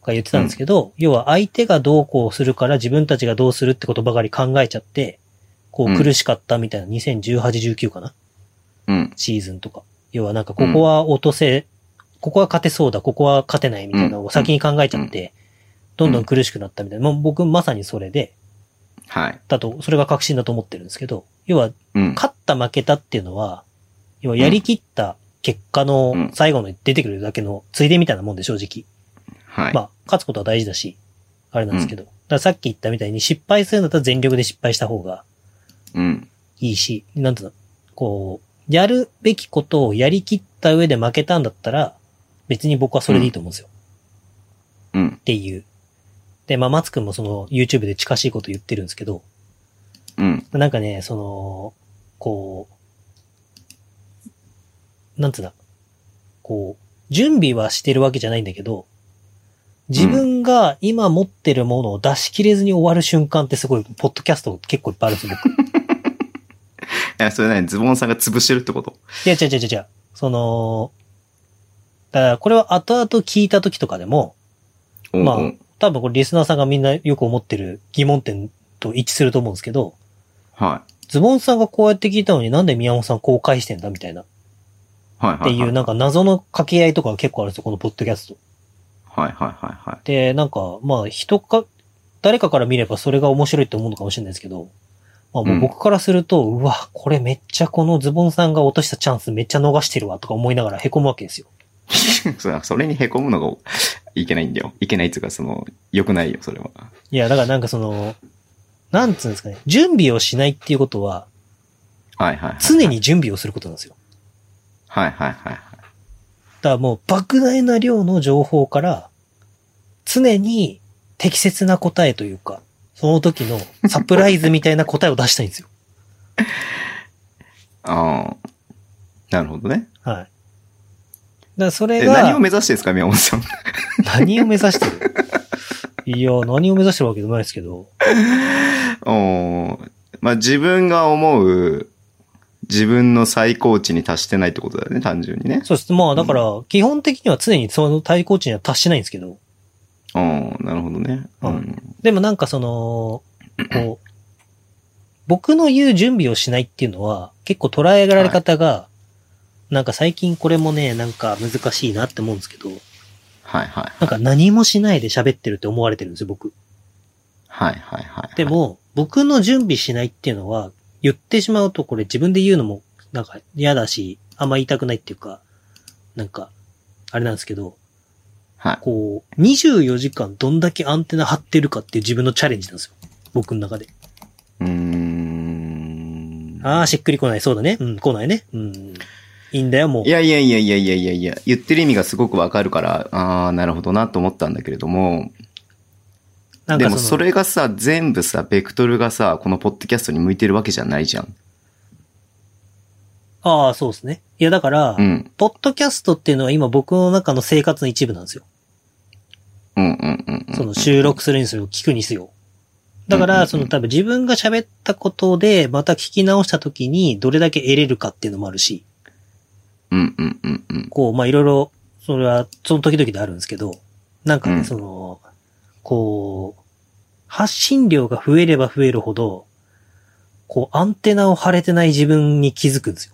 Speaker 3: が言ってたんですけど、要は相手がどうこうするから自分たちがどうするってことばかり考えちゃって、こ
Speaker 2: う
Speaker 3: うん苦しかったみたいな、2018、19かな
Speaker 2: うん。
Speaker 3: シーズンとか。要はなんかここは落とせ、ここは勝てそうだ、ここは勝てないみたいなのを先に考えちゃって、どんどん苦しくなったみたいな。もう僕まさにそれで、
Speaker 2: はい。
Speaker 3: だと、それが確信だと思ってるんですけど、要は
Speaker 2: うん。
Speaker 3: 勝った負けたっていうのは、要はやりきった結果
Speaker 2: う
Speaker 3: の
Speaker 2: ん
Speaker 3: 最後の出てくるだけのついでみたいなもんで正直。
Speaker 2: はい。
Speaker 3: まあ、勝つことは大事だし、あれなんですけど。だからさっき言ったみたいに失敗するんだったら全力で失敗した方が
Speaker 2: うん。
Speaker 3: いいし、なんつうの、こう、やるべきことをやりきった上で負けたんだったら、別に僕はそれでいいと思うんですよ。
Speaker 2: うん
Speaker 3: っ。ていう。で、まあ、松くんもその YouTube で近しいこと言ってるんですけど、
Speaker 2: うん。
Speaker 3: なんかね、その、こう、なんつうんだ、こう、準備はしてるわけじゃないんだけど、自分が今持ってるものを出し切れずに終わる瞬間ってすごい、ポッドキャスト結構いっぱいあるんですよ、僕。い
Speaker 2: え、それ何ズボンさんが潰してるってこと
Speaker 3: や、違う違う違う違う。その、だからこれは後々聞いた時とかでも、
Speaker 2: うん
Speaker 3: まあ
Speaker 2: うん、
Speaker 3: 多分これリスナーさんがみんなよく思ってる疑問点と一致すると思うんですけど、
Speaker 2: は
Speaker 3: ズボンさんがこうやって聞いたのになんで宮本さんこう返してんだみたいな。
Speaker 2: い。はい。
Speaker 3: っ
Speaker 2: は
Speaker 3: て
Speaker 2: い。
Speaker 3: いう、なんか謎の掛け合いとかが結構あるんですよ、このポッドキャスト。
Speaker 2: はい。はい。はい。はい。
Speaker 3: で、なんか、まあ、人か、誰かから見ればそれが面白いって思うのかもしれないですけど、まあ、もううん僕からすると、うわ、これめっちゃこのズボンさんが落としたチャンスめっちゃ逃してるわとか思いながら凹むわけですよ。
Speaker 2: そうそれに凹むのがいけないんだよ。いけないっていうか、その、良くないよ、それは。
Speaker 3: いや、だからなんかその、なんつうんですかね、準備をしないっていうことは、
Speaker 2: はいはいはい。
Speaker 3: 常に準備をすることなんですよ。
Speaker 2: はいはいはい。
Speaker 3: だからもう、莫大な量の情報から、常に適切な答えというか、その時のサプライズみたいな答えを出したいんですよ。
Speaker 2: ああ。なるほどね。
Speaker 3: はい。だからそれ
Speaker 2: え、
Speaker 3: が、
Speaker 2: 何を目指してんですか、宮本さん。
Speaker 3: 何を目指してるいや、何を目指してるわけじゃないですけど。
Speaker 2: おーまあ自分が思う、自分の最高値に達してないってことだよね、単純にね。
Speaker 3: そうです。まあ、だから、基本的には常にその対抗値には達してないんですけど。
Speaker 2: おーなるほどね。うん。
Speaker 3: でもなんかその、こう、僕の言う準備をしないっていうのは、結構捉えられ方が、なんか最近これもね、なんか難しいなって思うんですけど、
Speaker 2: はいはい。
Speaker 3: なんか何もしないで喋ってるって思われてるんですよ、僕。
Speaker 2: はいはいはい。
Speaker 3: で、も、僕の準備しないっていうのは、言ってしまうとこれ自分で言うのも、なんか嫌だし、あんま言いたくないっていうか、なんか、あれなんですけど、
Speaker 2: はい。
Speaker 3: こう、24時間どんだけアンテナ張ってるかっていう自分のチャレンジなんですよ。僕の中で。
Speaker 2: うーん。
Speaker 3: ああ、しっくりこない。そうだね。うん、来ないね。うん。いいんだよ、もう
Speaker 2: い。やいやいやいやいやいやいや、言ってる意味がすごくわかるから、ああ、なるほどなと思ったんだけれども、
Speaker 3: なん
Speaker 2: で
Speaker 3: か
Speaker 2: も
Speaker 3: そ
Speaker 2: そ
Speaker 3: の、
Speaker 2: れがさ、全部さ、ベクトルがさ、このポッドキャストに向いてるわけじゃないじゃん。
Speaker 3: ああ、そうですね。いや、だから、
Speaker 2: うん。
Speaker 3: ポッドキャストっていうのは今僕の中の生活の一部なんですよ。
Speaker 2: うんうんうんうん。
Speaker 3: その収録するにせよ、聞くにせよ。だか
Speaker 2: うんうんう
Speaker 3: ら、
Speaker 2: ん
Speaker 3: その多分自分が喋ったことで、また聞き直した時に、どれだけ得れるかっていうのもあるし、
Speaker 2: うんうんうんうん。
Speaker 3: こう、まあ、いろいろ、それは、その時々であるんですけど、なんか
Speaker 2: う
Speaker 3: ね、
Speaker 2: ん
Speaker 3: その、こう、発信量が増えれば増えるほど、こう、アンテナを張れてない自分に気づくんですよ。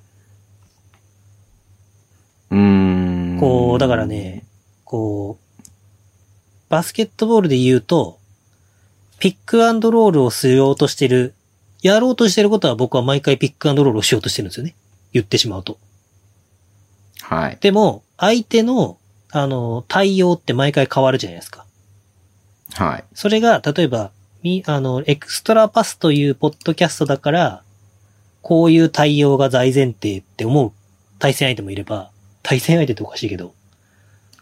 Speaker 2: うーん。
Speaker 3: こう、だからね、こう、バスケットボールで言うと、ピックアンドロールをしようとしてる、やろうとしてることは僕は毎回ピックアンドロールをしようとしてるんですよね。言ってしまうと。
Speaker 2: はい。
Speaker 3: でも、相手の、あの、対応って毎回変わるじゃないですか。
Speaker 2: はい。
Speaker 3: それが、例えば、み、あの、エクストラパスというポッドキャストだから、こういう対応が大前提って思う対戦相手もいれば、対戦相手っておかしいけど、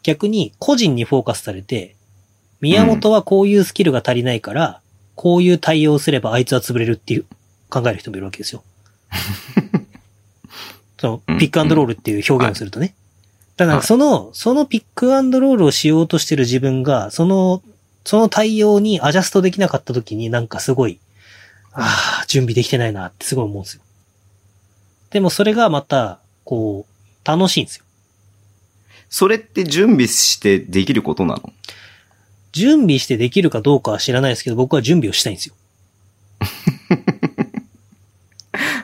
Speaker 3: 逆に個人にフォーカスされて、宮本はこういうスキルが足りないから、こういう対応をすればあいつは潰れるっていう考える人もいるわけですよ。その、ピックアンドロールっていう表現をするとね。ただなん
Speaker 2: は
Speaker 3: か
Speaker 2: い
Speaker 3: その、そのピックアンドロールをしようとしてる自分が、そのその対応にアジャストできなかった時になんかすごい、ああ、準備できてないなってすごい思うんですよ。でもそれがまた、こう、楽しいんですよ。
Speaker 2: それって準備してできることなの
Speaker 3: 準備してできるかどうかは知らないですけど、僕は準備をしたいんですよ。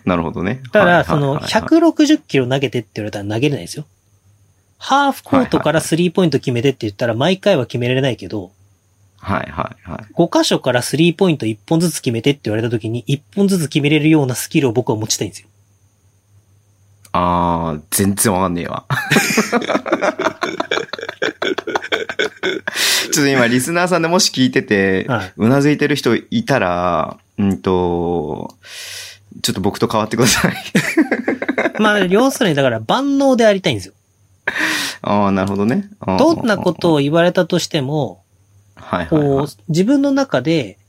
Speaker 2: なるほどね。
Speaker 3: た
Speaker 2: はい
Speaker 3: だ、その、
Speaker 2: はいはいはい
Speaker 3: 160キロ投げてって言われたら投げれないですよ。ハーフコートからスリーポイント決めてって言ったら毎回は決められないけど、
Speaker 2: はいはいはい。
Speaker 3: 5箇所からスリーポイント1本ずつ決めてって言われた時に1本ずつ決めれるようなスキルを僕は持ちたいんですよ。
Speaker 2: あー、全然わかんねえわ。 ちょっと今、リスナーさんでもし聞いてて、
Speaker 3: はいう
Speaker 2: なずいてる人いたら、うんと、ちょっと僕と変わってください。
Speaker 3: まあ、要するにだから万能でありたいんですよ。
Speaker 2: あー、なるほどね。 あー
Speaker 3: どんなことを言われたとしても、
Speaker 2: はいはいは
Speaker 3: こ、
Speaker 2: いう
Speaker 3: 自分の中で、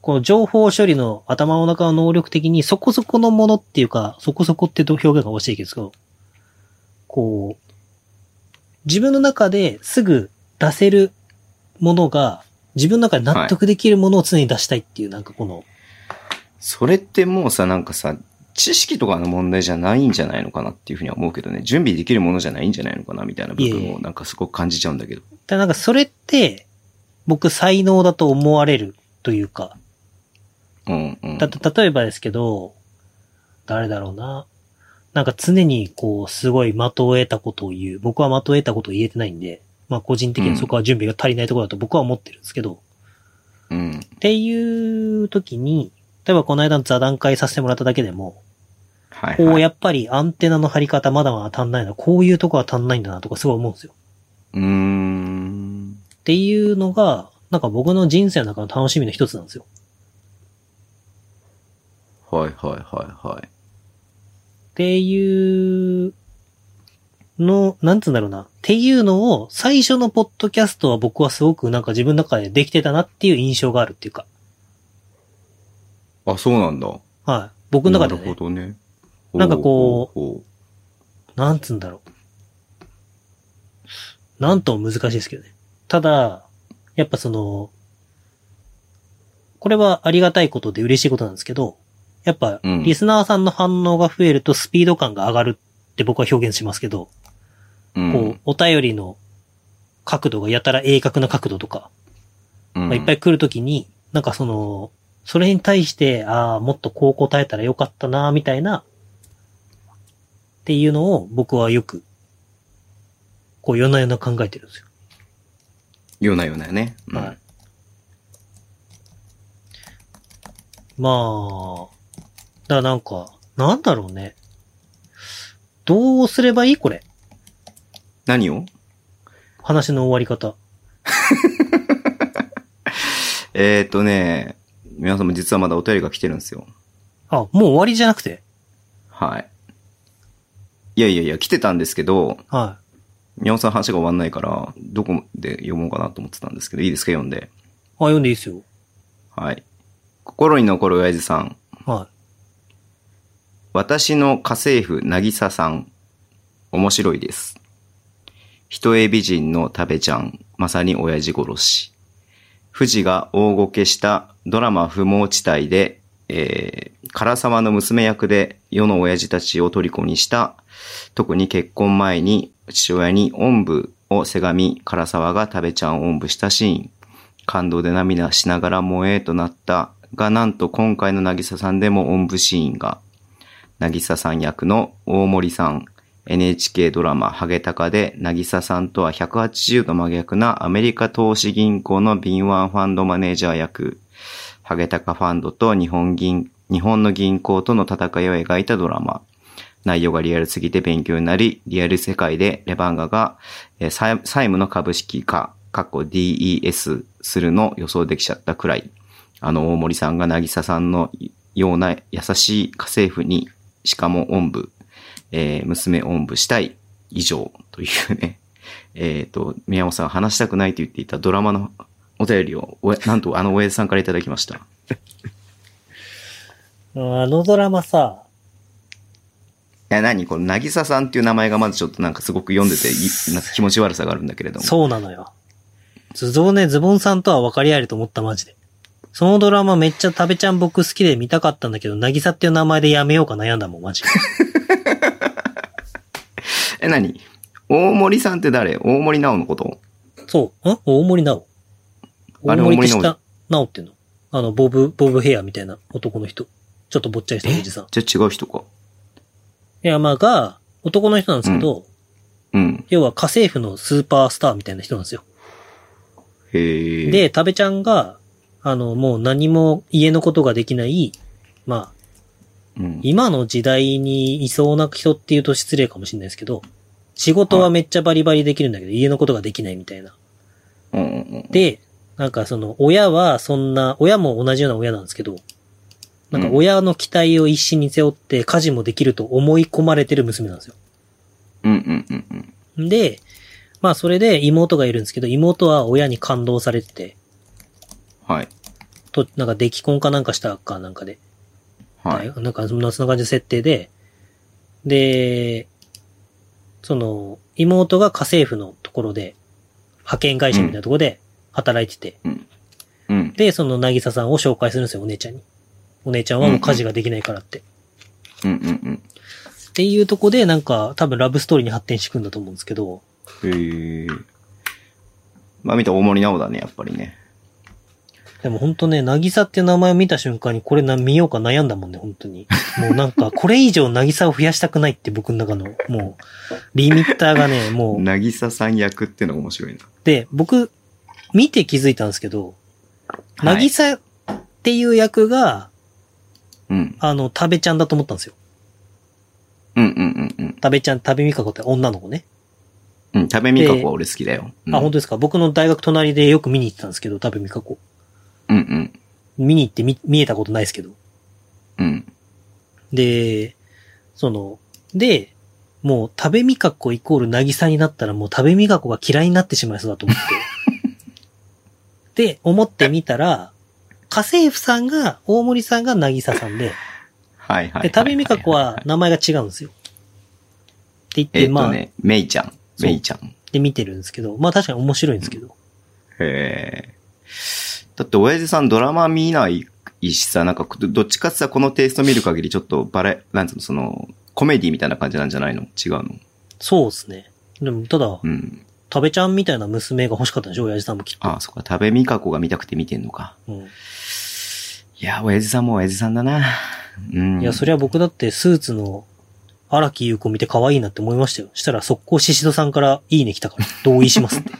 Speaker 3: この情報処理の頭の中の能力的にそこそこのものっていうか、そこそこって表現が欲しいですけど、こう、自分の中ですぐ出せるものが、自分の中で納得できるものを常に出したいっていう、なんかこの、
Speaker 2: それってもうさ、なんかさ、知識とかの問題じゃないんじゃないのかなっていうふうには思うけどね、準備できるものじゃないんじゃないのかなみたいな部
Speaker 3: いえい
Speaker 2: 分
Speaker 3: え
Speaker 2: をなんかすごく感じちゃうんだけど。
Speaker 3: ただなんかそれって、僕才能だと思われるというか、
Speaker 2: うんうん。
Speaker 3: だと、例えばですけど、誰だろうな。なんか常にこう、すごい的を得たことを言う。僕は的を得たことを言えてないんで、まあ個人的にはそこは準備が足りないところだと僕は思ってるんですけど、
Speaker 2: うん。
Speaker 3: っていう時に、例えばこの間の座談会させてもらっただけでも、
Speaker 2: はい、はい。
Speaker 3: こうやっぱりアンテナの張り方まだまだ足んないな、こういうとこは足んないんだなとかすごい思うんですよ。
Speaker 2: うーん。
Speaker 3: っていうのが、なんか僕の人生の中の楽しみの一つなんですよ。
Speaker 2: はいはいはいはい。
Speaker 3: っていうの、なんつうんだろうな。っていうのを、最初のポッドキャストは僕はすごくなんか自分の中でできてたなっていう印象があるっていうか。
Speaker 2: あ、そうなんだ。
Speaker 3: はい。僕の中で
Speaker 2: なる
Speaker 3: ね
Speaker 2: ほ、どね。
Speaker 3: なんかこ
Speaker 2: う。ほう
Speaker 3: なんつうんだろう。なんとも難しいですけどね。ただ、やっぱその、これはありがたいことで嬉しいことなんですけど、やっぱ
Speaker 2: うん
Speaker 3: リスナーさんの反応が増えるとスピード感が上がるって僕は表現しますけど、
Speaker 2: うん、
Speaker 3: こう、お便りの角度がやたら鋭角な角度とか、
Speaker 2: うん、
Speaker 3: まあ、いっぱい来るときに、なんかその、それに対して、ああ、もっとこう答えたらよかったな、みたいな、っていうのを僕はよく、こう、夜な夜な考えてるんですよ。
Speaker 2: ようなようなね。うん
Speaker 3: はい。まあ、だからなんか、なんだろうね。どうすればいいこれ。
Speaker 2: 何を
Speaker 3: 話の終わり方。
Speaker 2: えー、っとね、皆さんも実はまだお便りが来てるんですよ。
Speaker 3: あ、もう終わりじゃなくて。
Speaker 2: はい。いやいやいや、来てたんですけど、
Speaker 3: はい。
Speaker 2: 宮本さん話が終わんないから、どこで読もうかなと思ってたんですけど、いいですか読んで。
Speaker 3: あ、読んでいいですよ。
Speaker 2: はい。心に残る親父さん。
Speaker 3: はい。
Speaker 2: 私の家政婦、なぎささん。面白いです。人絵美人の食べちゃん。まさに親父殺し。富士が大ごけしたドラマ不毛地帯で、えー、唐沢の娘役で世の親父たちを虜にした、特に結婚前に父親におんぶをせがみ、唐沢が食べちゃんをおんぶしたシーン。感動で涙しながら萌えとなったが、なんと今回の渚さんでもおんぶシーンが、渚さん役の大森さん、 NHK ドラマ、ハゲタカで、なぎささんとは180度真逆なアメリカ投資銀行の敏腕ファンドマネージャー役、ハゲタカファンドと日本銀、日本の銀行との戦いを描いたドラマ。内容がリアルすぎて勉強になり、リアル世界でレバンガが、えー債債務の株式化、過去 DES するの予想できちゃったくらい、あの大森さんが渚さんのような優しい家政婦に、しかもおんぶ、えー娘おんぶしたい、以上、というね、えっ、と、宮本さんが話したくないと言っていたドラマのお便りを、おえなんとあのおやじさんからいただきました。
Speaker 3: あのドラマさ、
Speaker 2: いや、何この、なぎささんっていう名前がまずちょっとなんかすごく読んでてい、なんか気持ち悪さがあるんだけれども。
Speaker 3: そうなのよ。ズゾね、ズボンさんとは分かり合えると思ったマジで。そのドラマめっちゃ食べちゃん僕好きで見たかったんだけど、なぎさっていう名前でやめようか悩んだもん、 マジで。
Speaker 2: え、何大森さんって誰大森なおのこと
Speaker 3: そう。ん大森なお。
Speaker 2: あ
Speaker 3: 大
Speaker 2: れ
Speaker 3: 森って知
Speaker 2: 大
Speaker 3: っ
Speaker 2: 森な
Speaker 3: たなおっていうのあの、ボブ、ボブヘアみたいな男の人。ちょっとぼっちゃりしたおじさん。い
Speaker 2: じゃあ違う人か。
Speaker 3: や、まあが、男の人なんですけど、
Speaker 2: うん。
Speaker 3: 要は家政婦のスーパースターみたいな人なんですよ。
Speaker 2: へえ。
Speaker 3: で、、食べちゃんが、あの、もう何も家のことができない、まあ、
Speaker 2: うん、
Speaker 3: 今の時代にいそうな人っていうと失礼かもしれないですけど、仕事はめっちゃバリバリできるんだけど、家のことができないみたいな。
Speaker 2: うんうんうん。
Speaker 3: で、なんかその、親はそんな、親も同じような親なんですけど、なんか
Speaker 2: うん
Speaker 3: 親の期待を一心に背負って家事もできると思い込まれてる娘なんですよ。
Speaker 2: うんうんうんうん。
Speaker 3: で、まあそれで妹がいるんですけど、妹は親に感動されてて、
Speaker 2: はい。
Speaker 3: と、なんか出来婚かなんかしたかなんかで、
Speaker 2: はい。
Speaker 3: なんかそんなそんな感じの設定で、で、その、妹が家政婦のところで、派遣会社みたいなところで働いてて、
Speaker 2: うん。
Speaker 3: で、そのなぎささんを紹介するんですよ、お姉ちゃんに。お姉ちゃんはもう家事ができないからって。
Speaker 2: うんうん
Speaker 3: っていうとこで、なんか、多分ラブストーリーに発展していくんだと思うんですけど、
Speaker 2: うん。へえ。まあ見た大森なおだね、やっぱりね。
Speaker 3: でも本当ね、なぎさって名前を見た瞬間に、これな、見ようか悩んだもんね、本当に。もうなんか、これ以上なぎさを増やしたくないって僕の中の、もう、リミッターがね、もう、
Speaker 2: なぎささん役ってのが面白いな。
Speaker 3: で、僕、見て気づいたんですけど、
Speaker 2: は
Speaker 3: ないぎさっていう役が、
Speaker 2: うん。
Speaker 3: あの、食べちゃんだと思ったんですよ。
Speaker 2: うんうんうんうん。
Speaker 3: 食べちゃん、食べみかこって女の子ね。
Speaker 2: うん、食べみかこは俺好きだよ。
Speaker 3: あ、
Speaker 2: 当
Speaker 3: 本当ですか。僕の大学隣でよく見に行ってたんですけど、食べみかこ。
Speaker 2: うんうん。
Speaker 3: 見に行って見、見えたことないですけど。
Speaker 2: うん。
Speaker 3: で、その、で、もう、食べみかこイコールなぎさになったらもう食べみかこが嫌いになってしまいそうだと思って。で、思ってみたら、家政婦さんが、大森さんがなぎささんで、
Speaker 2: はいはいはいはい。
Speaker 3: で、食べみかこは名前が違うんですよ。って言って、
Speaker 2: えっ
Speaker 3: ま
Speaker 2: と
Speaker 3: あ、
Speaker 2: ね、めいちゃん。
Speaker 3: そう
Speaker 2: めいちゃん。
Speaker 3: で見てるんですけど、まあ確かに面白いんですけど。
Speaker 2: へえ。だって、親父さんドラマ見ないしさ、なんか、どどっちかってさ、このテイスト見る限り、ちょっとバレ、なんつうの、その、コメディみたいな感じなんじゃないの違うの
Speaker 3: そうですね。でも、ただ
Speaker 2: う、ん。
Speaker 3: 食べちゃんみたいな娘が欲しかったんでしょ親父さんもきっと。
Speaker 2: ああ、そっか、食べみかこが見たくて見てんのか。
Speaker 3: うん
Speaker 2: いや、親父さんも親父さんだな。うん。
Speaker 3: いや、そりゃ僕だってスーツの荒木優子見て可愛いなって思いましたよ。したら速攻シシドさんからいいね来たから同意 しますって。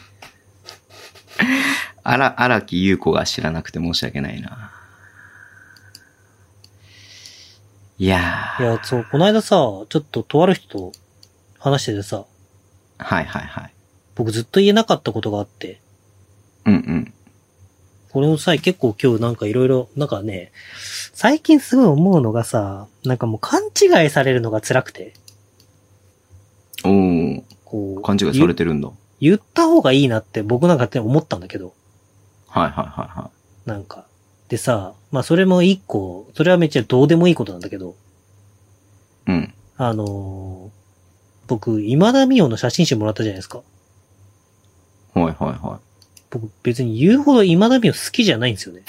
Speaker 2: あら、荒木優子が知らなくて申し訳ないな。いや
Speaker 3: い
Speaker 2: ー。
Speaker 3: や、そう、この間さ、ちょっととある人と話しててさ、
Speaker 2: はいはいはい。
Speaker 3: 僕ずっと言えなかったことがあって、
Speaker 2: うんうん。
Speaker 3: これの際結構今日なんかいろいろ、なんかね、最近すごい思うのがさ、なんかもう勘違いされるのが辛くて、
Speaker 2: お
Speaker 3: こ
Speaker 2: お
Speaker 3: う、
Speaker 2: 勘違いされ
Speaker 3: 言
Speaker 2: てるんだ。はい
Speaker 3: 言った方がいいなって僕なんかって思ったんだけど、
Speaker 2: はいはいは
Speaker 3: なんか。でさ、まあそれも一個、それはめっちゃどうでもいいことなんだけど、
Speaker 2: い。うん。
Speaker 3: あのー僕、今田美桜の写真集もらったじゃないですか。
Speaker 2: はいはいはい。
Speaker 3: 僕、別に言うほど今田美桜好きじゃないんですよね。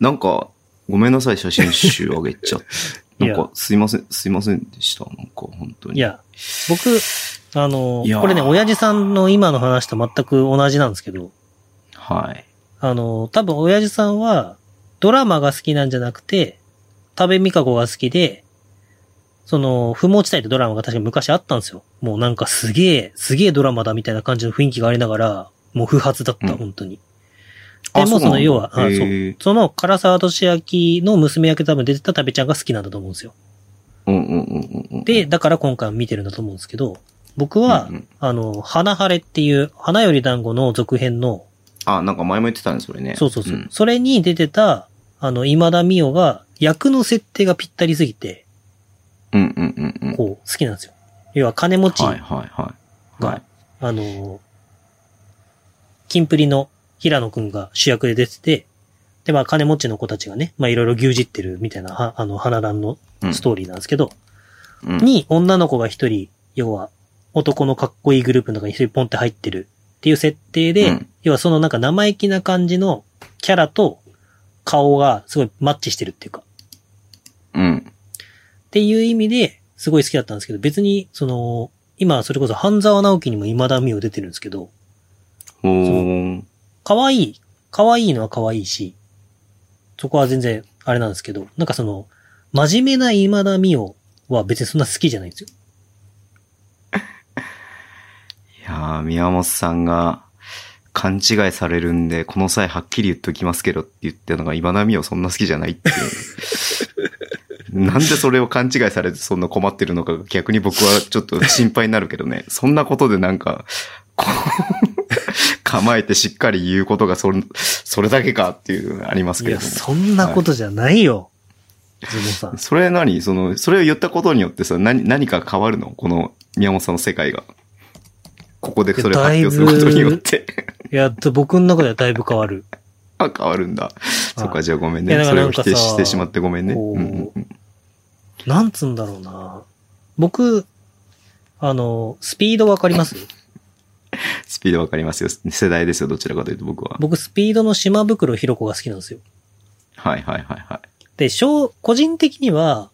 Speaker 2: なんか、ごめんなさい、写真集あげちゃって。
Speaker 3: い
Speaker 2: な
Speaker 3: や
Speaker 2: んか、すいません、すいませんでした。なんか、本当に。
Speaker 3: い。や、僕、あのー
Speaker 2: いやー
Speaker 3: これね、親父さんの今の話と全く同じなんですけど、
Speaker 2: はい。
Speaker 3: あのー多分親父さんは、ドラマが好きなんじゃなくて、食べみかこが好きで、その、不毛地帯ってドラマが確か昔あったんですよ。もうなんかすげえ、すげえドラマだみたいな感じの雰囲気がありながら、もう不発だった、
Speaker 2: うん
Speaker 3: 本当に。
Speaker 2: あ
Speaker 3: でもう
Speaker 2: そ
Speaker 3: そ
Speaker 2: うなん
Speaker 3: の
Speaker 2: だ
Speaker 3: 要は、あ
Speaker 2: へ
Speaker 3: そう
Speaker 2: ー
Speaker 3: その唐沢俊明の娘役で多分出てた食べちゃんが好きなんだと思うんですよ。
Speaker 2: うんうんうんうんうん。
Speaker 3: で、だから今回見てるんだと思うんですけど、僕は、
Speaker 2: うんうん
Speaker 3: あの、花晴れっていう、花より団子の続編の、
Speaker 2: あ、なんか前も言ってたね、それね。
Speaker 3: そうそうそう、
Speaker 2: ん
Speaker 3: それに出てた、あの、今田美桜が、役の設定がぴったりすぎて、
Speaker 2: うんうんうんうん。
Speaker 3: こう、好きなんですよ。要は金持ち、
Speaker 2: はいはいはい。
Speaker 3: が
Speaker 2: はい。
Speaker 3: あの、金プリの平野くんが主役で出てて、で、まあ金持ちの子たちがね、まあいろいろ牛耳ってるみたいな、はあの、花壇の
Speaker 2: うん
Speaker 3: ストーリーなんですけど、
Speaker 2: うん
Speaker 3: に女の子が一人、要は男のかっこいいグループの中に一人ポンって入ってるっていう設定で、
Speaker 2: うん
Speaker 3: 要はそのなんか生意気な感じのキャラと顔がすごいマッチしてるっていうか、
Speaker 2: うん。
Speaker 3: っていう意味ですごい好きだったんですけど、別にその、今それこそ半沢直樹にも今田美桜出てるんですけど、
Speaker 2: ほーん。
Speaker 3: 可愛い、可愛いのは可愛いし、そこは全然あれなんですけど、なんかその、真面目な今田美桜は別にそんな好きじゃないんですよ。
Speaker 2: いやー、宮本さんが勘違いされるんで、この際はっきり言っときますけどって言ったのが、今波をそんな好きじゃないって いう。なんでそれを勘違いされてそんな困ってるのかが逆に僕はちょっと心配になるけどね。そんなことでなんか、こう構えてしっかり言うことがそれ、それだけかっていうのがあります
Speaker 3: い
Speaker 2: けれ
Speaker 3: や、
Speaker 2: ども。
Speaker 3: そんなことじゃないよ。ズボさ ん。
Speaker 2: それ何その、それを言ったことによってさ、何、何か変わるのこの宮本さんの世界が。ここでそれを発表することによって。
Speaker 3: いや、僕の中ではだいぶ変わる。
Speaker 2: あ、変わるんだ。そっか、じゃあごめん
Speaker 3: いや
Speaker 2: ね。
Speaker 3: だか
Speaker 2: それ
Speaker 3: らな
Speaker 2: を
Speaker 3: んか
Speaker 2: 否
Speaker 3: さ
Speaker 2: 定してしまってごめんね。
Speaker 3: こ
Speaker 2: う
Speaker 3: う
Speaker 2: んうんうん
Speaker 3: なんつうんだろうな僕、あの、スピードわかります
Speaker 2: スピードわかりますよ。世代ですよ、どちらかというと僕は。
Speaker 3: 僕、スピードの島袋ひろ子が好きなんですよ。
Speaker 2: はいはいはいは
Speaker 3: で、小、個人的には、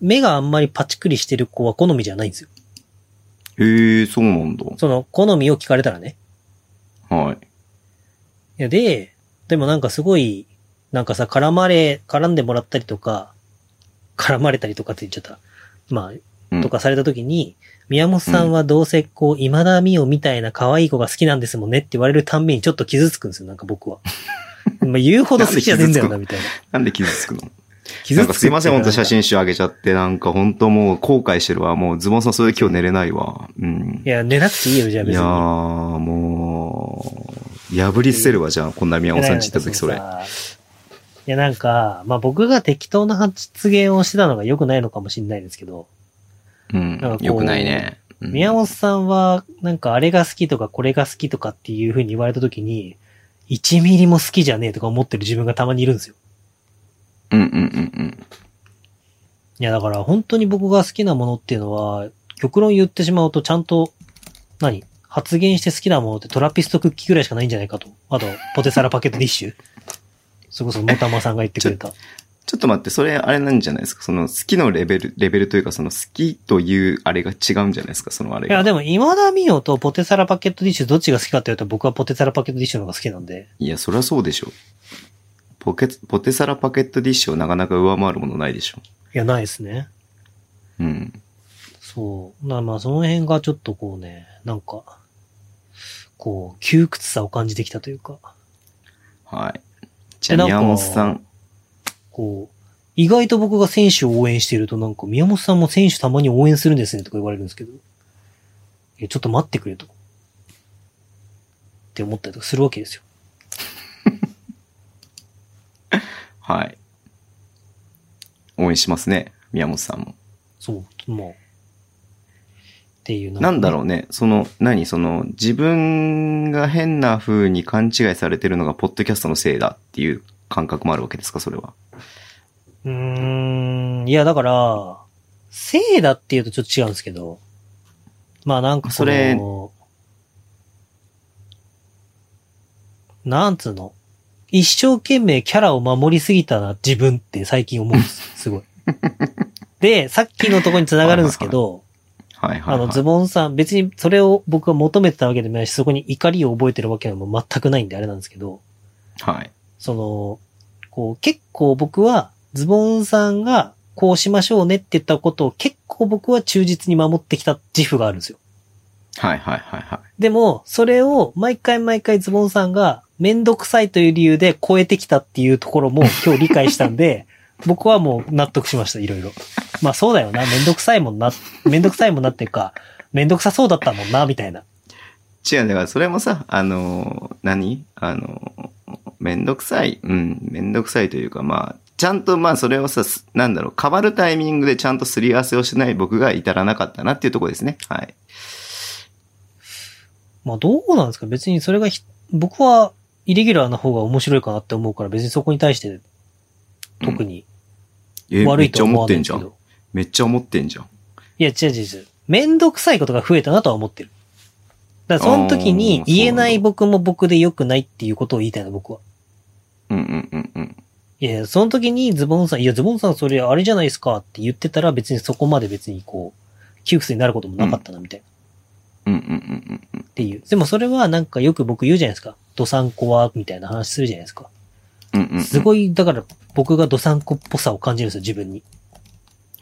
Speaker 3: 目があんまりパチクリしてる子は好みじゃないんですよ。
Speaker 2: い。へえ、そうなんだ。
Speaker 3: その、好みを聞かれたらね。
Speaker 2: はい。
Speaker 3: いや、で、でもなんかすごい、なんかさ、絡まれ、絡んでもらったりとか、絡まれたりとかって言っちゃった。ま
Speaker 2: うん
Speaker 3: あ、とかされた時に、宮本さんはどうせこう、今田美桜みたいな可愛い子が好きなんですもんねって言われるたんびにちょっと傷つくんですよ、なんか 僕は。まあ、言うほど好きじゃねえんだよな、みたいな。
Speaker 2: なんで傷つくの
Speaker 3: 傷
Speaker 2: なん
Speaker 3: つ
Speaker 2: か
Speaker 3: くって
Speaker 2: すいません、
Speaker 3: な
Speaker 2: 本
Speaker 3: か
Speaker 2: 当写。真集あげちゃって、なんか本当もう後悔してるわ。もうズボンさんそれで今日寝れないわ。うん
Speaker 3: い。や、寝なくていいよ、じゃあ
Speaker 2: い
Speaker 3: 別
Speaker 2: や
Speaker 3: に。
Speaker 2: ー、もう、破り捨てるわ、じゃあ、こんな宮本さんち行った時、それ。
Speaker 3: なんかそのさいや、なんか、まあ僕が適当な発言をしてたのが良くないのかもしれないですけど、
Speaker 2: うん
Speaker 3: なんかこ。う
Speaker 2: よくないね。うん
Speaker 3: 宮本さんは、なんかあれが好きとかこれが好きとかっていう風に言われた時に、1ミリも好きじゃねえとか思ってる自分がたまにいるんですよ。
Speaker 2: うんうんうん
Speaker 3: いや、だから本当に僕が好きなものっていうのは、極論言ってしまうとちゃんと、何発言して好きなものってトラピストクッキーぐらいしかないんじゃないかと。あと、ポテサラパケットディッシュ。それこそ、もたまさんが言ってくれた。
Speaker 2: ちょっと待って、それあれなんじゃないですかその好きのレベル、レベルというか、その好きというあれが違うんじゃないですかそのあれ
Speaker 3: いや、
Speaker 2: が。
Speaker 3: でも、今田美桜とポテサラパケットディッシュどっちが好きかって言うと僕はポテサラパケットディッシュの方が好きなんで。
Speaker 2: いや、そりゃそうでしょ。ポケ、ポテサラパケットディッシュをなかなか上回るものないでしょ。
Speaker 3: いや、ないですね。
Speaker 2: うん。
Speaker 3: そう。なまあ、その辺がちょっとこうね、なんか、こう、窮屈さを感じてきたというか、
Speaker 2: はい。じゃ
Speaker 3: な
Speaker 2: あ、
Speaker 3: んか
Speaker 2: 宮本さん。
Speaker 3: こう、意外と僕が選手を応援しているとなんか、宮本さんも選手たまに応援するんですねとか言われるんですけど、いや、ちょっと待ってくれと。って思ったりとかするわけですよ。
Speaker 2: はい。応援しますね。宮本さんも。
Speaker 3: そう、もう。っていうかね
Speaker 2: なんだろうね、その、何、その、自分が変な風に勘違いされてるのが、ポッドキャストのせいだっていう感覚もあるわけですか、それは。
Speaker 3: うーん、いや、だから、せいだっていうとちょっと違うんですけど、まあなんかこの
Speaker 2: それ、
Speaker 3: なんつうの、一生懸命キャラを守りすぎたな、自分って最近思うんです。 すごい。で、さっきのとこに繋がるんですけど、
Speaker 2: はいは
Speaker 3: あ
Speaker 2: い、は
Speaker 3: の、
Speaker 2: い。
Speaker 3: ズボンさん、別にそれを僕は求めてたわけでもないし、そこに怒りを覚えてるわけでも全くないんであれなんですけど、
Speaker 2: はい。
Speaker 3: その、こう、結構僕は、ズボンさんが、こうしましょうねって言ったことを結構僕は忠実に守ってきた自負があるんですよ。
Speaker 2: はいはいはいはい。
Speaker 3: でも、それを毎回毎回ズボンさんがめんどくさいという理由で超えてきたっていうところも今日理解したんで、 僕はもう納得しました、いろいろ。まあそうだよな、めんどくさいもんな、めんどくさいもんなっていうか、めんどくさそうだったもんな、みたいな。
Speaker 2: 違う、だからそれもさ、あのー、何あのー、めんどくさい。うん、めんどくさいというか、まあ、ちゃんとまあそれをさ、すなんだろう、変わるタイミングでちゃんとすり合わせをしない僕が至らなかったなっていうところですね。はい。
Speaker 3: まあどうなんですか別にそれがひ、僕はイレギュラーな方が面白いかなって思うから別にそこに対して特に
Speaker 2: え
Speaker 3: 悪
Speaker 2: めっ
Speaker 3: い
Speaker 2: ちゃ
Speaker 3: とは思
Speaker 2: 思
Speaker 3: わ
Speaker 2: って
Speaker 3: ない
Speaker 2: ん
Speaker 3: け
Speaker 2: じゃ
Speaker 3: ど。
Speaker 2: ん。めっちゃ思ってんじゃん。
Speaker 3: いや、違う違う違う。めんどくさいことが増えたなとは思ってる。だからその時に
Speaker 2: あー
Speaker 3: 言えな
Speaker 2: そうないん
Speaker 3: 僕も僕で良くないっていうことを言いたいの、僕は。
Speaker 2: うんうんうんうん。
Speaker 3: いや、その時にズボンさん、いや、ズボンさんそれあれじゃないですかって言ってたら別にそこまで別にこう、窮屈になることもなかったな、みたいな。
Speaker 2: うんうんうんうんうん。
Speaker 3: っていう。でもそれはなんかよく僕言うじゃないですか。ドサンコは、みたいな話するじゃないですか。
Speaker 2: うんうんうん、
Speaker 3: すごい、だから僕がドサンコっぽさを感じるんですよ、自分に。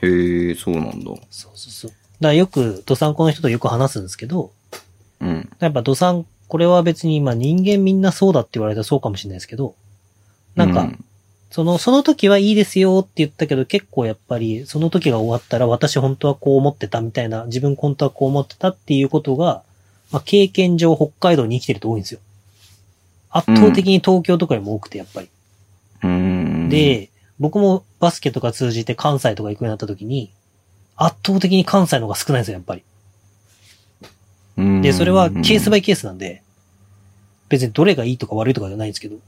Speaker 2: へえ、そうなんだ。
Speaker 3: そうそうそう。だからよく、ドサンコの人とよく話すんですけど、
Speaker 2: うん。
Speaker 3: やっぱドサン、これは別に、まあ人間みんなそうだって言われたらそうかもしれないですけど、なんか、
Speaker 2: う
Speaker 3: その、その時はいいですよって言ったけど、結構やっぱり、その時が終わったら私本当はこう思ってたみたいな、自分本当はこう思ってたっていうことが、まあ経験上北海道に生きてると多いんですよ。圧倒的に東京とかよりも多くて、やっぱり。
Speaker 2: うん。、
Speaker 3: で、僕もバスケとか通じて関西とか行くようになった時に、圧倒的に関西の方が少ないんですよ、やっぱり。で、それはケースバ
Speaker 2: イ
Speaker 3: イケースなんで、別にどれがいいとか悪いとかじゃないんですけど。だか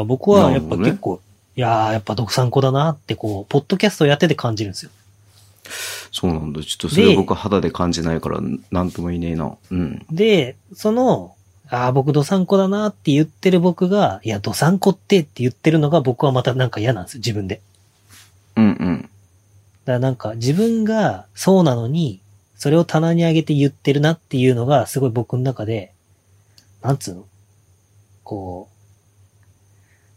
Speaker 3: ら僕はやっぱ結構、いやーやっぱ独産子だなってこう、ポッドキャストやってて感じるんですよ。
Speaker 2: そうなんだ。ちょっとそれ
Speaker 3: で
Speaker 2: 僕は肌で感じないから、なんとも言えねえな。うん。
Speaker 3: で、その、ああ、僕、ドサンコだなって言ってる僕が、いや、ドサンコってって言ってるのが僕はまたなんか嫌なんですよ、自分で。
Speaker 2: うんうん。
Speaker 3: だからなんか自分がそうなのに、それを棚に上げて言ってるなっていうのがすごい僕の中で、なんつうのこ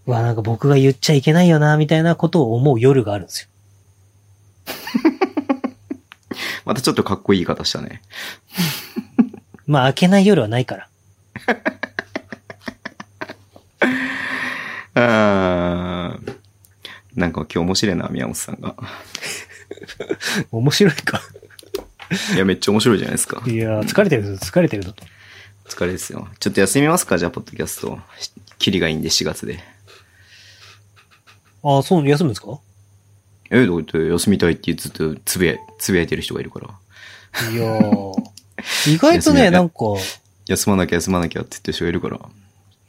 Speaker 3: う、うわ、なんか僕が言っちゃいけないよな、みたいなことを思う夜があるんですよ。
Speaker 2: またちょっとかっこいい言い方したね。
Speaker 3: まあ、明けない夜はないから。
Speaker 2: あーなんか今日面白いな、宮本さんが。
Speaker 3: 面白いか。
Speaker 2: いや、めっちゃ面白いじゃないですか。
Speaker 3: いや、疲れてるぞ、疲れてるぞ。
Speaker 2: お疲れですよ。ちょっと休みますかじゃあ、ポッドキャスト。キリがいいんで、4月で。
Speaker 3: ああ、そう、休むんですか
Speaker 2: え、どうやって休みたいってずっとつぶや、つぶやいてる人がいるから。
Speaker 3: いやー意外と
Speaker 2: 休み
Speaker 3: ね、
Speaker 2: ね
Speaker 3: なんか、
Speaker 2: 休まなきゃ休まなきゃって言ってる人がいるから。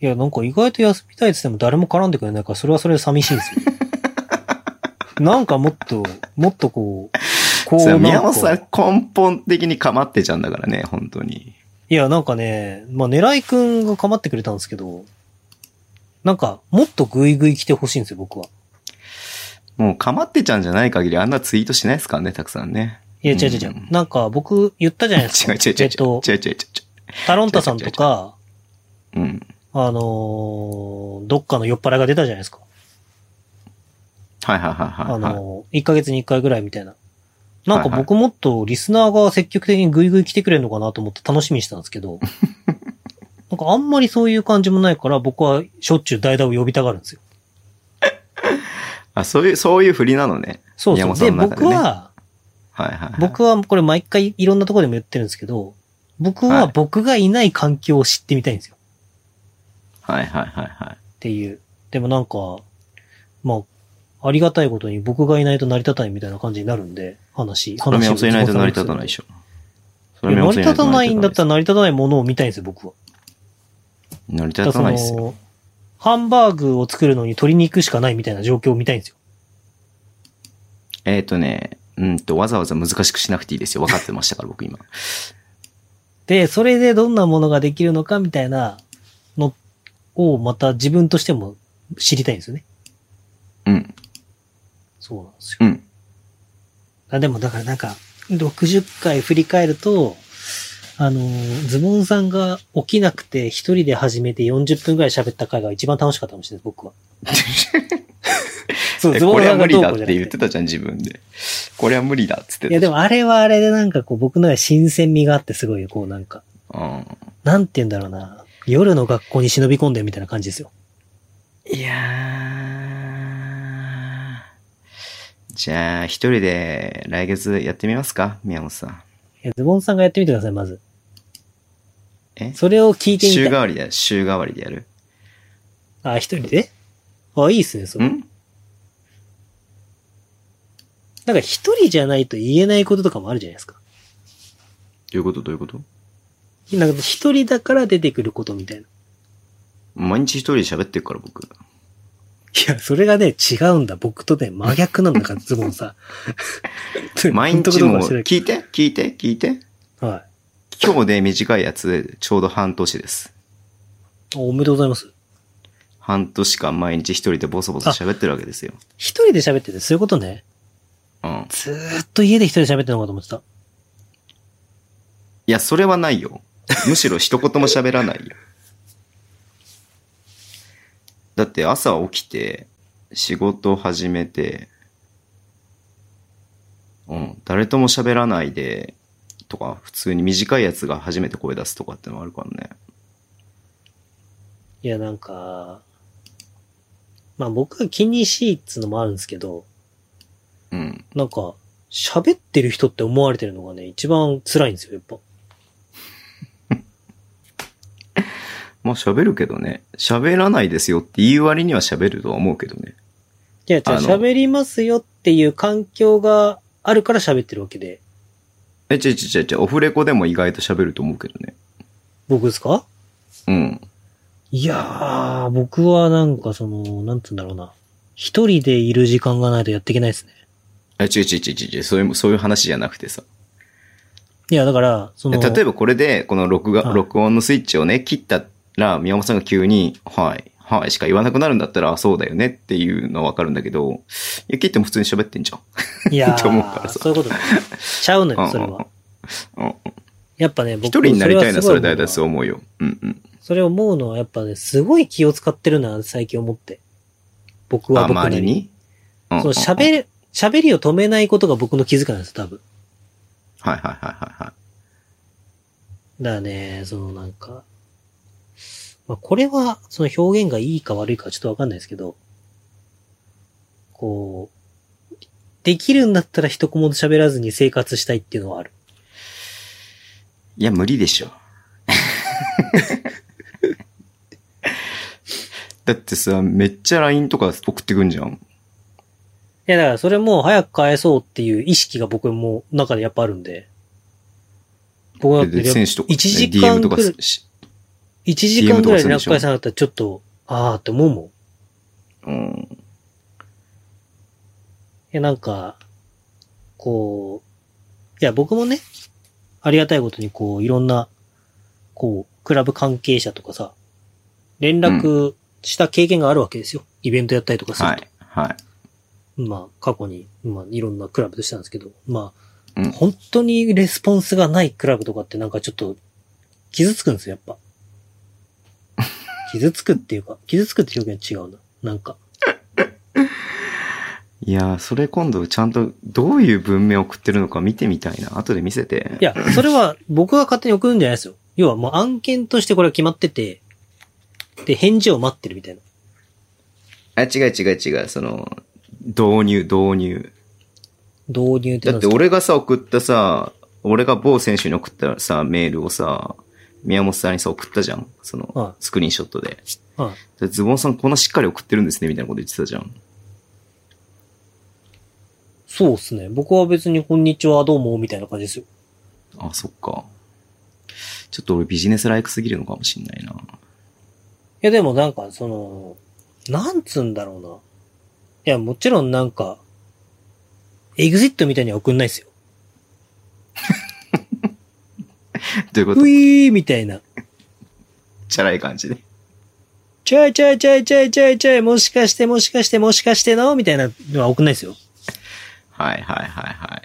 Speaker 3: いや、なんか意外と休みたいって言っても誰も絡んでくれないから、それはそれで寂しいん ですよ。なんかもっと、もっとこう、こう
Speaker 2: それは
Speaker 3: なんか。
Speaker 2: 宮本さん根本的に構ってちゃうんだからね、本当に。
Speaker 3: いや、なんかね、まあ、狙いくんが構ってくれたんですけど、なんか、もっとグイグイ来てほしいんですよ、僕は。
Speaker 2: もう構ってちゃうんじゃない限りあんなツイートしないですからね、たくさんね。
Speaker 3: いや、違う違う違
Speaker 2: うん
Speaker 3: う。なんか、僕、言ったじゃないです
Speaker 2: 違
Speaker 3: か。
Speaker 2: う違う違
Speaker 3: え
Speaker 2: う
Speaker 3: っと、
Speaker 2: 違う違う違う違
Speaker 3: タロンタさんとか、
Speaker 2: う。うん。
Speaker 3: あのーどっかの酔っ払いが出たじゃないですか。
Speaker 2: はいはいはいは
Speaker 3: あ
Speaker 2: い、はい。
Speaker 3: の、1ヶ月に1回ぐらいみたいな。なんか
Speaker 2: はいはい
Speaker 3: 僕もっとリスナーが積極的にグイグイ来てくれるのかなと思って楽しみにしたんです けど、なんかあんまりそういう感じもないから僕はしょっちゅう代打を呼びたがるんですよ。
Speaker 2: あ、そういう、そういう振りなのね。
Speaker 3: そう
Speaker 2: 宮本
Speaker 3: そう。
Speaker 2: さ
Speaker 3: で、
Speaker 2: んの中で
Speaker 3: 僕
Speaker 2: ね
Speaker 3: は、
Speaker 2: はいはい、はい。
Speaker 3: 僕はこれ毎回いろんなところでも言ってるんですけど、僕
Speaker 2: は
Speaker 3: はい僕がいない環境を知ってみたいんですよ。
Speaker 2: はいはいはいはい。
Speaker 3: っていう。でもなんか、まあ、ありがたいことに僕がいないと成り立たないみたいな感じになるんで、話、
Speaker 2: それは
Speaker 3: 話
Speaker 2: 宮
Speaker 3: を
Speaker 2: 本さんいないと成り立たないでしょ。そ
Speaker 3: いや
Speaker 2: れは宮本
Speaker 3: 成り
Speaker 2: さ
Speaker 3: 立たないんだっ
Speaker 2: と
Speaker 3: たら成り立たないものを見たいんですよ、僕は。
Speaker 2: 成り立
Speaker 3: だ
Speaker 2: た
Speaker 3: から
Speaker 2: ない
Speaker 3: そ
Speaker 2: ですよ。
Speaker 3: の、ハンバーグを作るのに鶏肉しかないみたいな状況を見たいんですよ。
Speaker 2: えっ、とね、うんと、わざわざ難しくしなくていいですよ。分かってましたから、僕今。
Speaker 3: で、それでどんなものができるのかみたいなのをまた自分としても知りたいんですよね。
Speaker 2: うん、
Speaker 3: そうなんですよ。
Speaker 2: うん。
Speaker 3: あでもだからなんか、60回振り返ると、あのー、ズボンさんが起きなくて一人で始めて40分くらい喋った回が一番楽しかったかもしれない、僕は。そう、
Speaker 2: え
Speaker 3: ズ ボ
Speaker 2: こ
Speaker 3: ン
Speaker 2: れは
Speaker 3: さん
Speaker 2: 無
Speaker 3: が
Speaker 2: 理
Speaker 3: どう
Speaker 2: だ
Speaker 3: こ
Speaker 2: っ
Speaker 3: うじゃな
Speaker 2: て言っ
Speaker 3: く
Speaker 2: て
Speaker 3: て。
Speaker 2: たじゃん、自分で。これは無理だっつって
Speaker 3: い
Speaker 2: たじ
Speaker 3: や、で
Speaker 2: ゃん。
Speaker 3: もあれはあれでなんかこう、僕の中で新鮮味があってすごいよ、こうなんか、なんて言うんだろうな。夜の学校に忍び込んでるみたいな感じですよ。
Speaker 2: うん。いやー。じゃあ、一人で来月やってみますか宮本さん。
Speaker 3: えズボンさんがやってみてください、まず。
Speaker 2: え
Speaker 3: それを聞いてみ
Speaker 2: 週
Speaker 3: て
Speaker 2: 替。わりで、週替わりでやる
Speaker 3: あ、一人であ、いいっすね、それ。
Speaker 2: ん
Speaker 3: なんか一人じゃないと言えないこととかもあるじゃないですか。
Speaker 2: どういうことどういうこと
Speaker 3: なんか一人だから出てくることみたいな。い
Speaker 2: 毎日一人で喋ってるから、僕。
Speaker 3: や、それがね、違うんだ。僕とね、真逆なんだから、ズボンさ。
Speaker 2: 毎
Speaker 3: 本当か
Speaker 2: 日
Speaker 3: どうか
Speaker 2: もう
Speaker 3: は知らないけ
Speaker 2: 聞いて聞いて聞いて
Speaker 3: どはい。
Speaker 2: 今日で短いやつ、ちょうど半年です。
Speaker 3: おめでとうございます。
Speaker 2: 半年間毎日一人でボソボソ喋ってるわけですよ。
Speaker 3: 一人で喋ってて、そういうことね。
Speaker 2: うん。
Speaker 3: ずーっと家で一人で喋ってるのかと思ってた。
Speaker 2: いや、それはないよ。むしろ一言も喋らないよ。 だって朝起きて、仕事を始めて、うん、誰とも喋らないで、とか、普通に短いやつが初めて声出すとかってのもあるからね。
Speaker 3: いや、なんか、まあ僕が気にしいっつうのもあるんですけど、
Speaker 2: うん。
Speaker 3: なんか、喋ってる人って思われてるのがね、一番辛いんですよ、やっぱ。
Speaker 2: まあ喋るけどね。喋らないですよって言う割には喋るとは思うけどね。
Speaker 3: いや、じゃあ
Speaker 2: あの
Speaker 3: 喋りますよっていう環境があるから喋ってるわけで。
Speaker 2: え、ちょいちょいちょいちょい、オフレコでも意外と喋ると思うけどね。
Speaker 3: 僕ですか
Speaker 2: うん。
Speaker 3: いやー、僕はなんかその、なんつうんだろうな。一人でいる時間がないとやっていけないですね。
Speaker 2: え、ちょいちょいちょいちょいちょい、そういう、そういう話じゃなくてさ。
Speaker 3: いや、だから、その、
Speaker 2: 例えばこれで、この録画、
Speaker 3: はい
Speaker 2: 録音のスイッチをね、切ったら、宮本さんが急に、はい、はいしか言わなくなるんだったら、あそうだよねっていうのはわかるんだけど、いや、切っても普通に喋ってんじゃん。
Speaker 3: いや
Speaker 2: と思うから
Speaker 3: ー、
Speaker 2: さ
Speaker 3: そういうことねちゃうのよ、それは。
Speaker 2: うんうんうん
Speaker 3: やっぱね、僕
Speaker 2: 一人になりたいな、それ大体
Speaker 3: そ
Speaker 2: そう思うよ。うんうん。
Speaker 3: それ思うのはやっぱね、すごい気を使ってるな、最近思って。僕
Speaker 2: あ、
Speaker 3: は僕な
Speaker 2: 周
Speaker 3: り
Speaker 2: りにうんうん
Speaker 3: その
Speaker 2: うん
Speaker 3: 喋る、喋りを止めないことが僕の気づかなんです、多分。
Speaker 2: はいはいはいはいはい。
Speaker 3: だからね、そのなんか、まあこれは、その表現がいいか悪いかはちょっとわかんないですけど、こう、できるんだったら一コマも喋らずに生活したいっていうのはある。
Speaker 2: いや、無理で しょ。だってさ、めっちゃ LINE とか送ってくんじゃん。
Speaker 3: いや、だからそれも早く返そうっていう意識が僕も中でやっぱあるんで、僕は
Speaker 2: で、で選手とか、ね、
Speaker 3: 一時間
Speaker 2: DM とか
Speaker 3: くらい
Speaker 2: し、
Speaker 3: 1時間ぐらいで落下さなかったらちょっと、あーって思うもん。
Speaker 2: う
Speaker 3: い
Speaker 2: ん。
Speaker 3: や、なんか、こう、いや、僕もね、ありがたいことにこう、いろんな、こう、クラブ関係者とかさ、連絡した経験があるわけですよ。イベントやったりとかする
Speaker 2: は
Speaker 3: と。
Speaker 2: い、はい。
Speaker 3: まあ、過去に、まあ、いろんなクラブとしたんですけど、まあ、
Speaker 2: うん
Speaker 3: 本当にレスポンスがないクラブとかってなんかちょっと、傷つくんですよ、やっぱ。傷つくっていうか、傷つくって表現違うな。なんか。
Speaker 2: いやー、それ今度ちゃんとどういう文明送ってるのか見てみたいな。後で見せて。
Speaker 3: いや、それは僕が勝手に送るんじゃないですよ。要はもう案件としてこれは決まってて、で、返事を待ってるみたいな。
Speaker 2: あ、違う違う違う。その、導入、導入。
Speaker 3: 導入って
Speaker 2: だ
Speaker 3: な
Speaker 2: って
Speaker 3: んですか
Speaker 2: 俺がさ、送ったさ、俺が某選手に送ったさ、メールをさ、宮本さんにさ、送ったじゃん。その、
Speaker 3: はい
Speaker 2: スクリーンショットで。
Speaker 3: はい
Speaker 2: でズボンさんこんなしっかり送ってるんですね、みたいなこと言ってたじゃん。
Speaker 3: そうですね。僕は別にこんにちは、どうも、みたいな感じですよ。
Speaker 2: あ、そっか。ちょっと俺ビジネスライクすぎるのかもしんないな。
Speaker 3: いや、でもなんか、その、なんつうんだろうな。いや、もちろんなんか、エグジットみたいには送んないですよ。
Speaker 2: ということ
Speaker 3: う
Speaker 2: で、
Speaker 3: いーみたいな。
Speaker 2: チャラい感じで。
Speaker 3: ちょいちょいちょいちょいちょいちょい、もしかしてもしかしてもしかしてのみたいなのは送んないですよ。
Speaker 2: はいはいはいはい。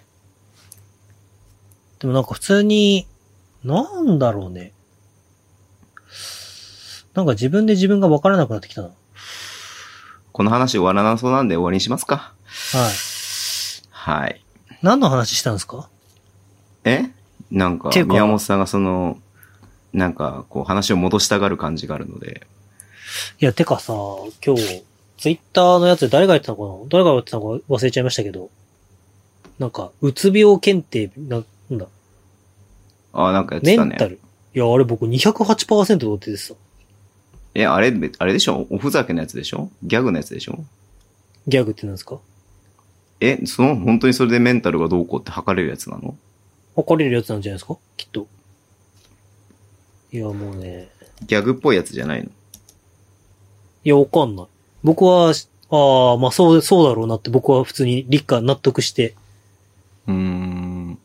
Speaker 3: でもなんか普通に、なんだろうね。なんか自分で自分が分からなくなってきたな。
Speaker 2: この話終わらなそうなんで終わりにしますか。
Speaker 3: は
Speaker 2: は
Speaker 3: い。
Speaker 2: い。
Speaker 3: 何の話したんですか
Speaker 2: えなんか
Speaker 3: ってい、うか
Speaker 2: 宮本さんがその、なんか、こう話を戻したがる感じがあるので。
Speaker 3: いや、てかさ、今日、ツイッターのやつで誰がやってたのかな誰がやってたのか忘れちゃいましたけど、なんか、うつ病検定、な、なんだ、
Speaker 2: あ、なんかやって
Speaker 3: メ
Speaker 2: た
Speaker 3: ン
Speaker 2: ね。
Speaker 3: タル。いや、あれ僕208%取っててさ、
Speaker 2: え、あれ、あれでしょおふざけのやつでしょギャグのやつでしょ
Speaker 3: ギャグってなんですか
Speaker 2: え、その、本当にそれでメンタルがどうこうって測れるやつなの
Speaker 3: 誇れるやつなんじゃないですかきっと。いや、もうね。
Speaker 2: ギャグっぽいやつじゃないの
Speaker 3: いや、わかんない。僕は、ああ、まあそう、そうだろうなって僕は普通に立夏納得して、
Speaker 2: うーん。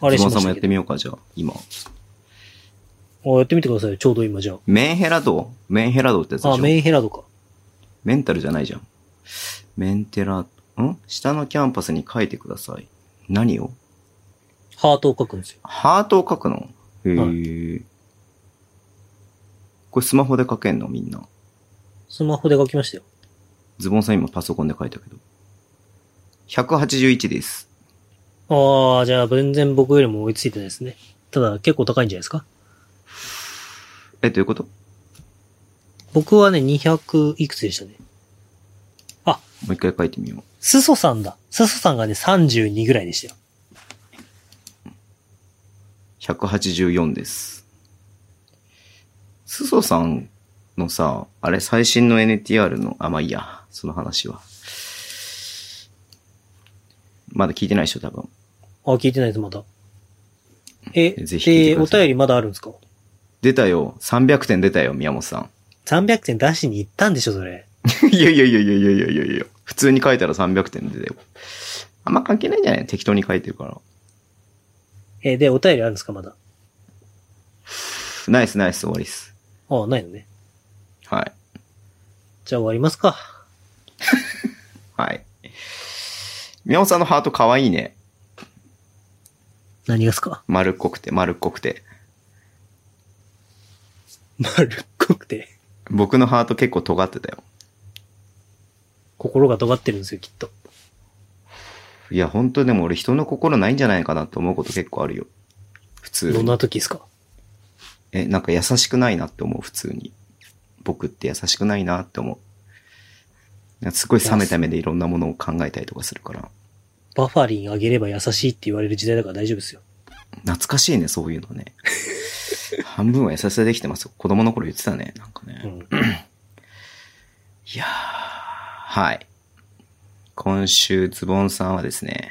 Speaker 3: あれし
Speaker 2: ズボ
Speaker 3: ま
Speaker 2: ンさん
Speaker 3: し
Speaker 2: もや
Speaker 3: た
Speaker 2: っ
Speaker 3: け
Speaker 2: て
Speaker 3: ど。
Speaker 2: みようか、じゃあ、今。
Speaker 3: あやってみてくださいよ。ちょうど今じゃ
Speaker 2: メンヘラ道メンヘラ道ってやつで
Speaker 3: あ。あ、
Speaker 2: しょ
Speaker 3: メンヘラとか。
Speaker 2: メンタルじゃないじゃん。メンテラ、ん下のキャンパスに書いてください。何を
Speaker 3: ハートを書くんですよ。
Speaker 2: ハートを書くのへえ、
Speaker 3: は
Speaker 2: これスマホで書けんのみんな。
Speaker 3: スマホで書きましたよ。
Speaker 2: ズボンさん今パソコンで書いたけど。181です。
Speaker 3: ああ、じゃあ全然僕よりも追いついてないですね。ただ結構高いんじゃないですか
Speaker 2: え、どういうことも
Speaker 3: 僕はね、200いくつでしたね。
Speaker 2: う一回書いてみよう。
Speaker 3: すそさんだ。すそさんがね、32ぐらいでしたよ。
Speaker 2: 184です。すそさんのさ、あれ、最新の NTR の、あ、まあいいや、その話は。まだ聞いてないでしょ、多分。
Speaker 3: あ、聞いてないです、まだ。え、
Speaker 2: ぜひ聞いて
Speaker 3: で、
Speaker 2: くだ
Speaker 3: お
Speaker 2: さい
Speaker 3: 便りまだあるんですか
Speaker 2: 出たよ、300点出たよ、宮本さん。
Speaker 3: 300点出しに行ったんでしょ、それ。
Speaker 2: いやいやいやいやいやいやいやいや普通に書いたら300点出たよ。あんま関係ないんじゃない適当に書いてるから。
Speaker 3: えーで、お便りあるんですか、まだ。
Speaker 2: ナイスナイス、終わりっす。
Speaker 3: ああ、ないのね。
Speaker 2: はい。
Speaker 3: じゃあ終わりますか。
Speaker 2: はい。宮本さんのハート可愛いね。
Speaker 3: 何がっすか
Speaker 2: 丸っこくて、丸っこくて。
Speaker 3: 丸っこくて。
Speaker 2: 僕のハート結構尖ってたよ。
Speaker 3: 心が尖ってるんですよ、きっと。
Speaker 2: いや、本当でも俺人の心ないんじゃないかなって思うこと結構あるよ。普通
Speaker 3: どん
Speaker 2: に。
Speaker 3: な時ですか
Speaker 2: え、なんか優しくないなって思う、普通に。僕って優しくないなって思う。なんかすごい冷めた目でいろんなものを考えたりとかするから。
Speaker 3: バファリンあげれば優しいって言われる時代だから大丈夫ですよ。
Speaker 2: 懐かしいね、そういうの ね。半分は優しさできてますよ。子供の頃言ってたね、なんかね。
Speaker 3: うん。
Speaker 2: いやー、はい。今週、ズボンさんはですね、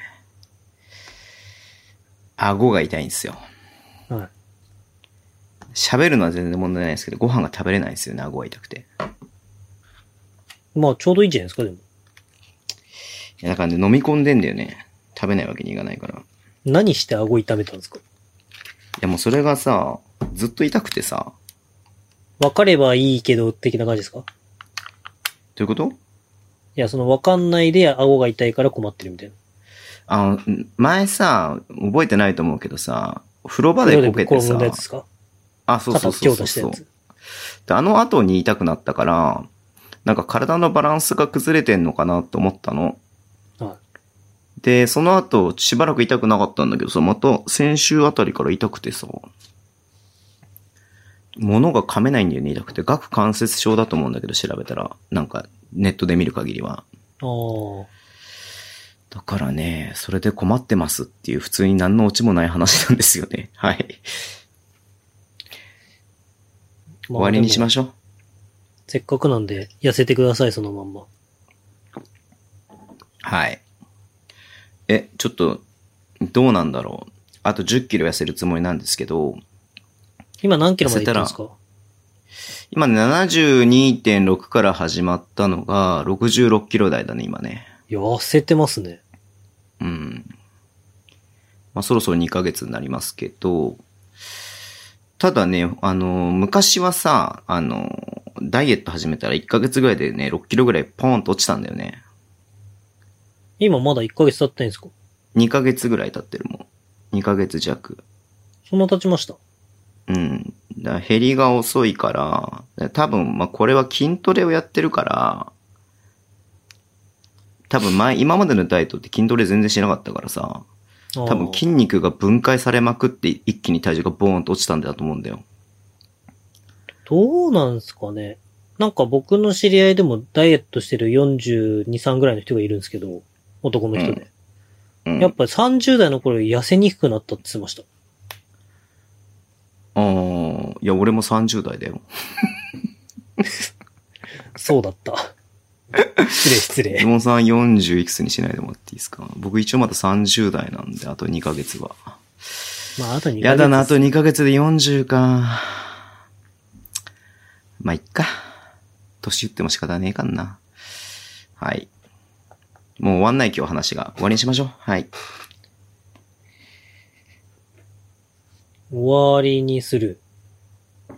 Speaker 2: 顎が痛いんですよ。
Speaker 3: はい。
Speaker 2: 喋るのは全然問題ないですけど、ご飯が食べれないんですよね、顎が痛くて。
Speaker 3: まあ、ちょうどいいんじゃないですか、でも。
Speaker 2: いや、だからね、飲み込んでんだよね。食べないわけにいかないから。い
Speaker 3: 何して顎痛めたんですか
Speaker 2: や、もうそれがさ、ずっと痛くてさ、
Speaker 3: 分かればいいけど、的な感じですか
Speaker 2: どういうこと
Speaker 3: いや、その分かんないで顎が痛いから困ってるみたいな。
Speaker 2: あの、ん前さ、覚えてないと思うけどさ、風呂場で
Speaker 3: 今で
Speaker 2: こけて
Speaker 3: 転ん
Speaker 2: さ
Speaker 3: だ、やつですか
Speaker 2: あ、そうそ
Speaker 3: 肩
Speaker 2: う
Speaker 3: を強
Speaker 2: そう
Speaker 3: 打した
Speaker 2: そ
Speaker 3: や
Speaker 2: う
Speaker 3: つ。。
Speaker 2: であの後に痛くなったから、なんか体のバランスが崩れてんのかなと思ったの。
Speaker 3: は
Speaker 2: で、その後、しばらく痛くなかったんだけどさ、また先週あたりから痛くてさ、物が噛めないんだよね、痛くて。顎関節症だと思うんだけど、調べたら。なんか、ネットで見る限りは。
Speaker 3: い。ああ。
Speaker 2: だからね、それで困ってますっていう、普通に何のオチもない話なんですよね。はい。終わりにしま
Speaker 3: し
Speaker 2: しょう。
Speaker 3: ょう。せっかくなんで、痩せてください、そのまんま。
Speaker 2: はい。え、ちょっと、どうなんだろう。あと10キロ痩せるつもりなんですけど、
Speaker 3: 今何キロまでいったんですか
Speaker 2: 今ね72.6から始まったのが66キロ台だね、今ね。
Speaker 3: 痩せてますね。
Speaker 2: うん。まあそろそろ2ヶ月になりますけど、ただね、あの、昔はさ、あの、ダイエット始めたら1ヶ月ぐらいでね、6キロぐらいポーンと落ちたんだよね。
Speaker 3: 今まだ1ヶ月経ってないんですか
Speaker 2: 2ヶ月ぐらい経ってるもん。2ヶ月弱。
Speaker 3: そんな経ちました。
Speaker 2: うん。だから減りが遅いから、多分、まあ、これは筋トレをやってるから、多分前、今までのダイエットって筋トレ全然しなかったからさ、多分筋肉が分解されまくって一気に体重がボーンと落ちたんだと思うんだよ。
Speaker 3: どうなんすかね。なんか僕の知り合いでもダイエットしてる42、3ぐらいの人がいるんですけど、男の人で。
Speaker 2: うん。
Speaker 3: やっぱり30代の頃痩せにくくなったって言ってました。
Speaker 2: あーいや、俺も30代だよ。
Speaker 3: そうだった。 失礼失
Speaker 2: ズ
Speaker 3: 礼。
Speaker 2: ボンさん40いくつにしないでもらっていいですか僕一応まだ30代なんで、あと2ヶ月は。
Speaker 3: まあ、あと2ヶ月
Speaker 2: やだな、あと2ヶ月で40か。まあ、いっか。年言っても仕方ねえかんな。はい。もう終わんない今日話が。終わりにしましょう。はい。
Speaker 3: 終わりにする。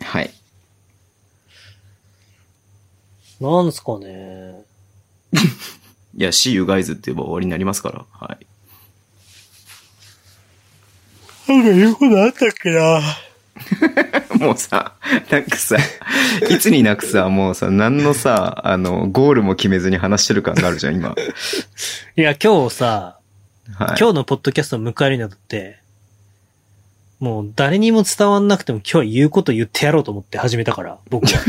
Speaker 2: はい。
Speaker 3: なんすかね。
Speaker 2: いや、see you guys って言えば終わりになりますから。はい。
Speaker 3: なんか言うことあったっけな。
Speaker 2: もうさ、なんかさ、 いつになくさ、もうさ、何のさ、あの、ゴールも決めずに話してる感があるじゃん、今。
Speaker 3: いや、今日さ、
Speaker 2: はい。
Speaker 3: 今日のポッドキャストを迎えるにあたって、もう誰にも伝わんなくても今日は言うこと言ってやろうと思って始めたから、僕は。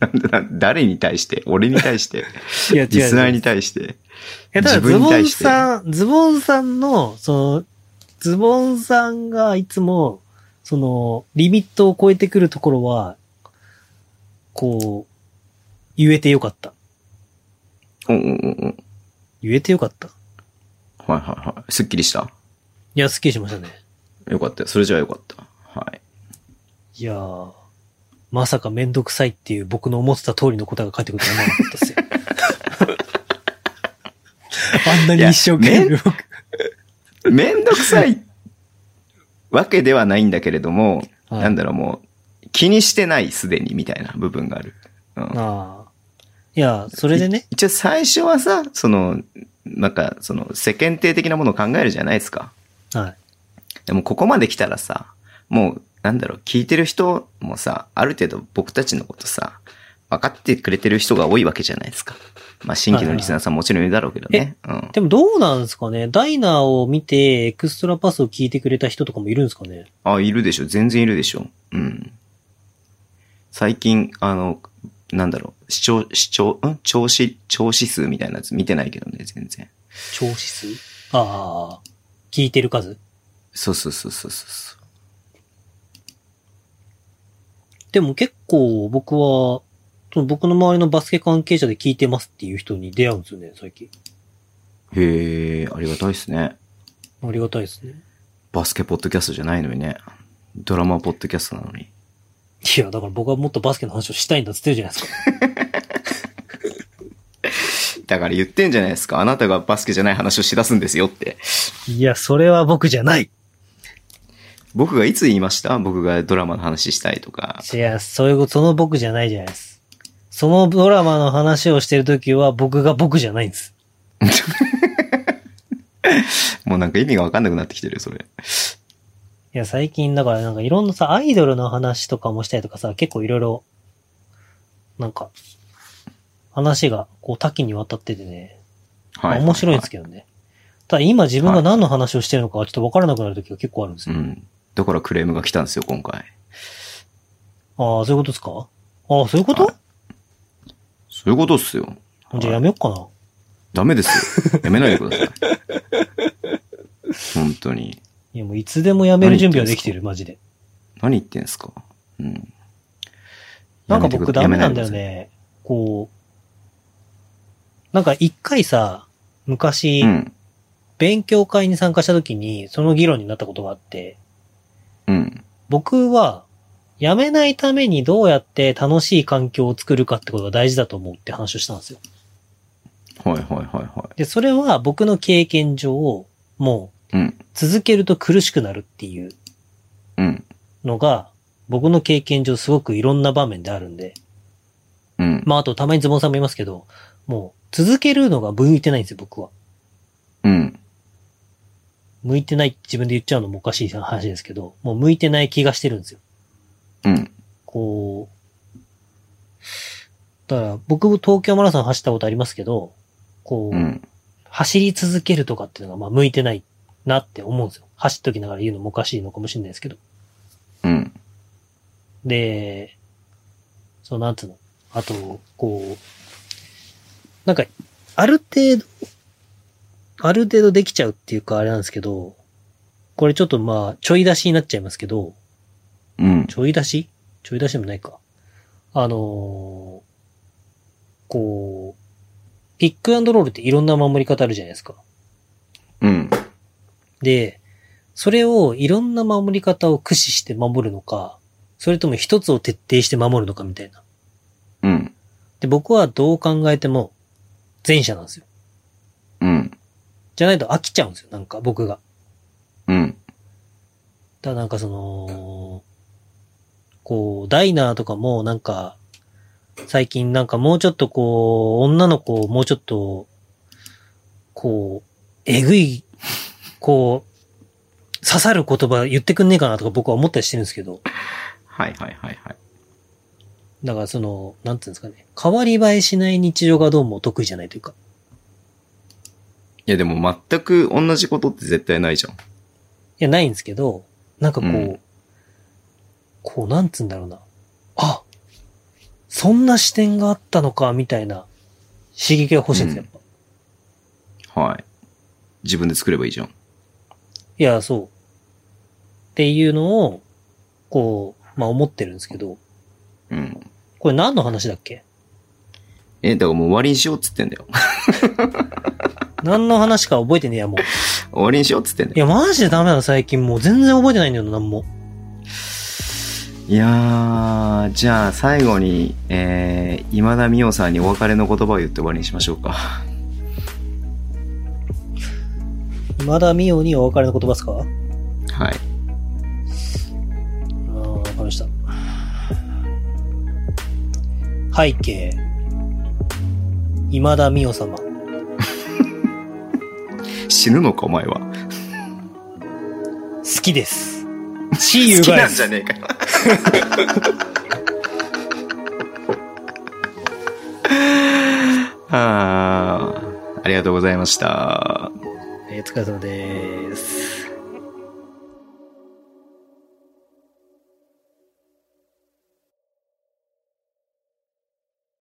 Speaker 2: なんだ なんだ誰に対して俺に対して
Speaker 3: い や、違う違う。
Speaker 2: リスナーに対して
Speaker 3: いや、ただ
Speaker 2: 自
Speaker 3: ズ
Speaker 2: 分に
Speaker 3: ボン
Speaker 2: 対して
Speaker 3: さん、ズボンさんの、その、ズボンさんがいつも、その、リミットを超えてくるところは、こう、言えてよかった。
Speaker 2: うんうんうんうん
Speaker 3: 言えてよかった。い
Speaker 2: はいはいはいすっきりした
Speaker 3: や、すっきりしましたね。
Speaker 2: よかったよそれじゃあよかったはい
Speaker 3: いやー、まさかめんどくさいっていう僕の思ってた通りの答えが返ってくるとは思わなかった ですよ。あんなに一生懸
Speaker 2: い
Speaker 3: 命
Speaker 2: や
Speaker 3: 僕。
Speaker 2: めんどくさいわけではないんだけれども、
Speaker 3: はい
Speaker 2: なんだろうもう気にしてないすでにみたいな部分がある、うん
Speaker 3: ああ。いや、それでね。
Speaker 2: 一応最初はさそのなんかその世間体的なものを考えるじゃないですか
Speaker 3: はい。
Speaker 2: でもここまで来たらさ、もう、なんだろう、聞いてる人もさ、ある程度僕たちのことさ、分かってくれてる人が多いわけじゃないですか。まあ、新規のリスナーさんももちろんいるだろうけどね。うん。
Speaker 3: でもどうなんですかねダイナーを見て、エクストラパスを聞いてくれた人とかもいるんですかね
Speaker 2: あ、いるでしょ。全然いるでしょ。うん。最近、あの、なんだろう、視聴、視聴、ん聴視、聴視数みたいなやつ見てないけどね、全然。
Speaker 3: 聴取数ああ、聞いてる数
Speaker 2: そうそうそうそうそう。
Speaker 3: でも結構僕は、その僕の周りのバスケ関係者で聞いてますっていう人に出会うんですよね、最近。
Speaker 2: へえ、ありがたいですね。
Speaker 3: ありがたいですね。
Speaker 2: バスケポッドキャストじゃないのにね。ドラマポッドキャストなのに。
Speaker 3: いや、だから僕はもっとバスケの話をしたいんだって言ってるじゃないですか。
Speaker 2: だから言ってんじゃないですか。あなたがバスケじゃない話をしだすんですよって。
Speaker 3: いや、それは僕じゃない。
Speaker 2: 僕がいつ言いました僕がドラマの話したいとか。
Speaker 3: いや、そういうこと、その僕じゃないじゃないです。そのドラマの話をしてるときは僕が僕じゃないんです。
Speaker 2: もうなんか意味がわかんなくなってきてるよ、それ。
Speaker 3: いや、最近だからなんかいろんなさ、アイドルの話とかもしたりとかさ、結構いろいろ、なんか、話がこう多岐にわたっててね、
Speaker 2: はい。
Speaker 3: 面白いんですけどね。ただ今自分が何の話をしてるのかちょっとわからなくなる時が結構あるんです
Speaker 2: う
Speaker 3: よ。
Speaker 2: ん。だからクレームが来たんですよ、今回。
Speaker 3: ああ、そういうことですかああ、そういうこと、
Speaker 2: そういうことっすよ。
Speaker 3: じゃあやめよっかな。
Speaker 2: ダメですよ。やめないでくだ さい。本当に。
Speaker 3: いや、もういつでもやめる準備はできてる、マジで。
Speaker 2: 何言ってんすかうん。
Speaker 3: なん
Speaker 2: や
Speaker 3: か
Speaker 2: めて
Speaker 3: 僕
Speaker 2: くだ
Speaker 3: ダメなんだ
Speaker 2: や
Speaker 3: よ
Speaker 2: めいで
Speaker 3: ね。こう。なんか一回さ、昔、
Speaker 2: くださいうん。
Speaker 3: 勉強会に参加した時に、その議論になったことがあって、
Speaker 2: うん。
Speaker 3: 僕は、辞めないためにどうやって楽しい環境を作るかってことが大事だと思うって話をしたんですよ。
Speaker 2: はいはいはいは
Speaker 3: で、それは僕の経験上、も
Speaker 2: い。うん
Speaker 3: う。続けると苦しくなるっていう
Speaker 2: うん。
Speaker 3: のが、僕の経験上すごくいろんな場面であるんで、
Speaker 2: うん。
Speaker 3: まああとたまにズボンさんもいますけど、もう続けるのが向いてないんですよ、僕は。
Speaker 2: うん。
Speaker 3: 向いてないって自分で言っちゃうのもおかしい話ですけど、もう向いてない気がしてるんですよ。
Speaker 2: うん。
Speaker 3: こう、だから僕も東京マラソン走ったことありますけど、こう、
Speaker 2: うん。
Speaker 3: 走り続けるとかっていうのがまあ向いてないなって思うんですよ。走っときながら言うのもおかしいのかもしれないですけど。
Speaker 2: うん。
Speaker 3: で、そうなんつうの。あと、こう、なんか、ある程度、ある程度できちゃうっていうかあれなんですけど、これちょっとまあ、ちょい出しになっちゃいますけど、
Speaker 2: うん。
Speaker 3: ちょい出しちょい出しでもないか。あのーこう、ピックアンドロールっていろんな守り方あるじゃないですか。
Speaker 2: うん。
Speaker 3: で、それをいろんな守り方を駆使して守るのか、それとも一つを徹底して守るのかみたいな。
Speaker 2: うん。
Speaker 3: で、僕はどう考えても前者なんですよ。
Speaker 2: うん。
Speaker 3: じゃないと飽きちゃうんですよ、なんか僕が。
Speaker 2: うん。
Speaker 3: だからなんかその、こう、ダイナーとかもなんか、最近なんかもうちょっとこう、女の子をもうちょっと、こう、えぐい、こう、刺さる言葉言ってくんねえかなとか僕は思ったりしてるんですけど、
Speaker 2: はいはいはいはい。
Speaker 3: だからその、なんていうんですかね、変わり映えしない日常がどうも得意じゃないというか。
Speaker 2: いやでも全く同じことって絶対ないじゃん。
Speaker 3: いや、ないんですけど、なんかこう、
Speaker 2: うん
Speaker 3: こう、なんつうんだろうな。あそんな視点があったのか、みたいな刺激が欲しいんですよ、
Speaker 2: うん
Speaker 3: やっぱ。
Speaker 2: はい。自分で作ればいいじゃん。
Speaker 3: いや、そう。っていうのを、こう、まあ思ってるんですけど、
Speaker 2: うん。
Speaker 3: これ何の話だっけ
Speaker 2: え、だからもう終わりにしようっつってんだよ。
Speaker 3: 何の話か覚えてねえや、もう。い
Speaker 2: 終わりにしようっつってんだよ。
Speaker 3: や、マジでダメだな、最近。もう全然覚えてないんだよな、何も。
Speaker 2: いやー、じゃあ最後に、えー、今田美桜さんにお別れの言葉を言って終わりにしましょうか。
Speaker 3: まだミオにお別れの言葉ですかあ
Speaker 2: はい。
Speaker 3: あ、わかりました。背景。今田美桜様。
Speaker 2: 死ぬのかお前は。
Speaker 3: 好き です。See
Speaker 2: 好
Speaker 3: you
Speaker 2: きなん
Speaker 3: guys.
Speaker 2: じゃねえかよ。 あーありがとうございました。
Speaker 3: えーお疲れ様です。